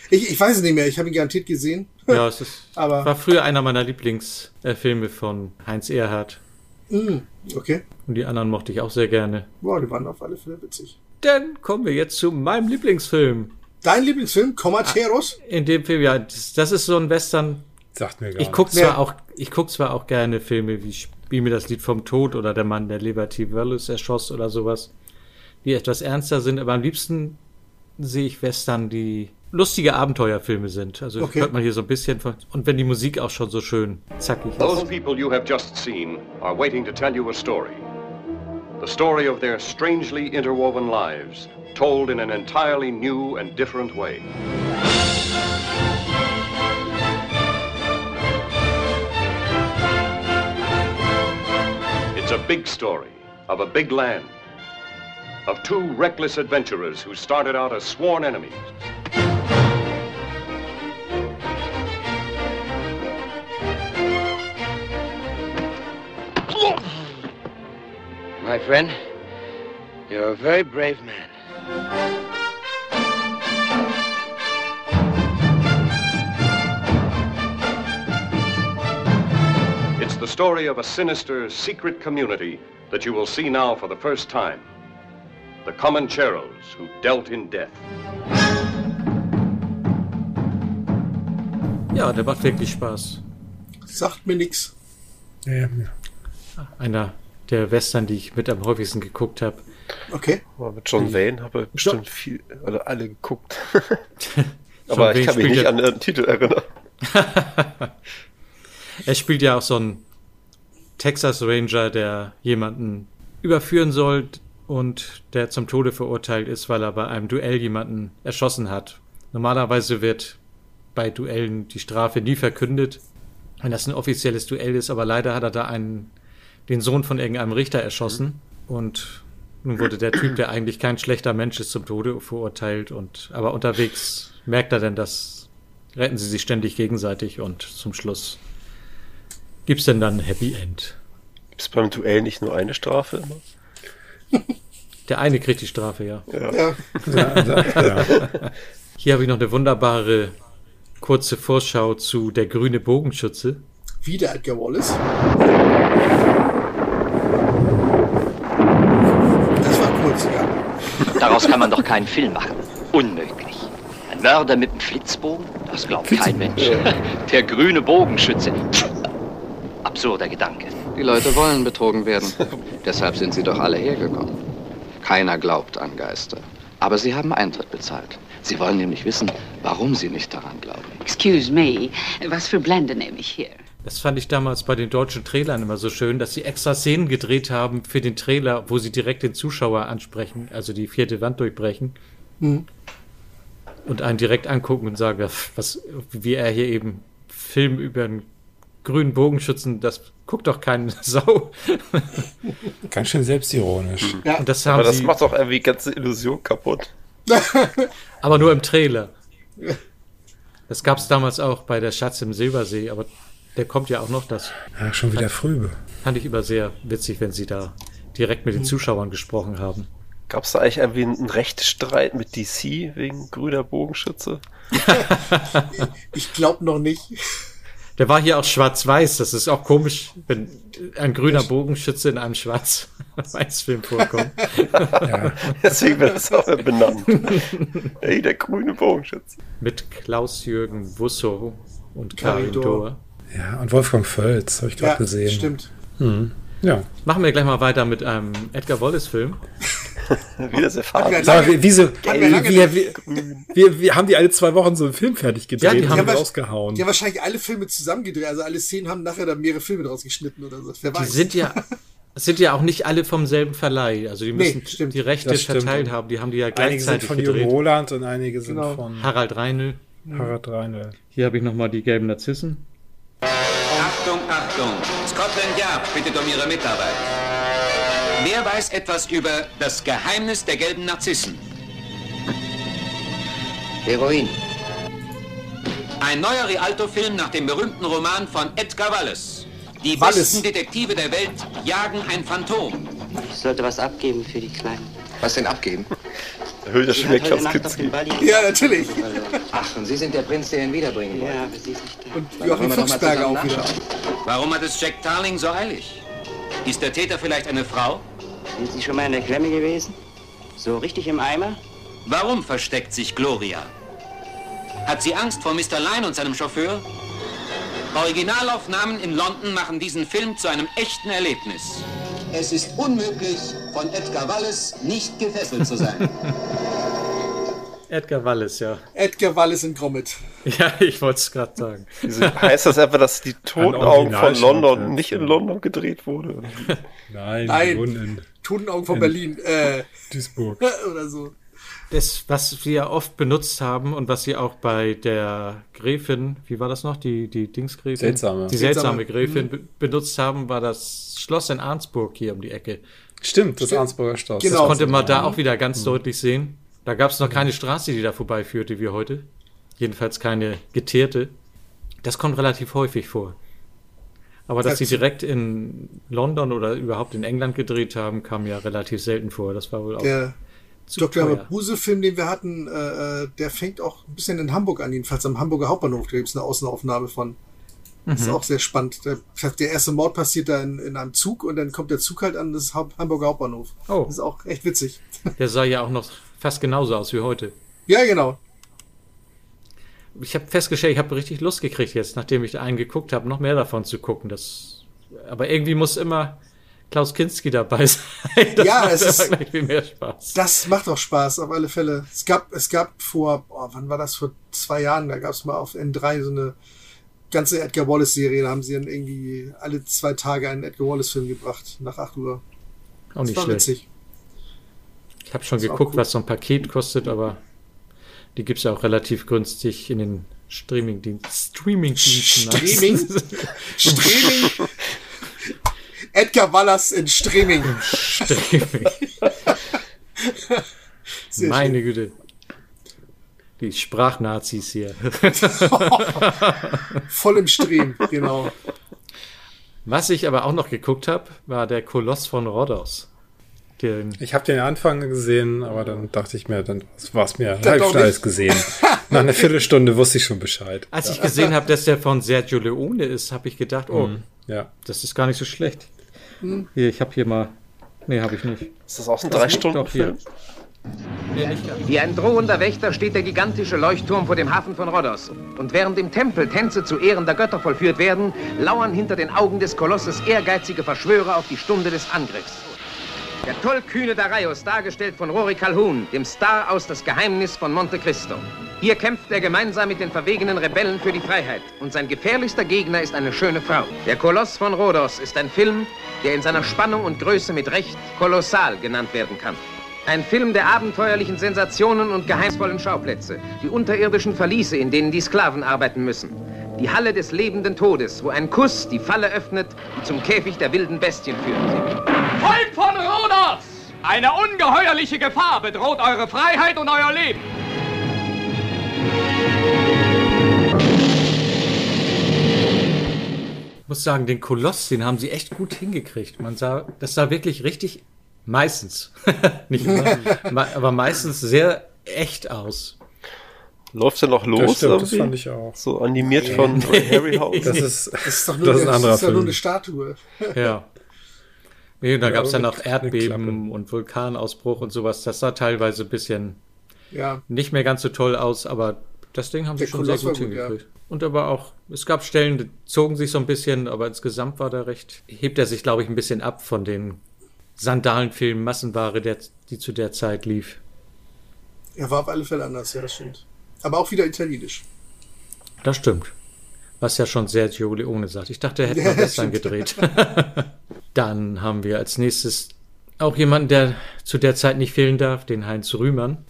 S1: Ich, ich weiß es nicht mehr. Ich habe ihn garantiert gesehen.
S5: Ja, es ist,
S1: Aber-
S5: war früher einer meiner Lieblingsfilme äh, Filme von Heinz Erhardt.
S1: Mm, okay.
S5: Und die anderen mochte ich auch sehr gerne.
S1: Boah, die waren auf alle Fälle witzig.
S5: Dann kommen wir jetzt zu meinem Lieblingsfilm. Ah,
S1: Dein Lieblingsfilm, Comateros?
S5: In dem Film, ja, das, das ist so ein Western.
S6: Sagt mir gar
S5: Ich guck
S1: nichts.
S5: zwar
S1: Ja.
S5: auch, ich guck zwar auch gerne Filme wie Sp- wie mir das Lied vom Tod oder der Mann, der Liberty Valus erschoss oder sowas, die etwas ernster sind, aber am liebsten sehe ich Western, die lustige Abenteuerfilme sind. Also
S1: Okay.
S5: hört man hier so ein bisschen von. Und wenn die Musik auch schon so schön zackig
S4: Those
S5: ist.
S4: people you have just seen are waiting to tell you a story. The story of their strangely interwoven lives, told in an entirely new and different way. It's a big story of a big land, of two reckless adventurers who started out as sworn enemies.
S7: My friend, you're a very brave man.
S4: It's the story of a sinister, secret community that you will see now for the first time. The Comancheros who dealt in death.
S5: Ja, der macht wirklich Spaß.
S1: Sagt mir nichts.
S6: Ja,
S5: Einer der Western, die ich mit am häufigsten geguckt habe.
S1: Okay.
S2: Aber mit John
S5: Die-
S2: Wayne habe ich bestimmt viel, oder alle geguckt.
S5: John
S2: Aber
S5: Wayne
S2: ich kann mich
S5: spielt
S2: nicht
S5: ja-
S2: an ihren Titel erinnern.
S5: Er spielt ja auch so einen Texas Ranger, der jemanden überführen soll und der zum Tode verurteilt ist, weil er bei einem Duell jemanden erschossen hat. Normalerweise wird bei Duellen die Strafe nie verkündet, wenn das ein offizielles Duell ist, aber leider hat er da einen, den Sohn von irgendeinem Richter erschossen und nun wurde der Typ, der eigentlich kein schlechter Mensch ist, zum Tode verurteilt und aber unterwegs merkt er denn, dass retten sie sich ständig gegenseitig und zum Schluss gibt's denn dann ein Happy End.
S2: Gibt es beim Duell nicht nur eine Strafe immer?
S5: Der eine kriegt die Strafe, ja.
S2: Ja.
S1: Ja.
S5: Hier habe ich noch eine wunderbare kurze Vorschau zu Der grüne Bogenschütze.
S1: Wieder Edgar Wallace. Das war kurz, ja.
S18: Daraus kann man doch keinen Film machen. Unmöglich. Ein Mörder mit einem Flitzbogen? Das glaubt kein Mensch. Der grüne Bogenschütze. Absurder Gedanke.
S25: Die Leute wollen betrogen werden. Deshalb sind sie doch alle hergekommen. Keiner glaubt an Geister. Aber sie haben Eintritt bezahlt. Sie wollen nämlich wissen, warum sie nicht daran glauben. Excuse me, was für Blende nehme ich hier?
S5: Das fand ich damals bei den deutschen Trailern immer so schön, dass sie extra Szenen gedreht haben für den Trailer, wo sie direkt den Zuschauer ansprechen, also die vierte Wand durchbrechen
S1: Hm.
S5: und einen direkt angucken und sagen, was, wie er hier eben Film über einen grünen Bogenschützen, das guckt doch keine Sau.
S6: Ganz schön selbstironisch.
S5: Und das haben
S2: Aber das
S5: sie-
S2: macht doch irgendwie die ganze Illusion kaputt.
S5: aber nur im Trailer. Das gab es damals auch bei der Schatz im Silbersee, aber der kommt ja auch noch das.
S6: Ja, schon wieder Fröbe.
S5: Fand ich immer sehr witzig, wenn sie da direkt mit den Zuschauern gesprochen haben.
S2: Gab es da eigentlich irgendwie einen Rechtsstreit mit DC wegen grüner Bogenschütze?
S1: Ich glaube noch nicht.
S5: Der war hier auch schwarz-weiß. Das ist auch komisch, wenn ein grüner Bogenschütze in einem schwarz-weiß-Film vorkommt.
S2: Ja. Deswegen wird das auch benannt. Ey, der grüne Bogenschütze.
S5: Mit Klaus-Jürgen Wusso und Karin
S6: Karin
S5: Dohr.
S6: Ja, und Wolfgang Völz, habe ich gerade
S5: Ja,
S6: gesehen.
S5: stimmt.
S6: Hm. Ja.
S5: Machen wir gleich mal weiter mit einem Edgar Wallace-Film.
S2: Wie das erfahren.
S6: Sag mal, wie- wieso? Wir, wir, wir, wir, wir haben die alle zwei Wochen so einen Film fertig gedreht
S1: Ja, die
S6: und
S1: haben wir-
S6: rausgehauen.
S1: Die haben wahrscheinlich alle Filme zusammengedreht, also alle Szenen haben nachher dann mehrere Filme draus geschnitten oder so. Wer
S5: Die
S1: weiß.
S5: sind ja, es sind ja auch nicht alle vom selben Verleih. Also die müssen
S1: Nee, stimmt.
S5: die Rechte
S6: Das stimmt.
S5: verteilt haben. Die haben die ja
S6: einige sind
S5: gleichzeitig
S6: von
S5: gedreht.
S6: Jürgen Roland und einige sind
S5: Genau.
S6: von
S5: Harald Reinl.
S6: Harald Reinl.
S5: Hier habe ich nochmal die gelben Narzissen.
S13: Achtung, Achtung! Scotland Yard bittet um Ihre Mitarbeit. Wer weiß etwas über das Geheimnis der gelben Narzissen?
S25: Heroin.
S13: Ein neuer Rialto-Film nach dem berühmten Roman von Edgar Wallace. Die
S25: Wallace.
S13: besten Detektive der Welt jagen ein Phantom.
S25: Ich sollte was abgeben für die Kleinen.
S18: Was denn abgeben?
S2: Hüllt
S25: das schon
S18: der
S25: weg, Klaus Kinski.
S1: Ja, natürlich.
S18: Ach, und Sie sind der Prinz, der ihn wiederbringen wollte. Ja, aber
S25: Sie sind
S1: da. Und
S18: Joachim Fuchsberger auch wieder.
S13: Warum hat es Jack Tarling so eilig? Ist der Täter vielleicht eine Frau?
S25: Sind Sie schon mal in der Klemme gewesen? So richtig im Eimer?
S13: Warum versteckt sich Gloria? Hat sie Angst vor Mr. Line und seinem Chauffeur?
S26: Originalaufnahmen in London machen diesen Film zu einem echten Erlebnis.
S27: Es ist unmöglich, von Edgar Wallace nicht gefesselt zu sein.
S5: Edgar Wallace, ja.
S1: Edgar Wallace in Gromit.
S5: Ja, ich wollte es gerade sagen.
S2: heißt das etwa, dass die Totenaugen von London nicht in London gedreht wurde?
S1: Nein, Nein. Totenaugen von Berlin. Äh, Duisburg. Oder so.
S5: Das, was wir oft benutzt haben und was sie auch bei der Gräfin, wie war das noch, die, die Dingsgräfin?
S6: Seltsame.
S5: Die seltsame, seltsame.
S1: Mhm.
S5: Gräfin be benutzt haben, war das Schloss in Arnsburg hier um die Ecke.
S6: Stimmt, das Arnsburger Schloss.
S5: Genau. Das konnte man da auch wieder ganz mhm. deutlich sehen. Da gab es noch keine Straße, die da vorbeiführte wie heute. Jedenfalls keine geteerte. Das kommt relativ häufig vor. Aber dass sie direkt in London oder überhaupt in England gedreht haben, kam ja relativ selten vor. Das war wohl auch.
S1: Der zu Dr. Mabuse-Film, den wir hatten, äh, der fängt auch ein bisschen in Hamburg an, jedenfalls am Hamburger Hauptbahnhof. Da gibt es eine Außenaufnahme von. Das mhm. ist auch sehr spannend. Der, der, erste Mord passiert da in, in einem Zug und dann kommt der Zug halt an das Hamburger Hauptbahnhof.
S5: Oh.
S1: Das ist auch echt witzig.
S5: Der sah ja auch noch fast genauso aus wie heute.
S1: Ja, genau.
S5: Ich habe festgestellt, ich habe richtig Lust gekriegt jetzt, nachdem ich einen geguckt habe, noch mehr davon zu gucken. Das, aber irgendwie muss immer Klaus Kinski dabei sein.
S1: Das ja, es ist
S5: gleich viel mehr Spaß.
S1: Das macht auch Spaß, auf alle Fälle. Es gab, es gab vor, oh, wann war das? Vor zwei Jahren, da gab es mal auf N3 so eine ganze Edgar Wallace-Serie. Da haben sie dann irgendwie alle zwei Tage einen Edgar Wallace-Film gebracht, nach 8 Uhr.
S5: Auch nicht das war schlecht. witzig. Ich habe schon geguckt, was so ein Paket kostet, aber die gibt es ja auch relativ günstig in den Streaming-Diensten. Streaming-Diensten.
S1: Streaming? Streaming? Edgar Wallace in Streaming.
S5: Streaming. Meine schön. Güte. Die Sprachnazis hier.
S1: Voll im Stream, genau.
S5: Was ich aber auch noch geguckt habe, war der Koloss von Rhodos.
S6: Den. Ich habe den Anfang gesehen, aber dann dachte ich mir, dann war es mir halb schnell gesehen. Nach einer Viertelstunde wusste ich schon Bescheid.
S5: Als ja. ich gesehen habe, dass der von Sergio Leone ist, habe ich gedacht, oh, mhm.
S6: ja.
S5: das ist gar nicht so schlecht. Mhm. Hier, ich habe hier mal. Nee, habe ich nicht.
S2: Ist das auch ein drei Stunden? Doch hier.
S21: Wie ein drohender Wächter steht der gigantische Leuchtturm vor dem Hafen von Rhodos. Und während im Tempel Tänze zu Ehren der Götter vollführt werden, lauern hinter den Augen des Kolosses ehrgeizige Verschwörer auf die Stunde des Angriffs. Der tollkühne Darius, dargestellt von Rory Calhoun, dem Star aus Das Geheimnis von Monte Cristo. Hier kämpft er gemeinsam mit den verwegenen Rebellen für die Freiheit. Und sein gefährlichster Gegner ist eine schöne Frau. Der Koloss von Rhodos ist ein Film, der in seiner Spannung und Größe mit Recht kolossal genannt werden kann. Ein Film der abenteuerlichen Sensationen und geheimnisvollen Schauplätze. Die unterirdischen Verliese, in denen die Sklaven arbeiten müssen. Die Halle des lebenden Todes, wo ein Kuss die Falle öffnet, die zum Käfig der wilden Bestien führt.
S9: Volk von Rhodos! Eine ungeheuerliche Gefahr bedroht eure Freiheit und euer Leben.
S5: Ich muss sagen, den Koloss, den haben sie echt gut hingekriegt. Man sah, das sah wirklich richtig, meistens, nicht immer, aber meistens sehr echt aus.
S2: Läuft er noch los? Das,
S6: stimmt, das fand ich auch.
S2: So animiert ja. von Harry House.
S6: Das ist, das
S1: ist doch nur, das ist ein anderer das ist ja nur eine Statue.
S5: Ja. Nee, da ja, gab es dann auch Erdbeben und Vulkanausbruch und sowas. Das sah teilweise ein bisschen
S1: ja.
S5: nicht mehr ganz so toll aus, aber das Ding haben sie schon sehr gut hingekriegt. Ja. Und aber auch, es gab Stellen, die zogen sich so ein bisschen, aber insgesamt war da recht, hebt er sich, glaube ich, ein bisschen ab von den Sandalenfilmen, Massenware, der, die zu der Zeit lief.
S1: Er war auf alle Fälle anders, ja, das stimmt. Aber auch wieder italienisch.
S5: Das stimmt. Was ja schon Sergio Leone sagt. Ich dachte, er hätte ja, gestern gedreht. Dann haben wir als nächstes auch jemanden, der zu der Zeit nicht fehlen darf, den Heinz Rühmann.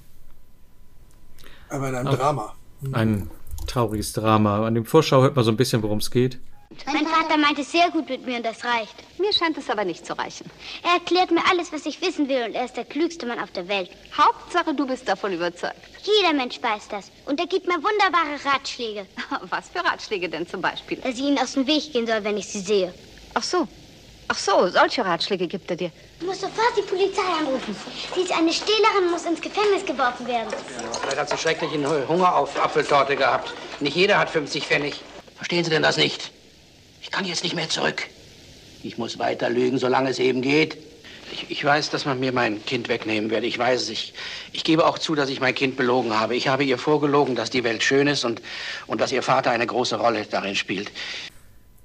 S1: Aber in einem auch Drama.
S5: Ein trauriges Drama. An dem Vorschau hört man so ein bisschen, worum es geht.
S23: Mein Vater meint es sehr gut mit mir und das reicht.
S19: Mir scheint es aber nicht zu reichen.
S23: Er erklärt mir alles, was ich wissen will und er ist der klügste Mann auf der Welt.
S19: Hauptsache, du bist davon überzeugt.
S23: Jeder Mensch weiß das und er gibt mir wunderbare Ratschläge.
S19: Was für Ratschläge denn zum Beispiel?
S23: Dass ich ihnen aus dem Weg gehen soll, wenn ich sie sehe.
S19: Ach so. Ach so, solche Ratschläge gibt er dir.
S23: Du musst sofort die Polizei anrufen. Sie ist eine Stehlerin, muss ins Gefängnis geworfen werden.
S21: Ja, vielleicht hat sie schrecklichen Hunger auf Apfeltorte gehabt. Nicht jeder hat 50 Pfennig. Verstehen Sie denn das nicht? Ich kann jetzt nicht mehr zurück. Ich muss weiter lügen, solange es eben geht. Ich, ich, weiß, dass man mir mein Kind wegnehmen wird. Ich weiß es. Ich, ich gebe auch zu, dass ich mein Kind belogen habe. Ich habe ihr vorgelogen, dass die Welt schön ist und, und dass ihr Vater eine große Rolle darin spielt.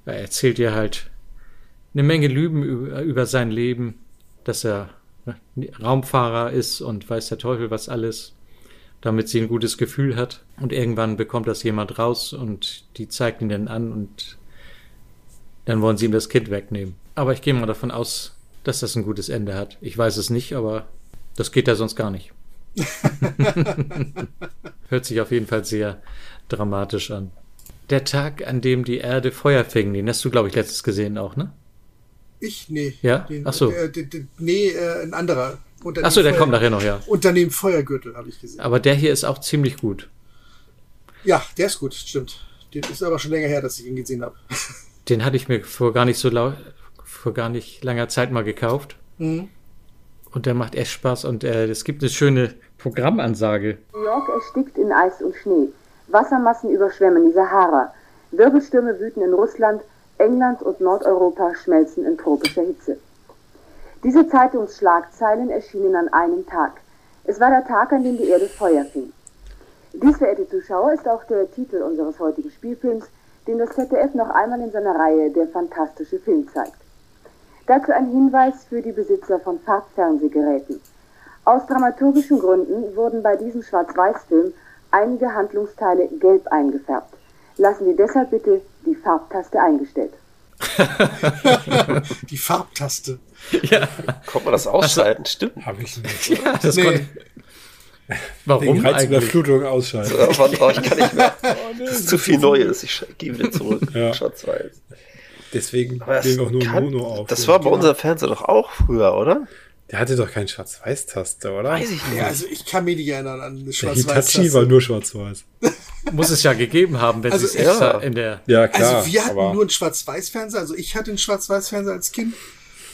S5: er erzählt ihr halt eine Menge Lügen über, über sein Leben, dass er ne, Raumfahrer ist und weiß der Teufel was alles, damit sie ein gutes Gefühl hat. Und irgendwann bekommt das jemand raus und die zeigt ihn dann an und dann wollen sie ihm das Kind wegnehmen. Aber ich gehe mal davon aus, dass das ein gutes Ende hat. Ich weiß es nicht, aber das geht ja sonst gar nicht. Hört sich auf jeden Fall sehr dramatisch an. Der Tag, an dem die Erde Feuer fing, den hast du, glaube ich, letztes gesehen auch, ne?
S1: Ich? Nee.
S5: Ja? Den, Ach so.
S1: Äh, den, den, nee, äh, ein anderer.
S5: Ach so, der Feuer, kommt nachher noch, ja.
S1: Unternehmen Feuergürtel habe ich gesehen.
S5: Aber der hier ist auch ziemlich gut.
S1: Ja, der ist gut, stimmt. Den ist aber schon länger her, dass ich ihn gesehen habe.
S5: Den hatte ich mir vor gar nicht so vor gar nicht langer Zeit mal gekauft. Mhm. Und der macht echt Spaß und äh, es gibt eine schöne Programmansage.
S11: New York erstickt in Eis und Schnee. Wassermassen überschwemmen die Sahara. Wirbelstürme wüten in Russland. England und Nordeuropa schmelzen in tropischer Hitze. Diese Zeitungsschlagzeilen erschienen an einem Tag. Es war der Tag, an dem die Erde Feuer fing. Dies, verehrte Zuschauer, ist auch der Titel unseres heutigen Spielfilms, den das ZDF noch einmal in seiner Reihe Der fantastische Film zeigt. Dazu ein Hinweis für die Besitzer von Farbfernsehgeräten. Aus dramaturgischen Gründen wurden bei diesem Schwarz-Weiß-Film einige Handlungsteile gelb eingefärbt. Lassen Sie deshalb bitte die Farbtaste eingestellt.
S1: die Farbtaste.
S2: Ja. Konnte man das ausschalten? Also, Stimmt.
S6: Habe ich nicht.
S5: Ja, das nee. konnte.
S6: Warum Wegen Reizüberflutung ausschalten.
S2: So, irgendwann brauche ich gar nicht mehr. Oh, nee, das ist zu viel Neues. Ich gehe wieder zurück. Ja. Schatz weiß.
S6: Deswegen nehmen wir auch nur
S2: kann,
S6: Mono auf.
S2: Das war bei genau. unserem Fernseher doch auch früher, oder?
S6: Der hatte doch keinen Schwarz-Weiß-Taste, oder?
S1: Weiß ich nicht. Ja, also ich kann mir nicht erinnern an eine
S6: Schwarz-Weiß-Taste. Hitachi war nur Schwarz-Weiß.
S5: Muss es ja gegeben haben, wenn also, sie es ja. extra in der...
S6: Ja, klar.
S1: Also wir hatten nur einen Schwarz-Weiß-Fernseher. Also ich hatte einen Schwarz-Weiß-Fernseher als Kind.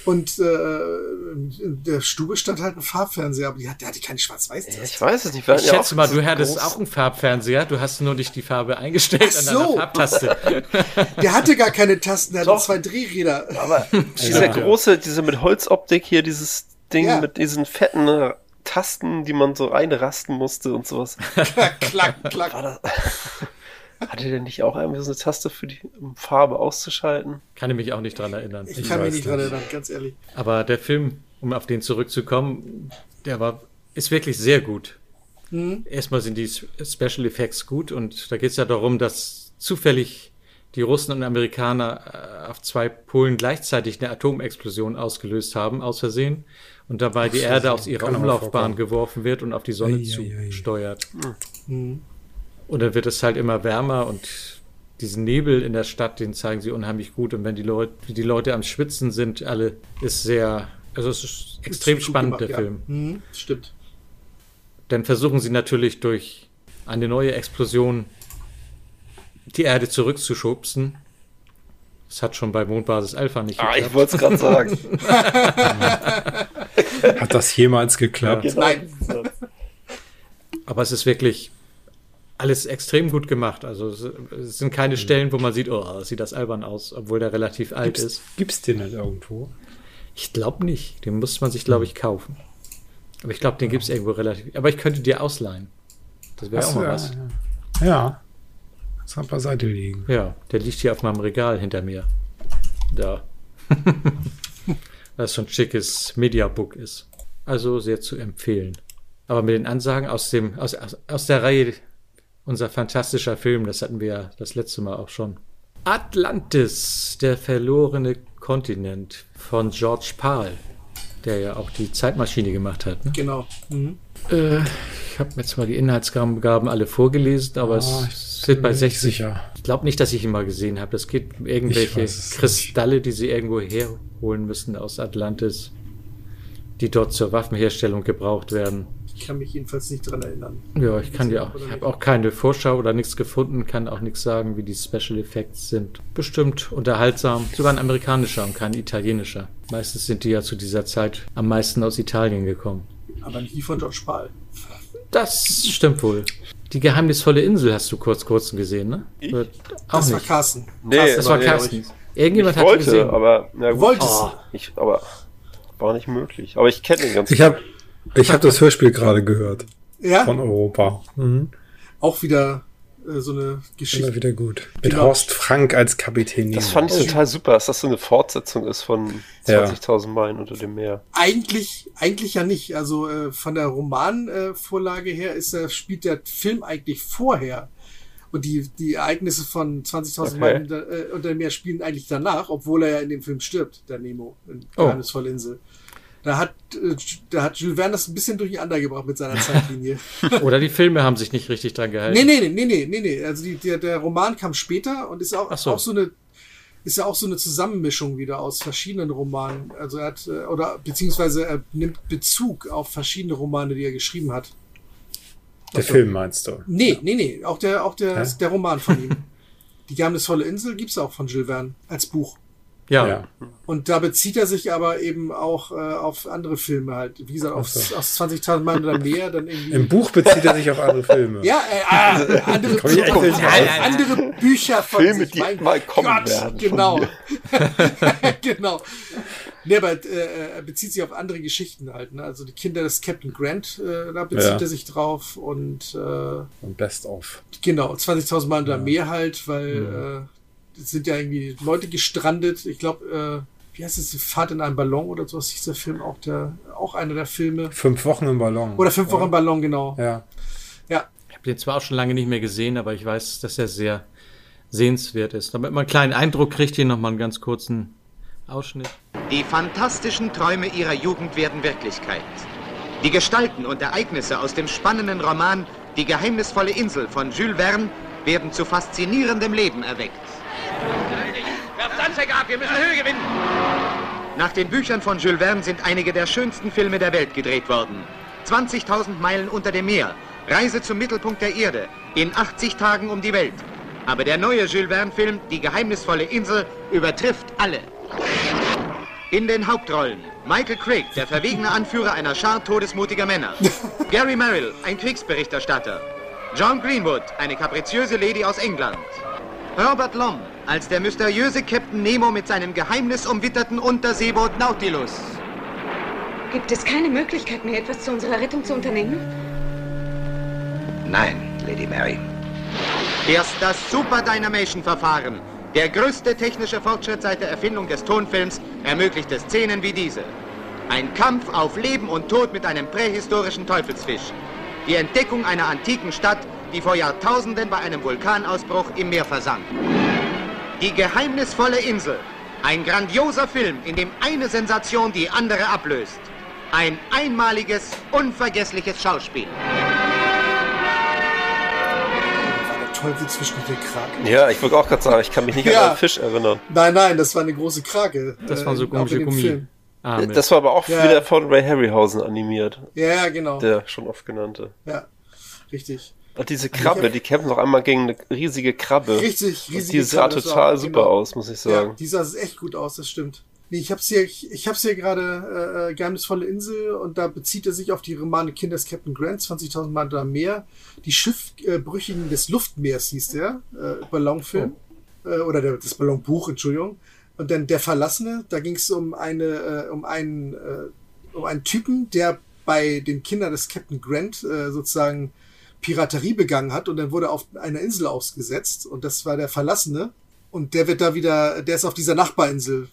S1: Und äh, in der Stube stand halt ein Farbfernseher, aber hat, der hatte keine Schwarz-Weiß-Taste.
S2: Ich weiß es nicht.
S5: Ich schätze mal, du hattest groß. auch einen Farbfernseher, du hast nur nicht die Farbe eingestellt Ach so. an deiner Farbtaste.
S1: der hatte gar keine Tasten, der Doch. hatte zwei Drehräder.
S2: Aber dieser ja. große, diese mit Holzoptik hier, dieses Ding ja. mit diesen fetten äh, Tasten, die man so reinrasten musste und sowas.
S1: klack, klack, klack. War
S2: hatte der nicht auch irgendwie so eine Taste für die um Farbe auszuschalten?
S5: Kann ich mich auch nicht dran erinnern.
S1: Ich, ich kann mich nicht dran erinnern, ganz ehrlich.
S5: Aber der Film, um auf den zurückzukommen, der war, ist wirklich sehr gut. Mhm. Erstmal sind die Special Effects gut und da geht es ja darum, dass zufällig die Russen und Amerikaner äh, auf zwei Polen gleichzeitig eine Atomexplosion ausgelöst haben, aus Versehen, und dabei die Erde aus ihrer Umlaufbahn geworfen wird und auf die Sonne zusteuert. Mhm.
S1: Hm.
S5: Und dann wird es halt immer wärmer und diesen Nebel in der Stadt, den zeigen sie unheimlich gut. Und wenn die Leute, die Leute am Schwitzen sind, alle, ist sehr, also es ist extrem ist spannend, gemacht, der ja. Film.
S1: Mhm, stimmt.
S5: Dann versuchen sie natürlich durch eine neue Explosion die Erde zurückzuschubsen. Das hat schon bei Mondbasis Alpha nicht
S2: geklappt. Ah, ich wollte es gerade sagen.
S6: hat das jemals geklappt?
S1: Ja, Nein.
S5: Aber es ist wirklich alles extrem gut gemacht. Also es sind
S6: Mhm.
S5: keine Stellen, wo man sieht, oh, sieht das albern aus, obwohl der relativ alt
S6: gibt's,
S5: ist.
S6: Gibt's den denn irgendwo? Mhm.
S5: Ich glaube nicht. Den muss man sich, glaube ich, kaufen. Aber ich glaube, den ja. gibt es irgendwo relativ. Aber ich könnte dir ausleihen. Das wäre auch mal
S6: ja,
S5: was.
S6: Ja. ja. Das hat beiseite liegen.
S5: Ja, der liegt hier auf meinem Regal hinter mir. Da. das so ein schickes Mediabook ist. Also sehr zu empfehlen. Aber mit den Ansagen aus dem, aus, aus, aus der Reihe unser fantastischer Film, das hatten wir ja das letzte Mal auch schon. Atlantis, der verlorene Kontinent von George Pal, der ja auch die Zeitmaschine gemacht hat. Ne?
S1: Genau. Mhm.
S5: Äh, ich habe jetzt mal die Inhaltsangaben alle vorgelesen, aber oh, es sind bei 60.
S6: Sicher.
S5: Ich glaube nicht, dass ich ihn mal gesehen habe. Es geht um irgendwelche Kristalle, die sie irgendwo herholen müssen aus Atlantis, die dort zur Waffenherstellung gebraucht werden.
S1: Ich kann mich jedenfalls nicht dran erinnern.
S5: Ja, ich kann dir auch. Ich habe auch keine Vorschau oder nichts gefunden, kann auch nichts sagen, wie die Special Effects sind. Bestimmt unterhaltsam, sogar ein amerikanischer und kein italienischer. Meistens sind die ja zu dieser Zeit am meisten aus Italien gekommen.
S1: Aber nicht von George Paul.
S5: Das stimmt wohl. Die geheimnisvolle Insel hast du kurz kurzem gesehen, ne?
S1: Ich? Oder auch das nicht. war Carsten.
S2: Nee, Carsten
S5: das war nee, Carsten.
S2: Irgendjemand ich wollte, hat gesehen. aber
S1: na gut. Wolltest.
S2: Oh, ich, aber war nicht möglich. Aber ich kenne den ganzen.
S6: Ich habe ich habe das Hörspiel gerade gehört.
S1: Ja.
S6: Von Europa.
S1: Mhm. Auch wieder äh, so eine Geschichte.
S6: Immer wieder gut. Mit genau. Horst Frank als Kapitän.
S2: Das fand ich
S1: Oh.
S2: total super, dass das so eine Fortsetzung ist von
S6: Ja.
S2: 20.000 Meilen unter dem Meer.
S1: Eigentlich, eigentlich ja nicht. Also äh, von der Romanvorlage äh, Vorlage her ist, äh, spielt der Film eigentlich vorher. Und die, die Ereignisse von 20.000
S2: Okay.
S1: Meilen unter, äh, unter dem Meer spielen eigentlich danach, obwohl er ja in dem Film stirbt, der Nemo, in
S2: Oh.
S1: Geheimnisvolle Insel. Da hat, äh, da hat Jules Verne das ein bisschen durcheinander gebracht mit seiner Zeitlinie.
S5: Oder die Filme haben sich nicht richtig dran gehalten.
S1: Nee, nee, nee, nee, nee, nee, nee. Also die, der, der Roman kam später und ist auch
S5: so.
S1: auch so eine ist ja auch so eine Zusammenmischung wieder aus verschiedenen Romanen. Also er hat äh, oder beziehungsweise er nimmt Bezug auf verschiedene Romane, die er geschrieben hat.
S6: Der Film meinst du?
S1: Nee, nee, nee, auch der auch der
S6: Hä?
S1: der Roman von ihm. die geheimnisvolle Insel gibt's auch von Jules Verne als Buch.
S5: Ja.
S1: Und da bezieht er sich aber eben auch äh, auf andere Filme halt. Wie gesagt,
S6: Ach
S1: auf,
S6: so.
S1: aus 20.000 Meilen oder mehr, dann irgendwie.
S6: Im Buch bezieht er sich auf andere Filme.
S1: Ja, äh, ah, andere,
S6: Komm ich echt
S1: Zukunft,
S6: nicht drauf.
S1: andere Bücher von
S6: Filme,
S1: sich.
S6: die
S1: mein
S6: mal kommen
S1: Gott,
S6: werden von
S1: Genau.
S6: mir.
S1: genau. Nee, aber äh, er bezieht sich auf andere Geschichten halt. Ne? Also die Kinder des Captain Grant, äh, da bezieht
S6: Ja.
S1: er sich drauf. Und äh,
S6: Und Best of.
S1: genau, 20.000 Mal oder mehr halt, weil
S6: Ja.
S1: äh, es sind ja irgendwie Leute gestrandet. Ich glaube, äh, wie heißt es, Fahrt in einem Ballon oder sowas hieß der Film, auch, der, auch einer der Filme.
S6: Fünf Wochen im Ballon.
S1: Oder fünf Wochen im Ballon, genau.
S6: Ja.
S1: Ja,
S5: Ich habe den zwar auch schon lange nicht mehr gesehen, aber ich weiß, dass er sehr sehenswert ist. Damit man einen kleinen Eindruck kriegt, hier nochmal einen ganz kurzen Ausschnitt.
S24: Die fantastischen Träume ihrer Jugend werden Wirklichkeit. Die Gestalten und Ereignisse aus dem spannenden Roman Die geheimnisvolle Insel von Jules Verne werden zu faszinierendem Leben erweckt.
S16: Werft Sandsäcke ab, wir müssen Höhe gewinnen.
S24: Nach den Büchern von Jules Verne sind einige der schönsten Filme der Welt gedreht worden. 20.000 Meilen unter dem Meer, Reise zum Mittelpunkt der Erde, in 80 Tagen um die Welt. Aber der neue Jules Verne-Film Die geheimnisvolle Insel übertrifft alle. In den Hauptrollen Michael Craig, der verwegene Anführer einer Schar todesmutiger Männer. Gary Merrill, ein Kriegsberichterstatter. John Greenwood, eine kapriziöse Lady aus England. Herbert Lom als der mysteriöse Captain Nemo mit seinem geheimnisumwitterten Unterseeboot Nautilus.
S9: Gibt es keine Möglichkeit mehr, etwas zu unserer Rettung zu unternehmen?
S24: Nein, Lady Mary. Erst das Super Dynamation Verfahren, der größte technische Fortschritt seit der Erfindung des Tonfilms, ermöglichte Szenen wie diese. Ein Kampf auf Leben und Tod mit einem prähistorischen Teufelsfisch. Die Entdeckung einer antiken Stadt, die vor Jahrtausenden bei einem Vulkanausbruch im Meer versank. Die geheimnisvolle Insel. Ein grandioser Film, in dem eine Sensation die andere ablöst. Ein einmaliges, unvergessliches Schauspiel.
S1: Teufel zwischen der Krake.
S2: Ja, ich wollte auch gerade sagen, ich kann mich nicht
S1: Ja.
S2: an einen Fisch erinnern.
S1: Nein, nein, das war eine große Krake.
S5: Das waren so
S1: äh, auch in
S5: komische
S1: dem Film.
S5: Gummi.
S2: Äh, Das war aber auch
S1: Ja.
S2: wieder von Ray Harryhausen animiert.
S1: Ja, ja, genau.
S2: Der schon oft genannte.
S1: Ja, richtig.
S2: Und diese Krabbe, die kämpfen noch einmal gegen eine riesige Krabbe.
S1: Also Richtig,
S2: Und
S1: riesige
S2: Die sah
S1: Krabbe, das war-
S2: total super
S1: genau.
S2: aus, muss ich
S1: Ja,
S2: sagen.
S1: die sah echt gut aus, das stimmt. Nee, ich hab's hier, ich, ich hab's hier gerade äh, äh, Geheimnisvolle Insel und da bezieht er sich auf die Romane Kinder des Captain Grant, 20.000 Mal oder mehr. Die Schiffbrüchigen des Luftmeers hieß der, äh, Ballonfilm.
S2: Oh.
S1: Äh, oder der, das Ballonbuch, Entschuldigung. Und dann Der Verlassene, da ging's um eine, äh, um einen, äh, um einen Typen, der bei den Kindern des Captain Grant äh, sozusagen Piraterie begangen hat und dann wurde er auf einer Insel ausgesetzt und das war der Verlassene. Und der wird da wieder, der ist auf dieser Nachbarinsel,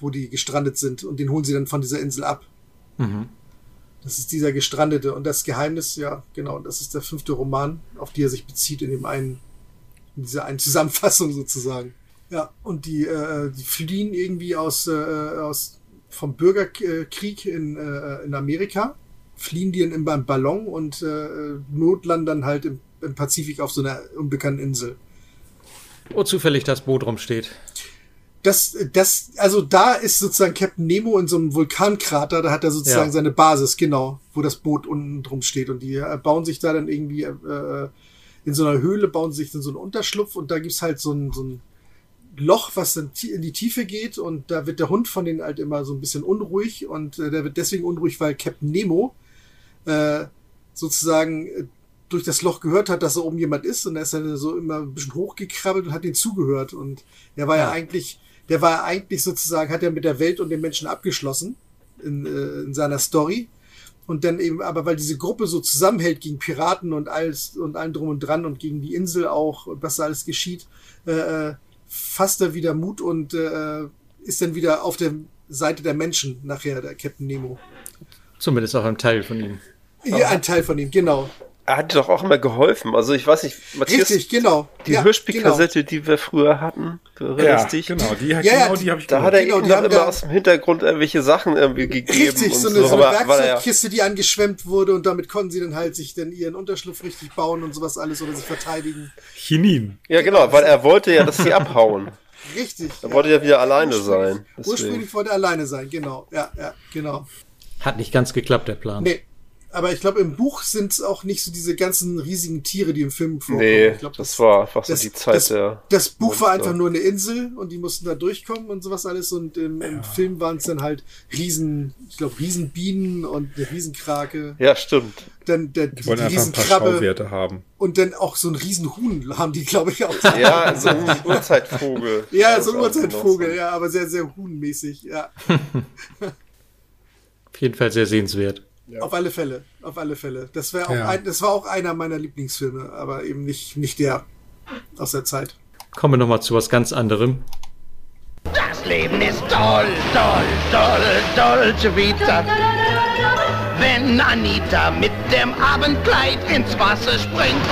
S1: wo die gestrandet sind und den holen sie dann von dieser Insel ab.
S5: Mhm.
S1: Das ist dieser Gestrandete und das Geheimnis, ja, genau, das ist der fünfte Roman, auf die er sich bezieht in dem einen, in dieser einen Zusammenfassung sozusagen. Ja, und die, äh, die fliehen irgendwie aus, äh, aus vom Bürgerkrieg in, äh, in Amerika, fliehen die in in einem Ballon und äh, notlanden dann halt im, im Pazifik auf so einer unbekannten Insel.
S5: Oh, zufällig das Boot rumsteht.
S1: das, das, also da ist sozusagen Captain Nemo in so einem Vulkankrater, da hat er sozusagen
S5: Ja.
S1: seine Basis, genau, wo das Boot unten drum steht. Und die äh, bauen sich da dann irgendwie äh, in so einer Höhle, bauen sich dann so einen Unterschlupf und da gibt's halt so ein, so ein Loch, was dann tie- in die Tiefe geht und da wird der Hund von denen halt immer so ein bisschen unruhig und äh, der wird deswegen unruhig, weil Captain Nemo äh, sozusagen äh, durch das Loch gehört hat, dass da oben jemand ist und er ist dann so immer ein bisschen hochgekrabbelt und hat ihm zugehört und der war ja,
S5: Ja.
S1: eigentlich, der war ja eigentlich sozusagen, hat er mit der Welt und den Menschen abgeschlossen in, äh, in seiner Story Und dann eben, aber weil diese Gruppe so zusammenhält gegen Piraten und alles und allem drum und dran und gegen die Insel auch und was da alles geschieht, äh, fasst er wieder Mut und äh, ist dann wieder auf der Seite der Menschen nachher, der Captain Nemo.
S5: Zumindest auch ein Teil von ihm.
S1: Ja, ein Teil von ihm, genau.
S2: Er hat doch auch immer geholfen. Also ich weiß nicht,
S1: Matthias, Richtig, genau.
S2: Die ja, Hörspielkassette, genau. die wir früher hatten,
S6: richtig. Ja, genau, die, ja,
S2: genau, die habe ich. Da gemacht. hat er genau, eben immer da aus dem Hintergrund irgendwelche Sachen irgendwie gegeben.
S1: Richtig, so, eine, so eine Werkzeugkiste, die angeschwemmt wurde und damit konnten sie dann halt sich dann ihren Unterschlupf richtig bauen und sowas alles oder sich verteidigen.
S6: Chinin.
S2: Ja, genau, weil er wollte ja, dass sie abhauen.
S1: Richtig.
S2: Da wollte er wieder alleine sein.
S1: Deswegen. Ursprünglich wollte er alleine sein, genau. Ja, ja, genau.
S5: Hat nicht ganz geklappt, der Plan.
S1: Nee aber ich glaube, im Buch sind es auch nicht so diese ganzen riesigen Tiere, die im Film
S2: vorkommen. Nee, glaub, das, das, war einfach so das, die Zeit
S1: das,
S2: der.
S1: Das Buch Monster. war einfach nur eine Insel und die mussten da durchkommen und sowas alles. Und im, im ja. Film waren es dann halt Riesen, ich glaube, Riesenbienen und eine Riesenkrake.
S2: Ja, stimmt.
S1: Dann der,
S6: die, die wollen einfach ein paar Schauwerte haben.
S1: Und dann auch so ein Riesenhuhn haben die, glaube ich, auch.
S2: ja, so ein Urzeitvogel.
S1: ja, so ein Urzeitvogel, ja, aber sehr, sehr huhnmäßig, ja.
S5: Auf jeden Fall sehr sehenswert.
S1: Ja. Auf alle Fälle, auf alle Fälle. Das, auch ja. ein, das war auch einer meiner Lieblingsfilme, aber eben nicht, nicht der aus der Zeit.
S5: Kommen wir nochmal zu was ganz anderem.
S8: Das Leben ist toll, toll, toll, toll, Chivita. Wenn Anita mit dem Abendkleid ins Wasser springt.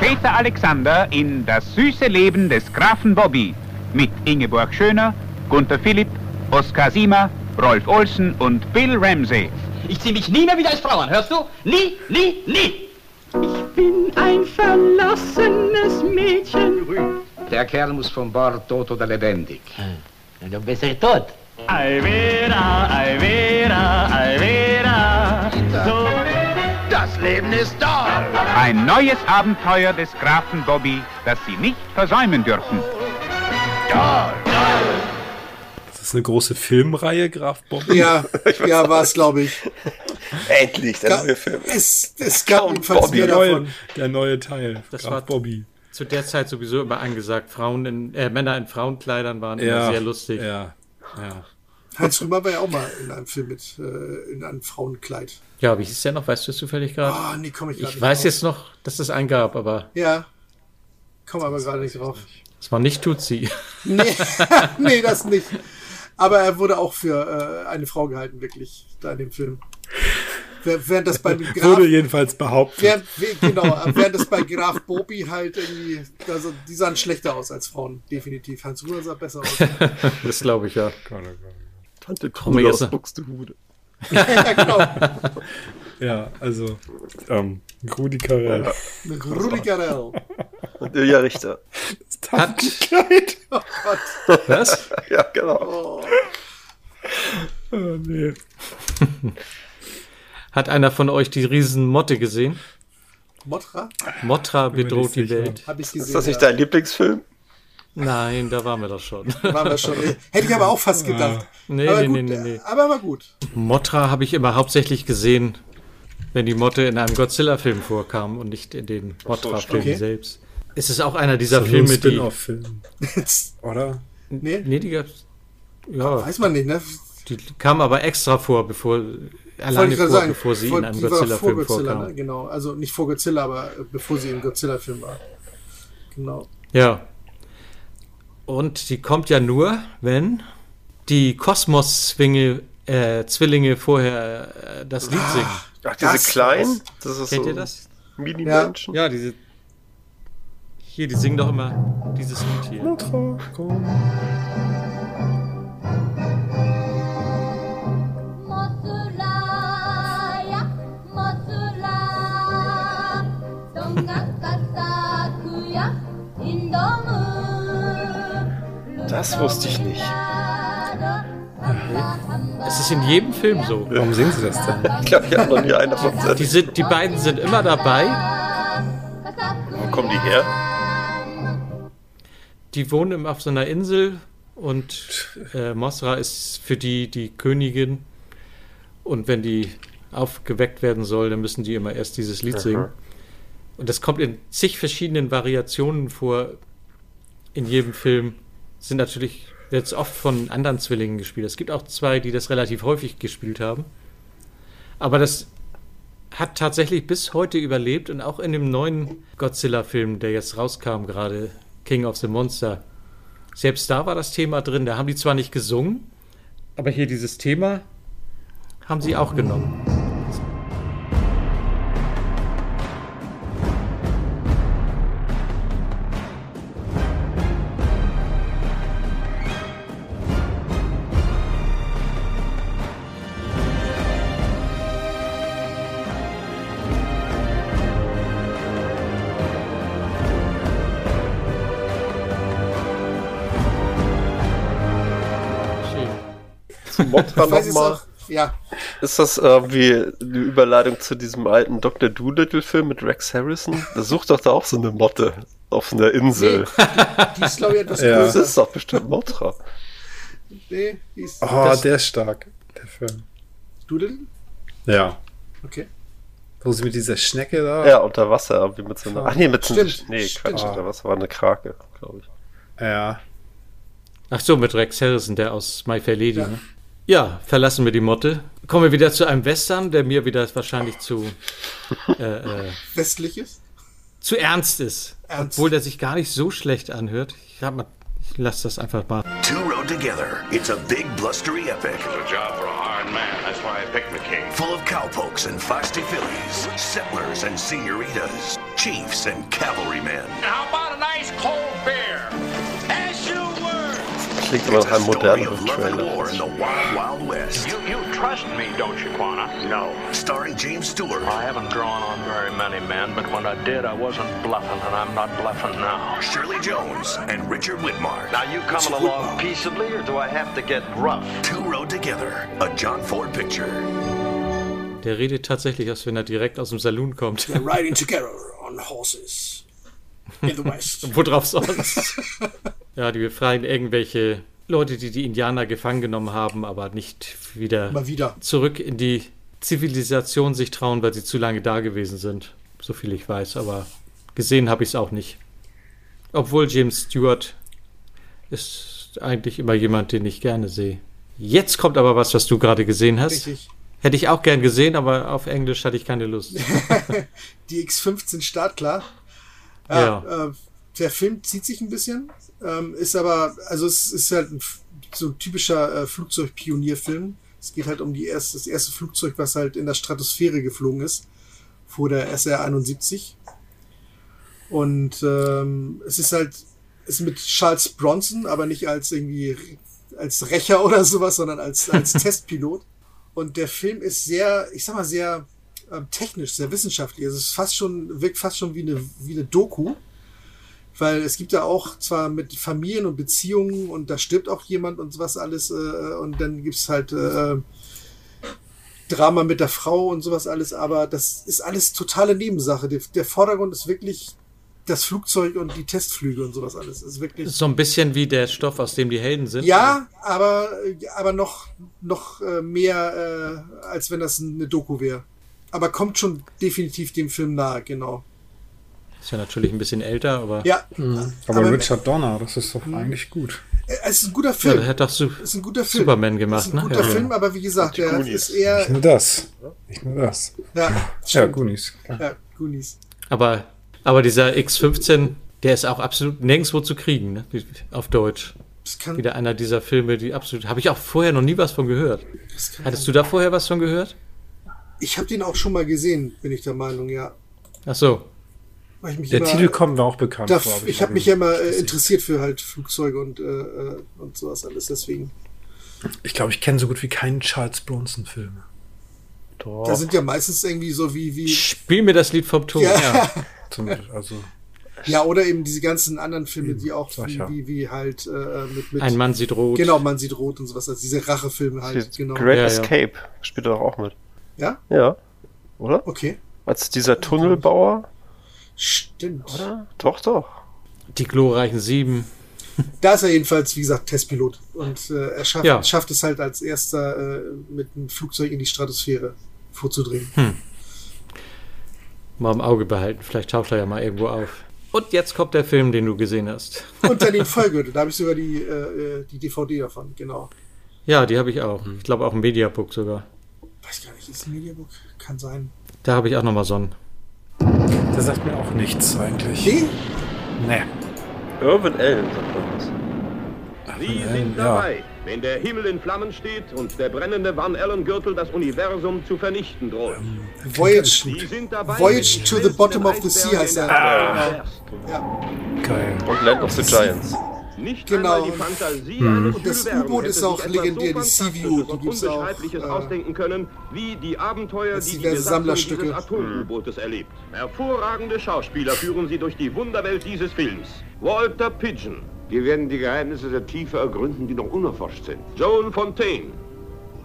S13: Peter Alexander in Das süße Leben des Grafen Bobby mit Ingeborg Schöner, Gunther Philipp, Oskar Siemer, Rolf Olsen und Bill Ramsey.
S12: Ich zieh mich nie mehr wieder als Frau an, hörst du? Nie, nie, nie!
S14: Ich bin ein verlassenes Mädchen.
S20: Der Kerl muss vom Bord tot oder lebendig.
S12: Hm. Dann besser tot.
S14: Alvera, Alvera, Alvera. So.
S8: Das Leben ist da.
S13: Ein neues Abenteuer des Grafen Bobby, das Sie nicht versäumen dürfen.
S6: Ja, ja eine große Filmreihe, Graf Bobby?
S1: Ja, ja war es, glaube ich.
S2: Endlich, der Ga neue Film.
S1: Es, es gab jedenfalls
S6: mehr davon. Der neue Teil,
S5: das Graf war Bobby. Zu der Zeit sowieso immer angesagt, Frauen in, äh, Männer in Frauenkleidern waren ja, immer sehr lustig.
S6: Ja, ja.
S1: Hans Rümer war ja auch mal in einem Film mit, äh, in einem Frauenkleid.
S5: Ja, wie hieß der noch? Weißt du es zufällig gerade?
S1: Ah, oh, nee, komm ich
S5: Ich weiß drauf. jetzt noch, dass es einen gab, aber.
S1: Ja. Komm aber gerade nicht drauf.
S5: Das war nicht Tutsi.
S1: Nee, nee, das nicht. Aber er wurde auch für äh, eine Frau gehalten, wirklich, da in dem Film. Während das bei
S6: Graf, wurde jedenfalls behauptet.
S1: Während, genau, während das bei Graf Bobi halt irgendwie, also die sahen schlechter aus als Frauen, definitiv. Hans Ruhr sah besser aus.
S5: das glaube ich ja.
S6: Tante Krumme aus Buxtehude. ja, genau. Ja, also ähm, Rudi Carell.
S1: Ja. Rudi Carell.
S2: Und Ilja Richter.
S5: Hat. Oh Gott. Was?
S2: ja, genau.
S6: Oh. oh nee.
S5: Hat einer von euch die Riesenmotte gesehen?
S1: Motra?
S5: Motra bedroht die Welt.
S2: Hab ich gesehen, Ist das nicht dein Lieblingsfilm?
S5: Nein, da waren wir doch schon.
S1: Waren wir schon. Hätte ich aber auch
S6: Ah.
S1: fast gedacht.
S5: Ah. Nee,
S1: aber
S5: nee, gut, nee, nee,
S1: Aber war gut.
S5: Motra habe ich immer hauptsächlich gesehen, wenn die Motte in einem Godzilla-Film vorkam und nicht in den Motra-Film okay. selbst. Es ist auch einer dieser so Filme, die.
S6: -Film. Oder?
S5: Nee? Nee, die gab's. Ja.
S1: Weiß man nicht, ne?
S5: Die kam aber extra vor, bevor. äh, Alleine vor, sagen, bevor sie vor, in einem Godzilla-Film
S1: vor Godzilla,
S5: vorkam.
S1: Ne? Genau, also nicht vor Godzilla, aber bevor sie im Godzilla-Film war. Genau.
S5: Ja. Und die kommt ja nur, wenn die Kosmos-Zwillinge äh, vorher äh, das Lied singen.
S2: Ach, diese das kleinen? Das ist
S5: Kennt
S2: so
S5: ihr das?
S2: Mini-Menschen?
S5: Ja. ja, diese. Hier, die singen doch immer dieses Lied hier. Motra, komm.
S2: Das wusste ich nicht.
S5: Mhm. Es ist in jedem Film so.
S6: Warum singen sie das denn?
S2: Ich glaube, ich habe noch nie einen davon
S5: gesehen. Die, sind, die beiden sind immer dabei.
S2: Wo kommen die her?
S5: Die wohnen auf so einer Insel und äh, Mosra ist für die die Königin. Und wenn die aufgeweckt werden soll, dann müssen die immer erst dieses Lied singen. Und das kommt in zig verschiedenen Variationen vor in jedem Film sind natürlich jetzt oft von anderen Zwillingen gespielt. Es gibt auch zwei, die das relativ häufig gespielt haben. Aber das hat tatsächlich bis heute überlebt und auch in dem neuen Godzilla-Film, der jetzt rauskam gerade, King of the Monster, selbst da war das Thema drin. Da haben die zwar nicht gesungen, aber hier dieses Thema haben sie auch genommen.
S2: Mothra nochmal.
S1: Ja.
S2: Ist das irgendwie eine Überleitung zu diesem alten Dr. Doolittle-Film mit Rex Harrison? Da sucht doch da auch so eine Motte auf einer Insel.
S1: Nee, die ist, glaube ich, etwas
S2: ja. größer. Das ist doch bestimmt Mothra.
S1: Nee, die ist.
S6: Oh, das der ist stark, der Film.
S1: Doolittle?
S6: Ja.
S1: Okay.
S6: Wo sie mit dieser Schnecke da.
S2: Ja, unter Wasser, irgendwie mit so einer. Ach nee, mit so einer. Nee,
S1: Ah, Stimmt.
S2: Quatsch, unter Wasser war eine Krake, glaube ich.
S6: Ja.
S5: Ach so, mit Rex Harrison, der aus My Fair Lady, ne? Ja, verlassen wir die Motte. Kommen wir wieder zu einem Western, der mir wieder wahrscheinlich zu äh, äh,
S1: westliches?
S5: zu ernst ist.
S1: Ernst.
S5: Obwohl der sich gar nicht so schlecht anhört. Ich, hab mal, ich lasse das einfach mal.
S4: Two rode together. It's a big, blustery epic. It was a job for a hard man. That's why I picked McCain. Full of cowpokes and feisty fillies, settlers and senoritas, chiefs and cavalrymen.
S14: How about a nice cold beer? As you were.
S2: Klingt aber nach einem
S4: Story
S2: moderneren
S4: of love and
S2: Trailer.
S4: war in the wild, wild west.
S14: You, you trust me, don't you, Quana?
S4: No. Starring James Stewart.
S14: I haven't drawn on very many men, but when I did, I wasn't bluffing, and I'm not bluffing now.
S4: Shirley Jones and Richard Whitmore.
S14: Now you coming along peaceably, or do I have to get rough?
S4: Two rode together. A John Ford picture.
S5: Der redet tatsächlich, als wenn er direkt aus dem Saloon kommt.
S7: They're riding together on horses in the West.
S5: Worauf sonst? ja, die befreien irgendwelche Leute, die die Indianer gefangen genommen haben, aber nicht wieder,
S1: Mal wieder.
S5: zurück in die Zivilisation sich trauen, weil sie zu lange da gewesen sind. So viel ich weiß, aber gesehen habe ich es auch nicht. Obwohl James Stewart ist eigentlich immer jemand, den ich gerne sehe. Jetzt kommt aber was, was du gerade gesehen hast.
S1: Richtig.
S5: Hätte ich auch gern gesehen, aber auf Englisch hatte ich keine Lust.
S1: die X15 startklar.
S5: Ja.
S1: Äh, der Film zieht sich ein bisschen, ähm, ist aber, also es ist halt ein, F- so ein typischer äh, Flugzeugpionierfilm. Es geht halt um die erste, das erste Flugzeug, was halt in der Stratosphäre geflogen ist, vor der SR-71. Und ähm, es ist halt, ist mit Charles Bronson, aber nicht als irgendwie als Rächer oder sowas, sondern als, als Testpilot. Und der Film ist sehr, ich sag mal, sehr ähm, technisch, sehr wissenschaftlich. Also es ist fast schon, wirkt fast schon wie eine, wie eine Doku. Weil es gibt ja auch zwar mit Familien und Beziehungen und da stirbt auch jemand und sowas alles äh, und dann gibt's halt äh, Drama mit der Frau und sowas alles, aber das ist alles totale Nebensache. Der, der Vordergrund ist wirklich das Flugzeug und die Testflüge und sowas alles. Ist wirklich
S5: So ein bisschen wie der Stoff, aus dem die Helden sind.
S1: ja,
S5: Also-
S1: aber, aber noch, noch äh, mehr, äh, als wenn das eine Doku wäre. Aber kommt schon definitiv dem Film nahe, genau.
S5: Ist ja natürlich ein bisschen älter, aber.
S1: Ja.
S6: Mhm. Aber,
S1: Aber-
S6: Richard Donner, Ah, das ist
S5: Mhm.
S6: doch eigentlich gut.
S1: Äh, Es ist ein guter
S5: Ja,
S1: Film.
S5: der hat doch Su
S1: ist ein guter Film.
S5: Superman gemacht,
S1: ist ein
S5: ne?
S1: guter
S5: ja.
S1: Film, aber wie gesagt, der ist
S6: Nicht
S1: eher.
S6: nur das. Nicht nur das.
S1: Ja,
S6: Ja,
S1: stimmt.
S6: Goonies. klar.
S1: Ja, Goonies.
S5: Aber, aber dieser X15, der ist auch absolut nirgendwo zu kriegen, ne? Wie- Auf Deutsch.
S1: Das kann-
S5: Wieder einer dieser Filme, die absolut. Habe ich auch vorher noch nie was von gehört.
S1: Das kann
S5: Hattest du da vorher was von gehört?
S1: Ich habe den auch schon mal gesehen, bin ich der Meinung, ja.
S5: Ach so.
S1: Weil ich mich
S6: Der
S1: immer-
S6: Titel kommt mir auch bekannt
S1: Da,
S6: vor. aber
S1: ich
S6: hab
S1: habe mich
S6: ihn-
S1: ja immer äh, interessiert für halt Flugzeuge und, äh, äh, und sowas alles, deswegen.
S6: Ich glaube, ich kenne so gut wie keinen Charles Bronson-Film.
S1: Da sind ja meistens irgendwie so wie. wie
S5: Spiel mir das Lied vom Ton.
S1: Ja.
S6: Zum, also,
S1: ja, oder eben diese ganzen anderen Filme, die auch
S6: sag ich
S1: wie,
S6: ja.
S1: wie, wie halt äh, mit, mit.
S5: Ein Mann sieht rot.
S1: Genau, man sieht rot und sowas. Also diese Rachefilme halt, genau.
S2: Great
S5: Ja, ja.
S2: Escape spielt er doch auch mit.
S1: Ja?
S2: Ja. Oder?
S1: Okay.
S2: Als dieser Tunnelbauer.
S1: Stimmt.
S2: Oder? Doch, doch.
S5: Die glorreichen Sieben.
S1: Da ist er jedenfalls, wie gesagt, Testpilot. Und äh, er schafft,
S5: Ja.
S1: schafft es halt als erster äh, mit einem Flugzeug in die Stratosphäre vorzudringen.
S5: Mal im Auge behalten. Vielleicht taucht er ja mal irgendwo auf. Und jetzt kommt der Film, den du gesehen hast.
S1: Unter dem Vollgürtel, da habe ich sogar die, äh, äh, die DVD davon, genau.
S6: Mhm.
S5: Ja, die habe ich auch. Ich glaube auch ein Mediabook sogar.
S1: Weiß gar nicht, ist ein Mediabook? Kann sein.
S5: Da habe ich auch nochmal Sonnen.
S6: Der sagt mir auch nichts eigentlich.
S1: Nee?
S6: Nee.
S2: Irwin Allen sagt man das.
S9: Sie sind dabei, wenn der Himmel in Flammen steht und der brennende Van Allen-Gürtel das Universum zu vernichten droht.
S1: Ähm, Voyage, Voyage to the Bottom of the Sea heißt er.
S2: Ah.
S1: Ja.
S6: Geil.
S2: Und Land of the Giants.
S9: Nicht
S1: Genau.
S9: einmal die Fantasie
S6: Hm.
S9: eines
S1: Und das
S9: Jules Verne
S1: U-Boot ist
S9: hätte
S1: auch
S9: sich
S1: legendär, die
S9: etwas so
S1: Sea View,
S9: Fantastisches
S1: die
S9: und
S1: gibt's auch,
S9: Unbeschreibliches
S1: äh,
S9: ausdenken können, wie die Abenteuer,
S1: als
S9: die die
S1: diverse
S9: Besatzung
S1: Sammlerstücke.
S9: dieses Atom-U-Bootes erlebt. Hervorragende Schauspieler führen sie durch die Wunderwelt dieses Films. Walter Pigeon. Wir werden die Geheimnisse der Tiefe ergründen, die noch unerforscht sind. Joan Fontaine.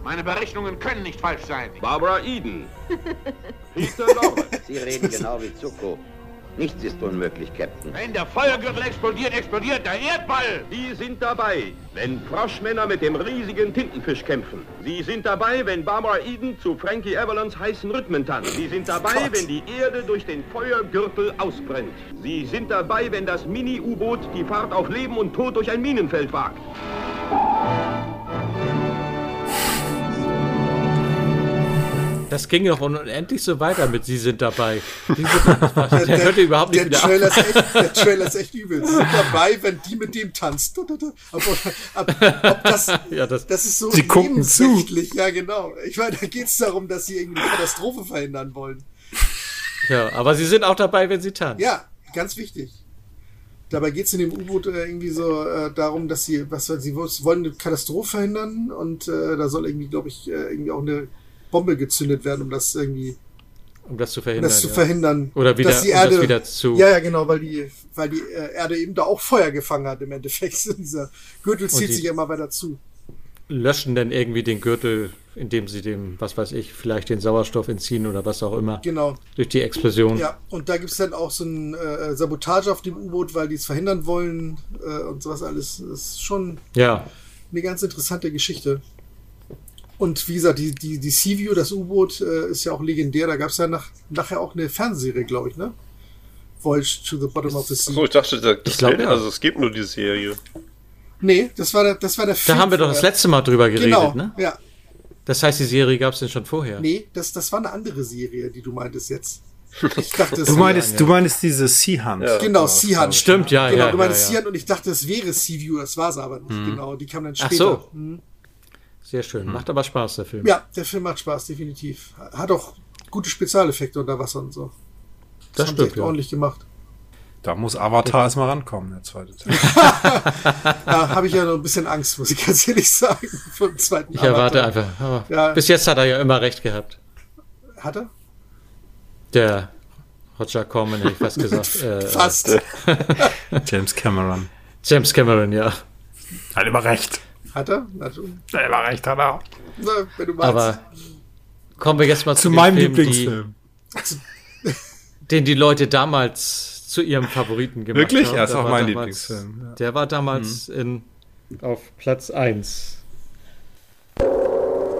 S13: Meine Berechnungen können nicht falsch sein.
S9: Barbara Eden. Peter
S13: Sie reden genau wie Zuko. Nichts ist unmöglich, Captain.
S9: Wenn der Feuergürtel explodiert, explodiert der Erdball. Sie sind dabei, wenn Froschmänner mit dem riesigen Tintenfisch kämpfen. Sie sind dabei, wenn Barbara Eden zu Frankie Avalons heißen Rhythmen tanzt. Sie sind dabei, Gott. wenn die Erde durch den Feuergürtel ausbrennt. Sie sind dabei, wenn das Mini-U-Boot die Fahrt auf Leben und Tod durch ein Minenfeld wagt.
S5: Das ging doch unendlich so weiter mit Sie sind dabei. Sie sind dabei. Der, hörte überhaupt nicht
S1: der
S5: wieder
S1: Trailer ist echt, Der
S5: auf.
S1: Trailer ist echt übel. Sie sind dabei, wenn die mit dem tanzt. Ob, ob, ob das,
S5: Ja, das-
S1: das ist so
S5: Sie gucken zu.
S1: lebensrechtlich. Ja, genau. Ich meine, da geht es darum, dass sie irgendwie eine Katastrophe verhindern wollen.
S5: Ja, aber Sie sind auch dabei, wenn Sie tanzen.
S1: Ja, ganz wichtig. Dabei geht es in dem U-Boot äh, irgendwie so äh, darum, dass sie, was weiß ich, sie wollen eine Katastrophe verhindern und äh, da soll irgendwie, glaube ich, äh, irgendwie auch eine Bombe gezündet werden, um das irgendwie
S5: Um das zu
S1: um
S5: verhindern.
S1: das zu
S5: ja.
S1: verhindern.
S5: Oder wieder,
S1: dass die
S5: um
S1: Erde,
S5: das wieder zu.
S1: Ja, ja, genau, weil die, weil die äh, Erde eben da auch Feuer gefangen hat im Endeffekt. Dieser Gürtel
S5: Und
S1: zieht
S5: die-
S1: sich ja immer weiter zu.
S5: Löschen dann irgendwie den Gürtel, indem sie dem, was weiß ich, vielleicht den Sauerstoff entziehen oder was auch immer.
S1: Genau.
S5: Durch die Explosion.
S1: Ja, und da gibt es dann auch so ein äh, Sabotage auf dem U-Boot, weil die es verhindern wollen äh, und sowas alles. Das ist schon
S5: Ja.
S1: eine ganz interessante Geschichte. Und wie gesagt, die, die, die Sea-View, das U-Boot, äh, ist ja auch legendär. Da gab es ja nach, nachher auch eine Fernsehserie, glaube ich, ne? Voyage to the Bottom of the Sea.
S2: Achso, ich dachte, das
S5: Ich glaub,
S2: gilt-
S5: ja.
S2: also es gibt nur die Serie.
S1: Nee, das war der, das war der
S5: Da
S1: Film
S5: haben wir doch das
S1: vorher.
S5: letzte Mal drüber geredet,
S1: Genau,
S5: ne?
S1: ja.
S5: Das heißt, die Serie gab es denn schon vorher.
S1: Nee, das, das war eine andere Serie, die du meintest jetzt. Ich dachte, es
S6: Du
S1: wäre-
S6: meinest, du meinest diese Sea Hunt.
S1: Genau, Sea Hunt.
S5: Stimmt, ja,
S1: genau,
S5: ja,
S1: du meinst
S5: ja,
S1: Sea
S5: ja.
S1: Hunt und ich dachte, es wäre Sea View, das war es aber nicht.
S5: Mhm.
S1: Genau, die kam dann
S5: Ach
S1: später.
S5: so.
S1: Mhm.
S5: Sehr schön.
S6: Hm.
S5: Macht aber Spaß, der Film.
S1: Ja, der Film macht Spaß, definitiv. Hat auch gute Spezialeffekte unter Wasser und so.
S5: Das
S1: haben
S5: stimmt,
S1: sie echt
S5: ja.
S1: ordentlich gemacht.
S6: Da muss Avatar erstmal rankommen, der zweite Teil.
S1: Da habe ich ja noch ein bisschen Angst, muss ich ganz ehrlich sagen, vom zweiten
S5: Ich erwarte
S1: Avatar.
S5: einfach. Aber
S1: äh, Ja.
S5: Bis jetzt hat er ja immer recht gehabt.
S1: Hat er?
S5: Der Roger Corman, hätte ich fast gesagt. Äh, äh,
S1: Fast.
S6: James Cameron.
S5: James Cameron, ja.
S6: Hat immer recht.
S1: Hat er? Na, du-
S6: Hat immer recht, hat er auch.
S1: na, wenn du meinst.
S5: Aber kommen wir jetzt mal zu,
S6: Zu
S5: den
S6: meinem
S5: Filmen,
S6: Lieblingsfilm.
S5: Die, den die Leute damals zu ihrem Favoriten gemacht
S6: Wirklich?
S5: haben.
S6: Er ist
S5: Der
S6: auch
S5: war
S6: mein
S5: damals-
S6: Lieblingsfilm, ja. Mhm.
S5: Der war damals in, auf Platz 1.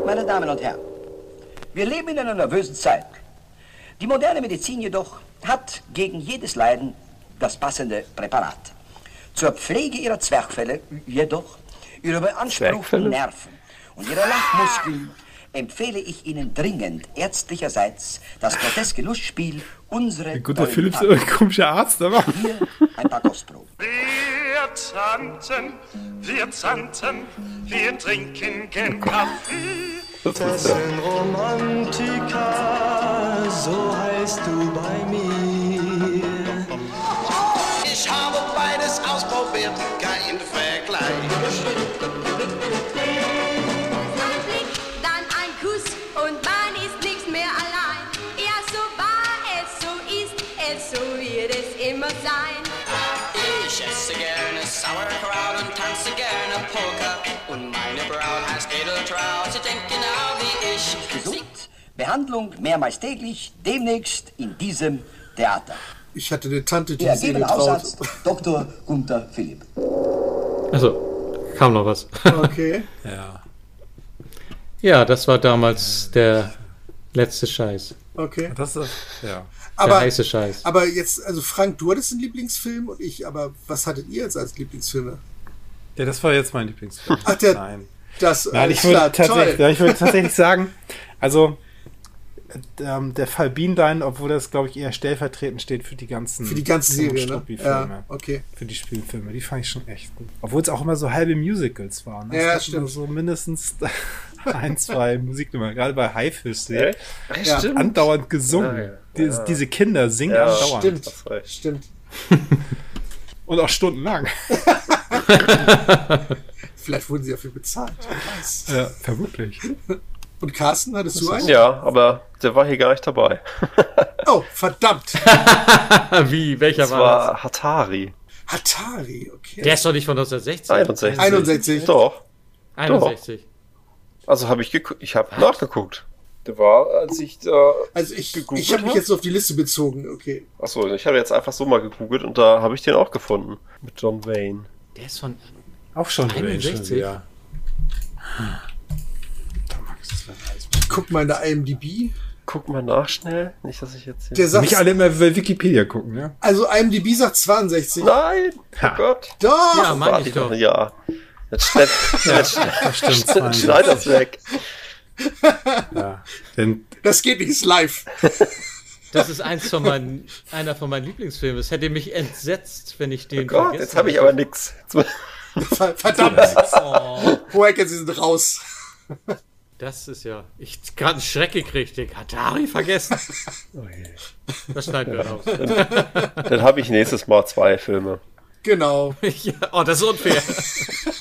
S28: Meine Damen und Herren, wir leben in einer nervösen Zeit. Die moderne Medizin jedoch hat gegen jedes Leiden das passende Präparat. Zur Pflege ihrer Zwerchfälle jedoch, ihrer beanspruchten Nerven und ihrer Lachmuskeln empfehle ich Ihnen dringend ärztlicherseits das groteske Lustspiel Unsere
S6: Ein guter
S28: tollen
S6: Philips,
S28: Taten.
S6: ein komischer Arzt, aber.
S28: Ein paar Kostproben.
S25: Wir zanten, wir zanten, wir trinken gern Kaffee.
S29: Das sind Romantiker, so heißt du bei mir.
S25: Ich habe beides ausprobiert, kein Vergleich.
S19: Ein Blick, dann ein Kuss und man ist nicht mehr allein. Ja, so war es, so ist es, so wird es immer sein.
S25: Ich esse gerne Sauerkraut und tanze gerne Poker. Und meine Braut heißt Edeltraut, sie denkt genau wie ich.
S28: Gesund, Behandlung mehrmals täglich, demnächst in diesem Theater.
S1: Ich hatte eine Tante, die
S28: Der
S1: es eh
S28: ergebene
S1: getraut.
S28: Hausarzt Dr. Gunther Philipp.
S5: Also, kam noch was.
S1: Okay.
S6: Ja.
S5: Ja, das war damals der letzte Scheiß.
S1: Okay.
S6: Das ist, ja.
S1: Aber,
S5: heiße Scheiß.
S1: aber jetzt, also Frank, du hattest einen Lieblingsfilm und ich, aber was hattet ihr jetzt als Lieblingsfilme?
S6: Ja, das war jetzt mein Lieblingsfilm.
S1: Ach, der-
S6: Nein.
S1: Das äh,
S6: Nein, ich würde tatsächlich, ja, ich würde tatsächlich sagen, also ähm, der Fall Beanlein, obwohl das, glaube ich, eher stellvertretend steht für die ganzen
S1: Für die ganze Serie, ne? Ja, okay.
S6: Für die Spielfilme, die fand ich schon echt gut. Obwohl es auch immer so halbe Musicals waren. ne?
S1: Ja, stimmt.
S6: So mindestens ein, zwei Musiknummern, gerade bei Highfish
S2: sehe.
S6: Ja, ja. Andauernd
S2: Ah,
S6: gesungen. Dies, diese Kinder singen andauernd.
S1: Stimmt, stimmt.
S6: Und auch stundenlang.
S1: Vielleicht wurden sie dafür bezahlt. Wer weiß.
S6: Ja, vermutlich.
S1: Und Carsten, hattest du einen?
S2: Ja, aber der war hier gar nicht dabei.
S1: oh, verdammt!
S5: Wie? Welcher
S2: das
S5: war,
S2: war das? Hatari.
S1: Hatari, okay.
S5: Der ist doch nicht von 1960.
S2: 61.
S1: 61.
S2: Doch.
S5: 61.
S2: Doch. Also habe ich geguckt, ich habe nachgeguckt. Der war, als ich da.
S1: Also ich, ich habe mich jetzt auf die Liste bezogen, okay.
S2: Achso, ich habe jetzt einfach so mal gegoogelt und da habe ich den auch gefunden. Mit John Wayne.
S5: Der ist von.
S6: Auch schon 61.
S5: Ja.
S1: Guck mal in der IMDb.
S2: Guck mal nach schnell. Nicht, dass ich jetzt
S6: hier. Der sagt, Nicht alle immer über Wikipedia gucken, ja?
S1: Also IMDb sagt 62.
S2: Nein! Oh Gott.
S1: Doch!
S5: Ja, meine ich doch.
S2: Ja. Jetzt schnell, ja, jetzt schnell, schneid das weg.
S1: Ja, denn das geht nicht, ist live.
S5: Das ist eins von meinen, einer von meinen Lieblingsfilmen. Es hätte mich entsetzt, wenn ich den.
S2: Oh Gott, jetzt habe ich aber nix.
S1: Verdammt. oh. Hohecker, Sie sind raus.
S5: Das ist ja. Ich gerade einen Schreck gekriegt, Dick. Hat Harry vergessen? Oh, yeah. Das schneiden wir raus.
S2: Dann, dann habe ich nächstes Mal zwei Filme.
S1: Genau.
S5: ja, oh, das ist unfair.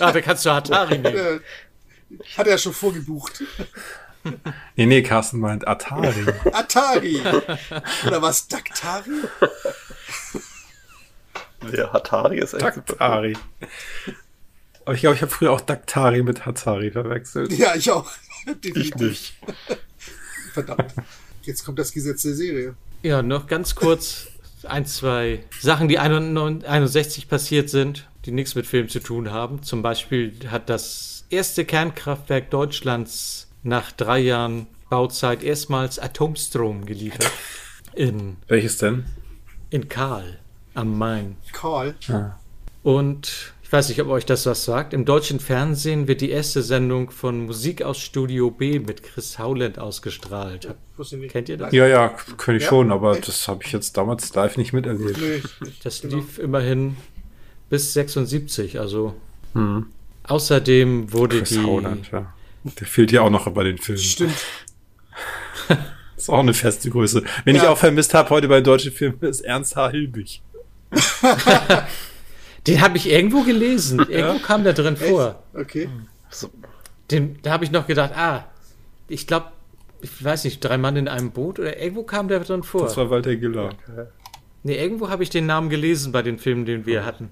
S5: ja, da kannst du Atari nehmen.
S1: Hat er schon vorgebucht.
S6: Nee, nee, Carsten meint Atari.
S1: Atari! Oder was? Daktari?
S2: Der Hatari ist echt.
S6: Daktari. Aber ich glaube, ich habe früher auch Daktari mit Hatari verwechselt.
S1: Ja, ich auch.
S6: Definitiv. Ich nicht.
S1: Verdammt. Jetzt kommt das Gesetz der Serie.
S5: Ja, noch ganz kurz ein, zwei Sachen, die 61 passiert sind, die nichts mit Film zu tun haben. Zum Beispiel hat das erste Kernkraftwerk Deutschlands nach drei Jahren Bauzeit erstmals Atomstrom geliefert. In,
S6: Welches denn?
S5: In Karl am Main.
S1: Karl. Ja.
S5: Und ich weiß nicht, ob euch das was sagt. Im deutschen Fernsehen wird die erste Sendung von Musik aus Studio B mit Chris Howland ausgestrahlt. Kennt ihr das?
S6: Ja, ja, kenne ich ja, schon, aber echt? das habe ich jetzt damals live nicht miterlebt. Nee,
S5: das lief genau. immerhin bis 76, also. Hm. Außerdem wurde Chris die. Howland,
S6: ja. Der fehlt ja auch noch bei den Filmen.
S1: Stimmt.
S6: ist auch eine feste Größe. Wenn ja. ich auch vermisst habe heute bei deutschen Filmen, ist Ernst H. Hilbig.
S5: Den habe ich irgendwo gelesen. Irgendwo ja? kam der drin Echt? vor.
S1: Okay.
S5: Den, da habe ich noch gedacht, ah, ich glaube, ich weiß nicht, drei Mann in einem Boot oder irgendwo kam der drin vor.
S6: Das war Walter Giller.
S5: Okay. Nee, irgendwo habe ich den Namen gelesen bei den Filmen, den wir hatten.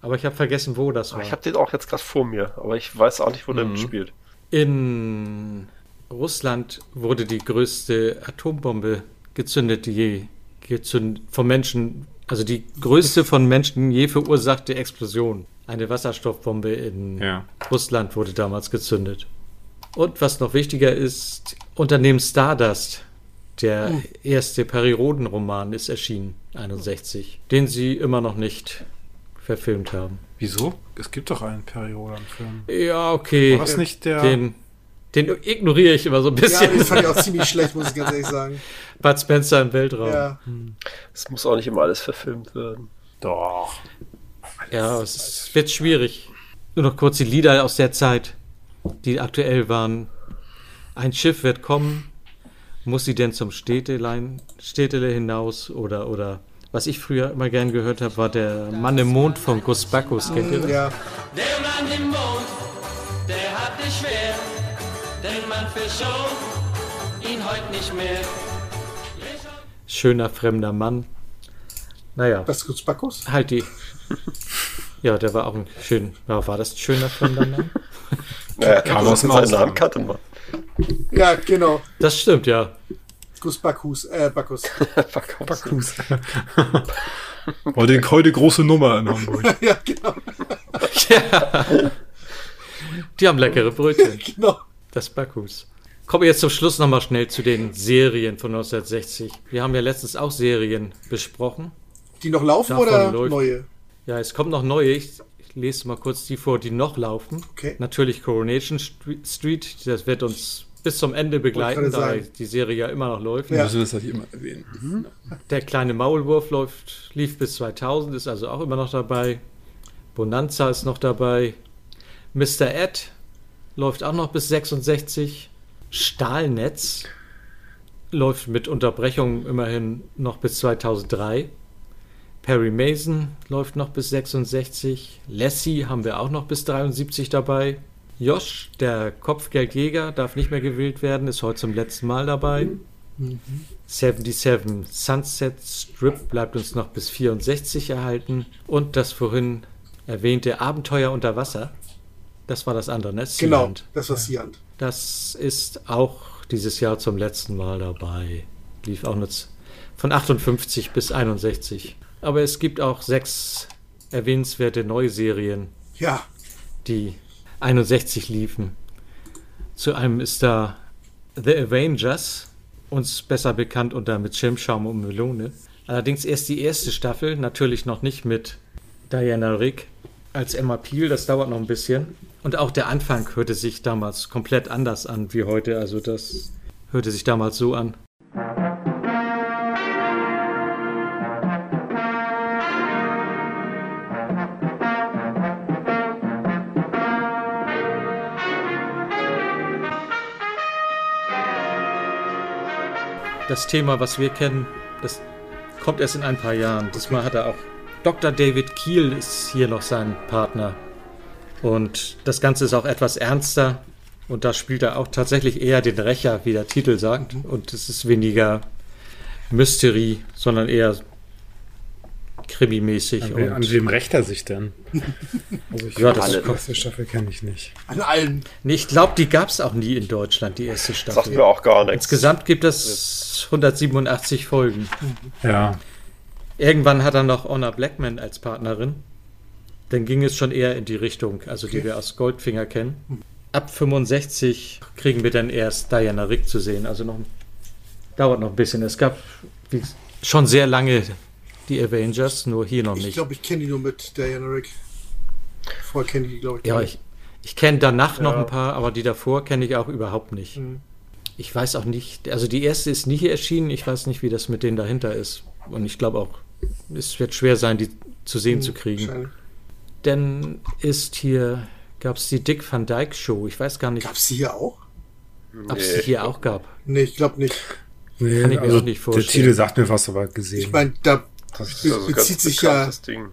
S5: Aber ich habe vergessen, wo das war.
S2: Oh, Ich habe den auch jetzt gerade vor mir, aber ich weiß auch nicht, wo mhm. der mitspielt.
S5: In Russland wurde die größte Atombombe gezündet, die je gezündet, von Menschen also die größte von Menschen je verursachte Explosion. Eine Wasserstoffbombe in ja. Russland wurde damals gezündet. Und was noch wichtiger ist, Unternehmen Stardust, der hm. erste Periodenroman, ist erschienen, 61, den sie immer noch nicht verfilmt haben.
S6: Wieso? Es gibt doch einen Periodenfilm.
S5: Ja, okay.
S6: War das nicht der...
S5: Den, den ignoriere ich immer so ein bisschen.
S1: Ja, den fand ich auch ziemlich schlecht, muss ich ganz ehrlich sagen.
S5: Bud Spencer im Weltraum.
S1: Ja.
S2: Es muss auch nicht immer alles verfilmt werden.
S6: Doch.
S5: Alles ja, es ist, wird schwierig. Nur noch kurz die Lieder aus der Zeit, die aktuell waren. Ein Schiff wird kommen. Muss sie denn zum Städtelein, Städtele hinaus oder, oder was ich früher immer gern gehört habe, war der Mann im Mond von Gus Bacchus. Kennt ihr das?
S1: Hm, Ja.
S3: Der Mann im Mond, der hat es schwer denn man verschont ihn heute nicht mehr.
S5: Schöner fremder Mann. Naja.
S1: Baskus Backus?
S5: Halt die. Ja, der war auch ein schön. Ja, war das ein schöner fremder Mann?
S2: naja, kam aus dem Ausland. Namen
S1: Ja, genau.
S5: Das stimmt, ja.
S1: Gus Bakus, äh, Bakus.
S6: Bakus. Heute, heute große Nummer in Hamburg.
S1: ja, genau.
S5: ja. Die haben leckere Brötchen.
S1: genau
S5: das Bakus. Kommen wir jetzt zum Schluss nochmal schnell zu den Serien von 1960. Wir haben ja letztens auch Serien besprochen.
S1: Die noch laufen Davon oder neue?
S5: Ja, es kommen noch neue. Ich, lese mal kurz die vor, die noch laufen.
S1: Okay.
S5: Natürlich Coronation Street, das wird uns bis zum Ende begleiten, da die Serie ja immer noch läuft.
S6: Ja. Müssen wir das halt immer erwähnen. Mhm.
S5: Der kleine Maulwurf läuft, lief bis 2000, ist also auch immer noch dabei. Bonanza ist noch dabei. Mr. Ed läuft auch noch bis 66. Stahlnetz läuft mit Unterbrechung immerhin noch bis 2003. Perry Mason läuft noch bis 66. Lassie haben wir auch noch bis 73 dabei. Josh, der Kopfgeldjäger, darf nicht mehr gewählt werden, ist heute zum letzten Mal dabei. Mhm. 77 Sunset Strip bleibt uns noch bis 64 erhalten. Und das vorhin erwähnte Abenteuer unter Wasser. Das war das andere, ne?
S1: Sealand. Genau, das war Sealand.
S5: Das ist auch dieses Jahr zum letzten Mal dabei. Lief auch nur von 58 bis 61. Aber es gibt auch sechs erwähnenswerte Neuserien.
S1: Ja.
S5: Die 61 liefen. Zu einem ist da The Avengers, uns besser bekannt unter mit Schirmschaum und Melone. Allerdings erst die erste Staffel, natürlich noch nicht mit Diana Rick als Emma Peel, das dauert noch ein bisschen. Und auch der Anfang hörte sich damals komplett anders an wie heute, also das hörte sich damals so an. das Thema, was wir kennen, das kommt erst in ein paar Jahren. Diesmal hat er auch Dr. David Kiel ist hier noch sein Partner. Und das Ganze ist auch etwas ernster. Und da spielt er auch tatsächlich eher den Rächer, wie der Titel sagt. Und es ist weniger Mystery, sondern eher krimimäßig.
S6: An, we an wem rächt er sich denn?
S5: also ich ja, das
S6: die erste Staffel kenne ich nicht.
S1: An allen.
S5: Nee, ich glaube, die gab es auch nie in Deutschland, die erste Staffel.
S2: Sagt mir auch gar nichts.
S5: Insgesamt gibt es 187 Folgen.
S6: Ja.
S5: Irgendwann hat er noch Honor Blackman als Partnerin. Dann ging es schon eher in die Richtung, also okay. die wir aus Goldfinger kennen. Ab 65 kriegen wir dann erst Diana Rick zu sehen. Also noch dauert noch ein bisschen. Es gab wie, schon sehr lange die Avengers, nur hier noch nicht.
S1: Ich glaube, ich kenne die nur mit Diana Rick. Vorher kenne ich die, glaube ich.
S5: Ja, ich, ich kenne danach ja. noch ein paar, aber die davor kenne ich auch überhaupt nicht. Mhm. Ich weiß auch nicht, also die erste ist nie hier erschienen, ich weiß nicht, wie das mit denen dahinter ist. Und ich glaube auch, es wird schwer sein, die zu sehen mhm, zu kriegen. Dann ist hier, gab es die Dick Van Dyke Show, ich weiß gar nicht.
S1: Gab es die hier auch?
S5: Ob es nee, die hier auch gab.
S1: Nee, ich glaube nicht.
S6: Nee, Kann ich also mir auch nicht vorstellen. Der Titel sagt mir was, aber gesehen.
S1: Ich meine, da das ist also bezieht sich ja. Ding,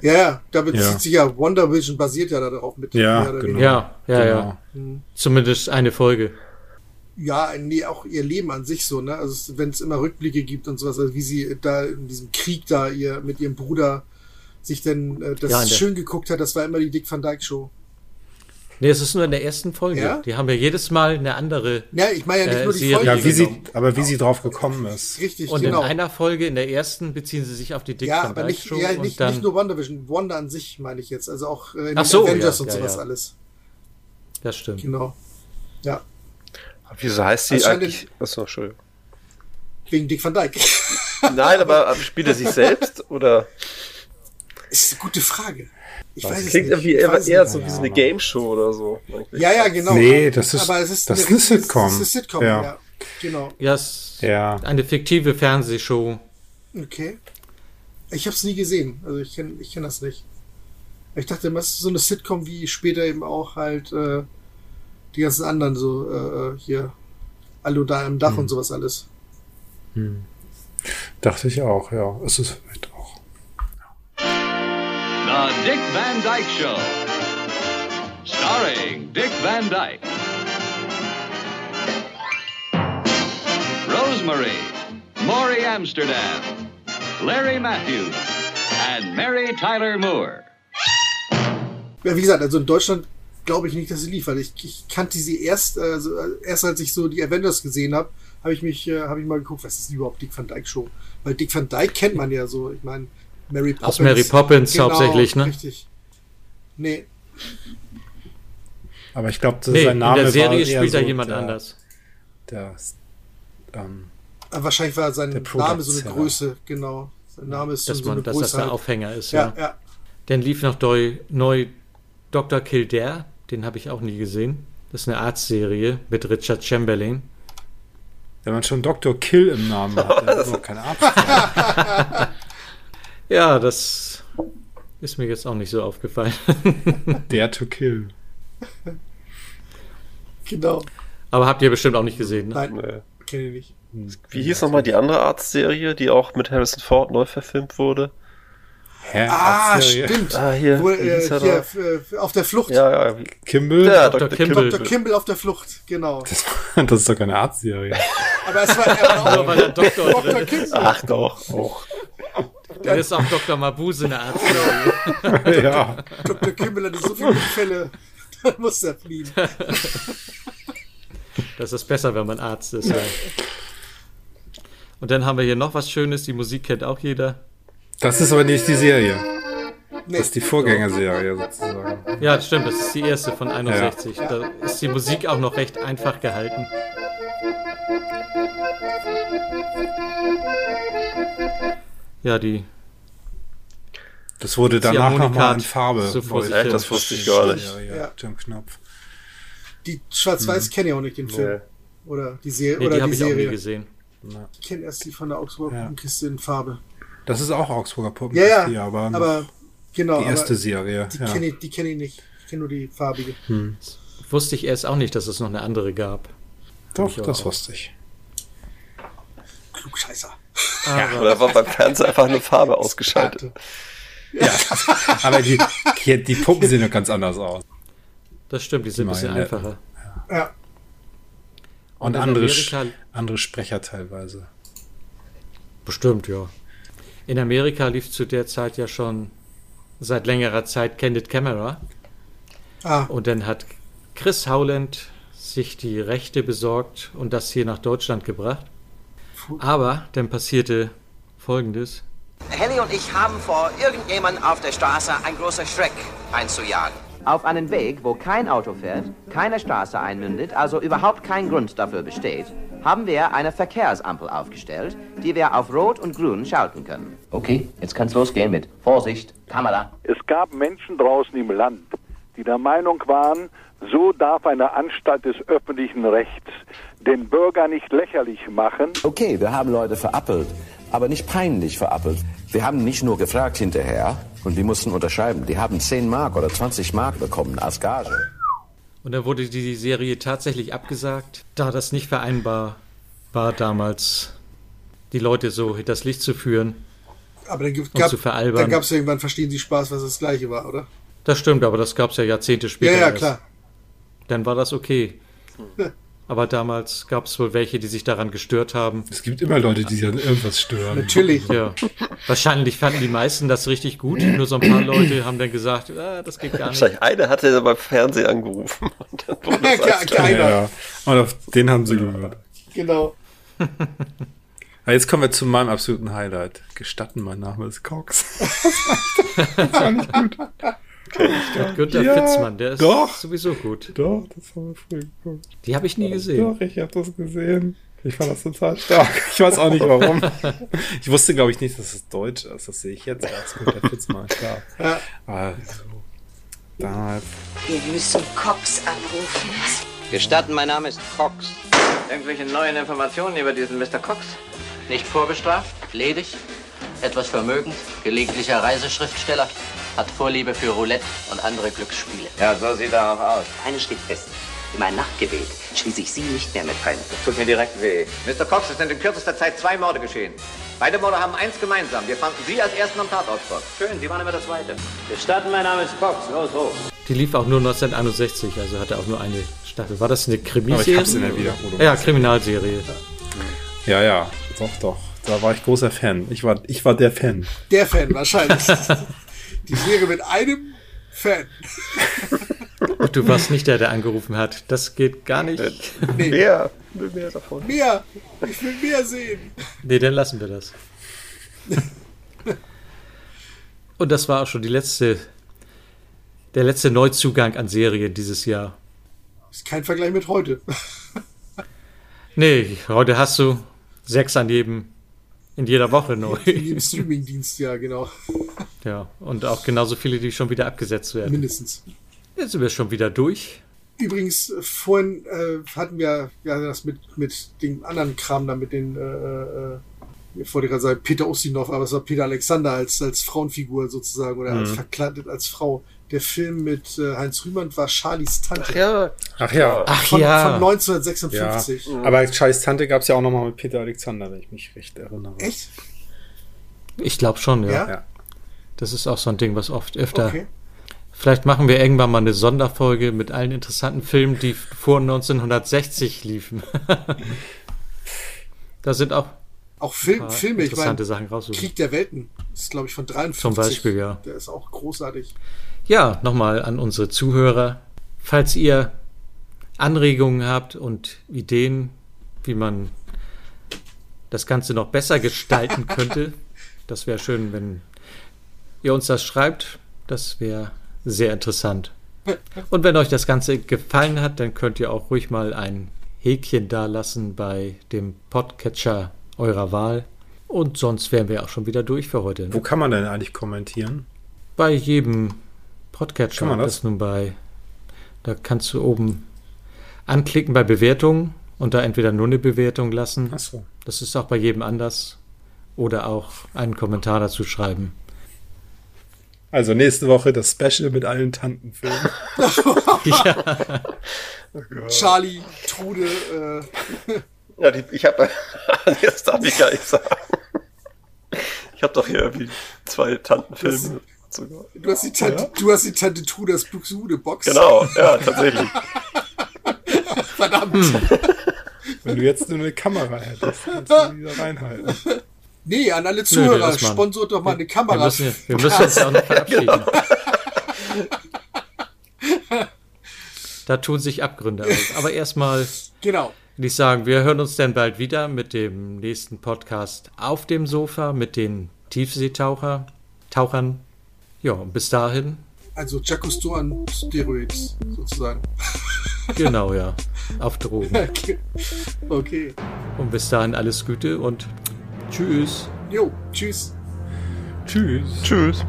S1: ja, ja, da bezieht ja. sich ja Wonder Vision basiert ja darauf mit.
S6: Ja, genau.
S5: ja, ja, genau. ja. Mhm. Zumindest eine Folge.
S1: Ja, nee, auch ihr Leben an sich so, ne? Also wenn es immer Rückblicke gibt und sowas, also wie sie da in diesem Krieg da ihr mit ihrem Bruder sich denn äh, das ja, schön geguckt hat, das war immer die Dick Van Dyke Show.
S5: Nee, es ist nur in der ersten Folge. Ja? Die haben ja jedes Mal eine andere. äh,
S1: Ja, ich meine ja nicht nur die Serie
S6: Folge. Ja, wie sie, aber wie sie drauf gekommen ist.
S1: Richtig,
S5: Und genau. in einer Folge, in der ersten, beziehen sie sich auf die Dick
S1: Ja, aber nicht, ja, nicht, nicht nur WandaVision. Wanda an sich meine ich jetzt. Also auch äh, in so, Avengers ja, und sowas alles.
S5: Das stimmt.
S1: Genau. Ja.
S2: Aber wieso heißt
S1: Also
S2: sie eigentlich. Achso, Entschuldigung.
S1: Wegen Dick Van Dyke.
S2: Nein, aber spielt er sich selbst oder.
S1: Ist eine gute Frage. Ich
S2: das
S1: weiß es
S2: klingt
S1: nicht.
S2: irgendwie eher, eher so wie so eine Game Show oder so.
S1: Eigentlich. Ja, ja, genau.
S6: Nee, das ist, Aber es ist, das eine, ist eine Sitcom. Das ist eine
S1: Sitcom, ja. ja. Genau.
S5: Ja, es
S6: ja.
S5: eine fiktive Fernsehshow.
S1: Okay. Ich habe es nie gesehen. Also ich kenne ich kenn das nicht. Ich dachte, das ist so eine Sitcom wie später eben auch halt äh, die ganzen anderen so äh, hier. Allo da am Dach hm. und sowas alles.
S6: Hm. Dachte ich auch, ja. Es ist vielleicht auch.
S11: The Dick Van Dyke Show. Starring Dick Van Dyke. Rosemary, Maury Amsterdam, Larry Matthews, and Mary Tyler Moore.
S1: Ja, wie gesagt, also in Deutschland glaube ich nicht, dass sie lief, weil ich, ich kannte sie erst, also erst als ich so die Avengers gesehen habe, habe ich mich, äh, habe ich mal geguckt, was ist überhaupt Dick Van Dyke Show? Weil Dick Van Dyke kennt man ja so, ich meine,
S5: Mary Poppins. Aus Mary Poppins genau, hauptsächlich, ne?
S1: Richtig. Nee.
S6: Aber ich glaube,
S5: nee, sein Name war. In der Serie spielt da so jemand
S6: der,
S5: anders.
S6: Der, ähm,
S1: wahrscheinlich war sein Name so eine Größe, genau. Sein Name ist
S5: dass
S1: so
S5: man,
S1: eine
S5: dass
S1: Größe. halt.
S5: das der Aufhänger ist,
S1: ja. ja. ja.
S5: Dann lief noch neu, neu Dr. Kildare, den habe ich auch nie gesehen. Das ist eine Arztserie mit Richard Chamberlain.
S6: Wenn man schon Dr. Kill im Namen hat, dann ist auch kein Arzt.
S5: ja, das ist mir jetzt auch nicht so aufgefallen.
S6: Der to Kill.
S1: Genau.
S5: Aber habt ihr bestimmt auch nicht gesehen, ne?
S1: Nein, nee. kenne ich nicht.
S6: Hm.
S2: Wie hieß nochmal die andere Arztserie, die auch mit Harrison Ford neu verfilmt wurde?
S1: Hä? Ah, stimmt.
S2: Ah, hier,
S1: Wo, äh, hier f- auf der Flucht.
S2: Ja, ja.
S6: Kimball?
S2: Ja, Dr.
S1: Dr.
S2: Kimble.
S1: Kimball auf der Flucht, genau.
S6: Das, das ist doch keine Arztserie.
S1: Aber es war, er war
S5: Nur weil der Doktor
S1: Dr.
S5: drin ist.
S1: Kimball.
S2: Ach doch, oh. auch.
S5: Dann ist auch Dr. Mabuse eine Arztserie.
S6: ja.
S1: Dr. Kimball hatte so viele Fälle, dann muss er fliehen.
S5: Das ist besser, wenn man Arzt ist. Ja. Und dann haben wir hier noch was Schönes. Die Musik kennt auch jeder.
S6: Das ist aber nicht die Serie.
S1: Nee.
S6: Das ist die Vorgängerserie sozusagen.
S5: Ja, das stimmt. Das ist die erste von 61. Da ist die Musik auch noch recht einfach gehalten. Ja, die
S6: Das wurde
S5: die
S6: danach
S5: Harmonika
S6: nochmal in
S5: hat
S6: Farbe.
S5: so vor sich
S2: Echt,
S5: hin.
S2: das wusste ich gar nicht.
S6: Ja, ja,
S1: Ja.
S6: Tim Knopf. Mhm.
S1: Die Schwarz-Weiß kenne ich auch nicht, den Film. Oder die, Serie
S5: Nee,
S1: oder
S5: die
S1: die,
S5: habe ich auch nie
S1: Serie.
S5: gesehen.
S1: Ich kenne erst die von der Augsburger
S6: Ja.
S1: Puppenkiste in Farbe.
S6: Das ist auch Augsburger Puppen.
S1: Ja, ja.
S6: Die, aber,
S1: aber genau.
S6: die erste
S1: aber
S6: Serie.
S1: Die
S6: ja.
S1: kenne ich, die kenn ich nicht. Ich kenne nur die farbige.
S6: Hm.
S5: Wusste ich erst auch nicht, dass es noch eine andere gab.
S6: Doch,
S5: Ich auch.
S6: das wusste ich.
S1: Klugscheißer.
S5: Aber
S2: Oder war beim Fernseher einfach eine Farbe ausgeschaltet?
S6: Ja. aber die, die, die Puppen sehen doch ganz anders aus.
S5: das stimmt, die sind ein bisschen
S6: Meine-
S5: einfacher.
S1: Ja.
S6: Äh, Und,
S5: in
S6: andere,
S5: Amerika-
S6: Sch- andere Sprecher teilweise.
S5: Bestimmt, ja. In Amerika lief zu der Zeit ja schon seit längerer Zeit Candid Camera.
S1: Ah,
S5: Und dann hat Chris Howland sich die Rechte besorgt und das hier nach Deutschland gebracht. Aber dann passierte Folgendes.
S9: Henny und ich haben vor, irgendjemand auf der Straße ein großer Schreck einzujagen. Auf einen Weg, wo kein Auto fährt, keine Straße einmündet, also überhaupt kein Grund dafür besteht, haben wir eine Verkehrsampel aufgestellt, die wir auf Rot und Grün schalten können. Okay, jetzt kann's losgehen mit Vorsicht, Kamera.
S16: Es gab Menschen draußen im Land, die der Meinung waren, so darf eine Anstalt des öffentlichen Rechts den Bürger nicht lächerlich machen. Okay, wir haben Leute verappelt, aber nicht peinlich verappelt. Wir haben nicht nur gefragt hinterher und die mussten unterschreiben. Die haben 10 Mark oder 20 Mark bekommen als Gage.
S5: Und dann wurde die Serie tatsächlich abgesagt, da das nicht vereinbar war damals, die Leute so hinter das Licht zu führen.
S1: aber dann gibt-
S5: Und
S1: gab
S5: zu veralbern.
S1: dann gab's irgendwann Verstehen Sie Spaß, was das gleiche war, oder?
S5: Das stimmt, aber das gab es ja Jahrzehnte später.
S1: ja, ja,
S5: erst.
S1: klar.
S5: Dann war das okay. Aber damals gab es wohl welche, die sich daran gestört haben.
S6: Es gibt immer Leute, die sich an irgendwas stören.
S1: Natürlich.
S5: Ja. Wahrscheinlich fanden die meisten das richtig gut. Nur so ein paar Leute haben dann gesagt, ah, das geht gar nicht.
S2: Wahrscheinlich eine hatte er beim Fernsehen angerufen. Und dann wurde das
S1: Ja,
S2: alles
S1: klar.
S6: Ja, ja. Und auf den haben sie gehört.
S1: Genau.
S6: Aber jetzt kommen wir zu meinem absoluten Highlight. Gestatten, mein Name ist Cox. das war nicht gut.
S5: Günter
S6: Ja,
S5: Fitzmann, der ist
S6: doch.
S5: sowieso gut.
S6: Doch, das haben wir früher geguckt.
S5: Die habe ich nie gesehen.
S6: Doch, ich habe das gesehen. Ich fand das total stark. Ich weiß auch nicht warum. Ich wusste, glaube ich, nicht, dass es deutsch ist. Das sehe ich jetzt erst. Gut, der Fitzmann, klar. Also, damals.
S19: Wir müssen Cox anrufen.
S9: Gestatten, mein Name ist Cox. Irgendwelche neuen Informationen über diesen Mr. Cox? Nicht vorbestraft, ledig, etwas vermögend, gelegentlicher Reiseschriftsteller, hat Vorliebe für Roulette und andere Glücksspiele. Ja, so sieht er auch aus. Eines steht fest. In meinem Nachtgebet schließe ich Sie nicht mehr mit ein. Das tut mir direkt weh.
S19: Mr. Cox, es sind in kürzester Zeit zwei Morde geschehen.
S9: Beide Morde haben eins gemeinsam. Wir fanden Sie als Ersten am Tatort vor. Schön, Sie waren immer der Zweite. Gestatten, mein Name ist Cox. Los, hoch.
S5: Die lief auch nur 1961, also hatte auch nur eine Staffel. War das eine
S6: hab's
S5: Krimiserie?
S6: in der Wiederholung
S5: Ja,
S6: gesehen.
S5: Kriminalserie.
S6: Ja, ja, doch, doch. Da war ich großer Fan. Ich war, ich war der Fan.
S1: Der Fan wahrscheinlich. die Serie mit einem Fan.
S5: Und du warst nicht der, der angerufen hat. Das geht gar nicht.
S1: Nee.
S2: Mehr, mehr davon.
S1: Mehr. Ich will mehr sehen.
S5: Nee, dann lassen wir das. Und das war auch schon die letzte, der letzte Neuzugang an Serien dieses Jahr.
S1: Ist kein Vergleich mit heute.
S5: Nee, heute hast du sechs an jedem, in jeder Woche neu.
S1: Wie im Streamingdienst, ja, genau.
S5: Ja, und auch genauso viele, die schon wieder abgesetzt werden.
S1: Mindestens.
S5: Jetzt sind wir schon wieder durch.
S1: Übrigens, vorhin äh, hatten wir ja das mit, mit dem anderen Kram da, mit den, äh, äh, ich wollte gerade sagen, Peter Ustinov, aber es war Peter Alexander als, als Frauenfigur sozusagen oder als
S2: Mhm.
S1: verkleidet als Frau. Der Film mit äh, Heinz Rühmann war Charlies Tante.
S2: Ach ja.
S6: Ach ja.
S1: Von, von 1956.
S6: Ja. Aber scheiß Tante gab es ja auch nochmal mit Peter Alexander, wenn ich mich recht erinnere.
S1: Echt?
S5: Ich glaube schon, ja.
S1: Ja?
S5: Das ist auch so ein Ding, was oft öfter.
S1: Okay.
S5: Vielleicht machen wir irgendwann mal eine Sonderfolge mit allen interessanten Filmen, die vor 1960 liefen. da sind auch
S1: Auch
S5: ein
S1: Film,
S5: paar
S1: Filme, ich
S5: interessante
S1: meine,
S5: Sachen raussuchen.
S1: Krieg der Welten ist, glaube ich, von 53.
S5: Zum Beispiel, ja.
S1: Der ist auch großartig.
S5: Ja, nochmal an unsere Zuhörer. Falls ihr Anregungen habt und Ideen, wie man das Ganze noch besser gestalten könnte, das wäre schön, wenn ihr uns das schreibt. Das wäre sehr interessant. Und wenn euch das Ganze gefallen hat, dann könnt ihr auch ruhig mal ein Häkchen dalassen bei dem Podcatcher eurer Wahl. Und sonst wären wir auch schon wieder durch für heute. ne?
S6: Wo kann man denn eigentlich kommentieren?
S5: bei jedem Podcatcher.
S6: Kann man das?
S5: ist nun bei. Da kannst du oben anklicken bei Bewertungen und da entweder nur eine Bewertung lassen.
S6: Ach so.
S5: Das ist auch bei jedem anders. Oder auch einen Kommentar dazu schreiben.
S6: Also nächste Woche das Special mit allen Tantenfilmen. Oh
S5: Ja.
S1: Charlie, Trude, äh,
S2: Ja, die, ich habe. das darf ich gar nicht sagen. Ich habe doch hier irgendwie zwei Tantenfilme. sogar.
S1: du, hast die Tante, du hast die Tante Trude als Buxude-Box.
S2: Genau, ja, tatsächlich.
S1: Verdammt.
S6: Wenn du jetzt nur eine Kamera hättest, kannst du die wieder reinhalten.
S1: Nee, an alle
S6: Nö,
S1: Zuhörer,
S6: lass mal.
S1: sponsort doch mal eine Kamera.
S6: wir müssen- wir müssen uns auch noch verabschieden.
S1: Genau.
S5: Da tun sich Abgründe aus. Aber erstmal.
S1: Genau.
S5: Will ich sagen, wir hören uns dann bald wieder mit dem nächsten Podcast auf dem Sofa mit den Tiefseetaucher, Tauchern. Ja, und bis dahin.
S1: Also Jacusto an Steroids, sozusagen.
S5: Genau, ja. Auf Drogen.
S1: Okay. okay.
S5: Und bis dahin alles Gute und tschüss.
S1: Jo, tschüss.
S6: Tschüss.
S2: Tschüss.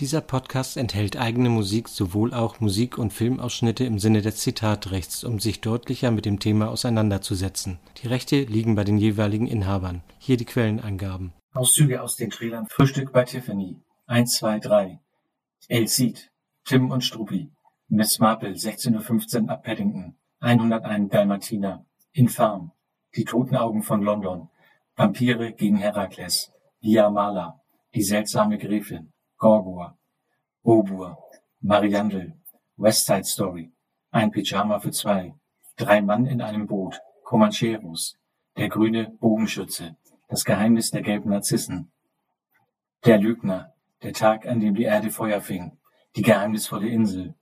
S5: Dieser Podcast enthält eigene Musik, sowohl auch Musik- und Filmausschnitte im Sinne des Zitatrechts, um sich deutlicher mit dem Thema auseinanderzusetzen. Die Rechte liegen bei den jeweiligen Inhabern. Hier die Quellenangaben.
S15: Auszüge aus den Trailern Frühstück bei Tiffany. 1, 2, 3. El Cid. Tim und Struppi. Miss Marple, 16.15 Uhr ab Paddington. 101 Dalmatiner. Infam. Die toten Augen von London. Vampire gegen Herakles. Via Mala. Die seltsame Gräfin. Gorgor. Obur. Mariandel. West Side Story. Ein Pyjama für zwei. Drei Mann in einem Boot. Comancheros. Der grüne Bogenschütze. Das Geheimnis der gelben Narzissen. Der Lügner. Der Tag, an dem die Erde Feuer fing. Die geheimnisvolle Insel.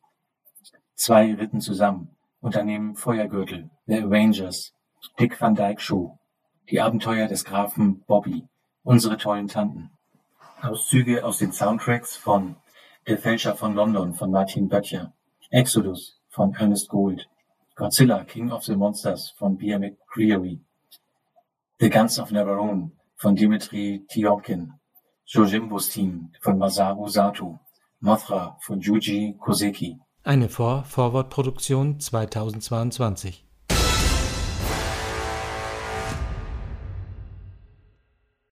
S15: Zwei ritten zusammen. Unternehmen Feuergürtel. The Avengers. Dick Van Dyke Show. Die Abenteuer des Grafen Bobby. Unsere tollen Tanten. Auszüge aus den Soundtracks von Der Fälscher von London von Martin Böttcher. Exodus von Ernest Gold. Godzilla, King of the Monsters von Bia McCreary. The Guns of Navarone von Dimitri Tiomkin. Jojimbos Team von Masaru Sato. Mothra von Juji Koseki.
S5: Eine Vor-Forward-Produktion 2022.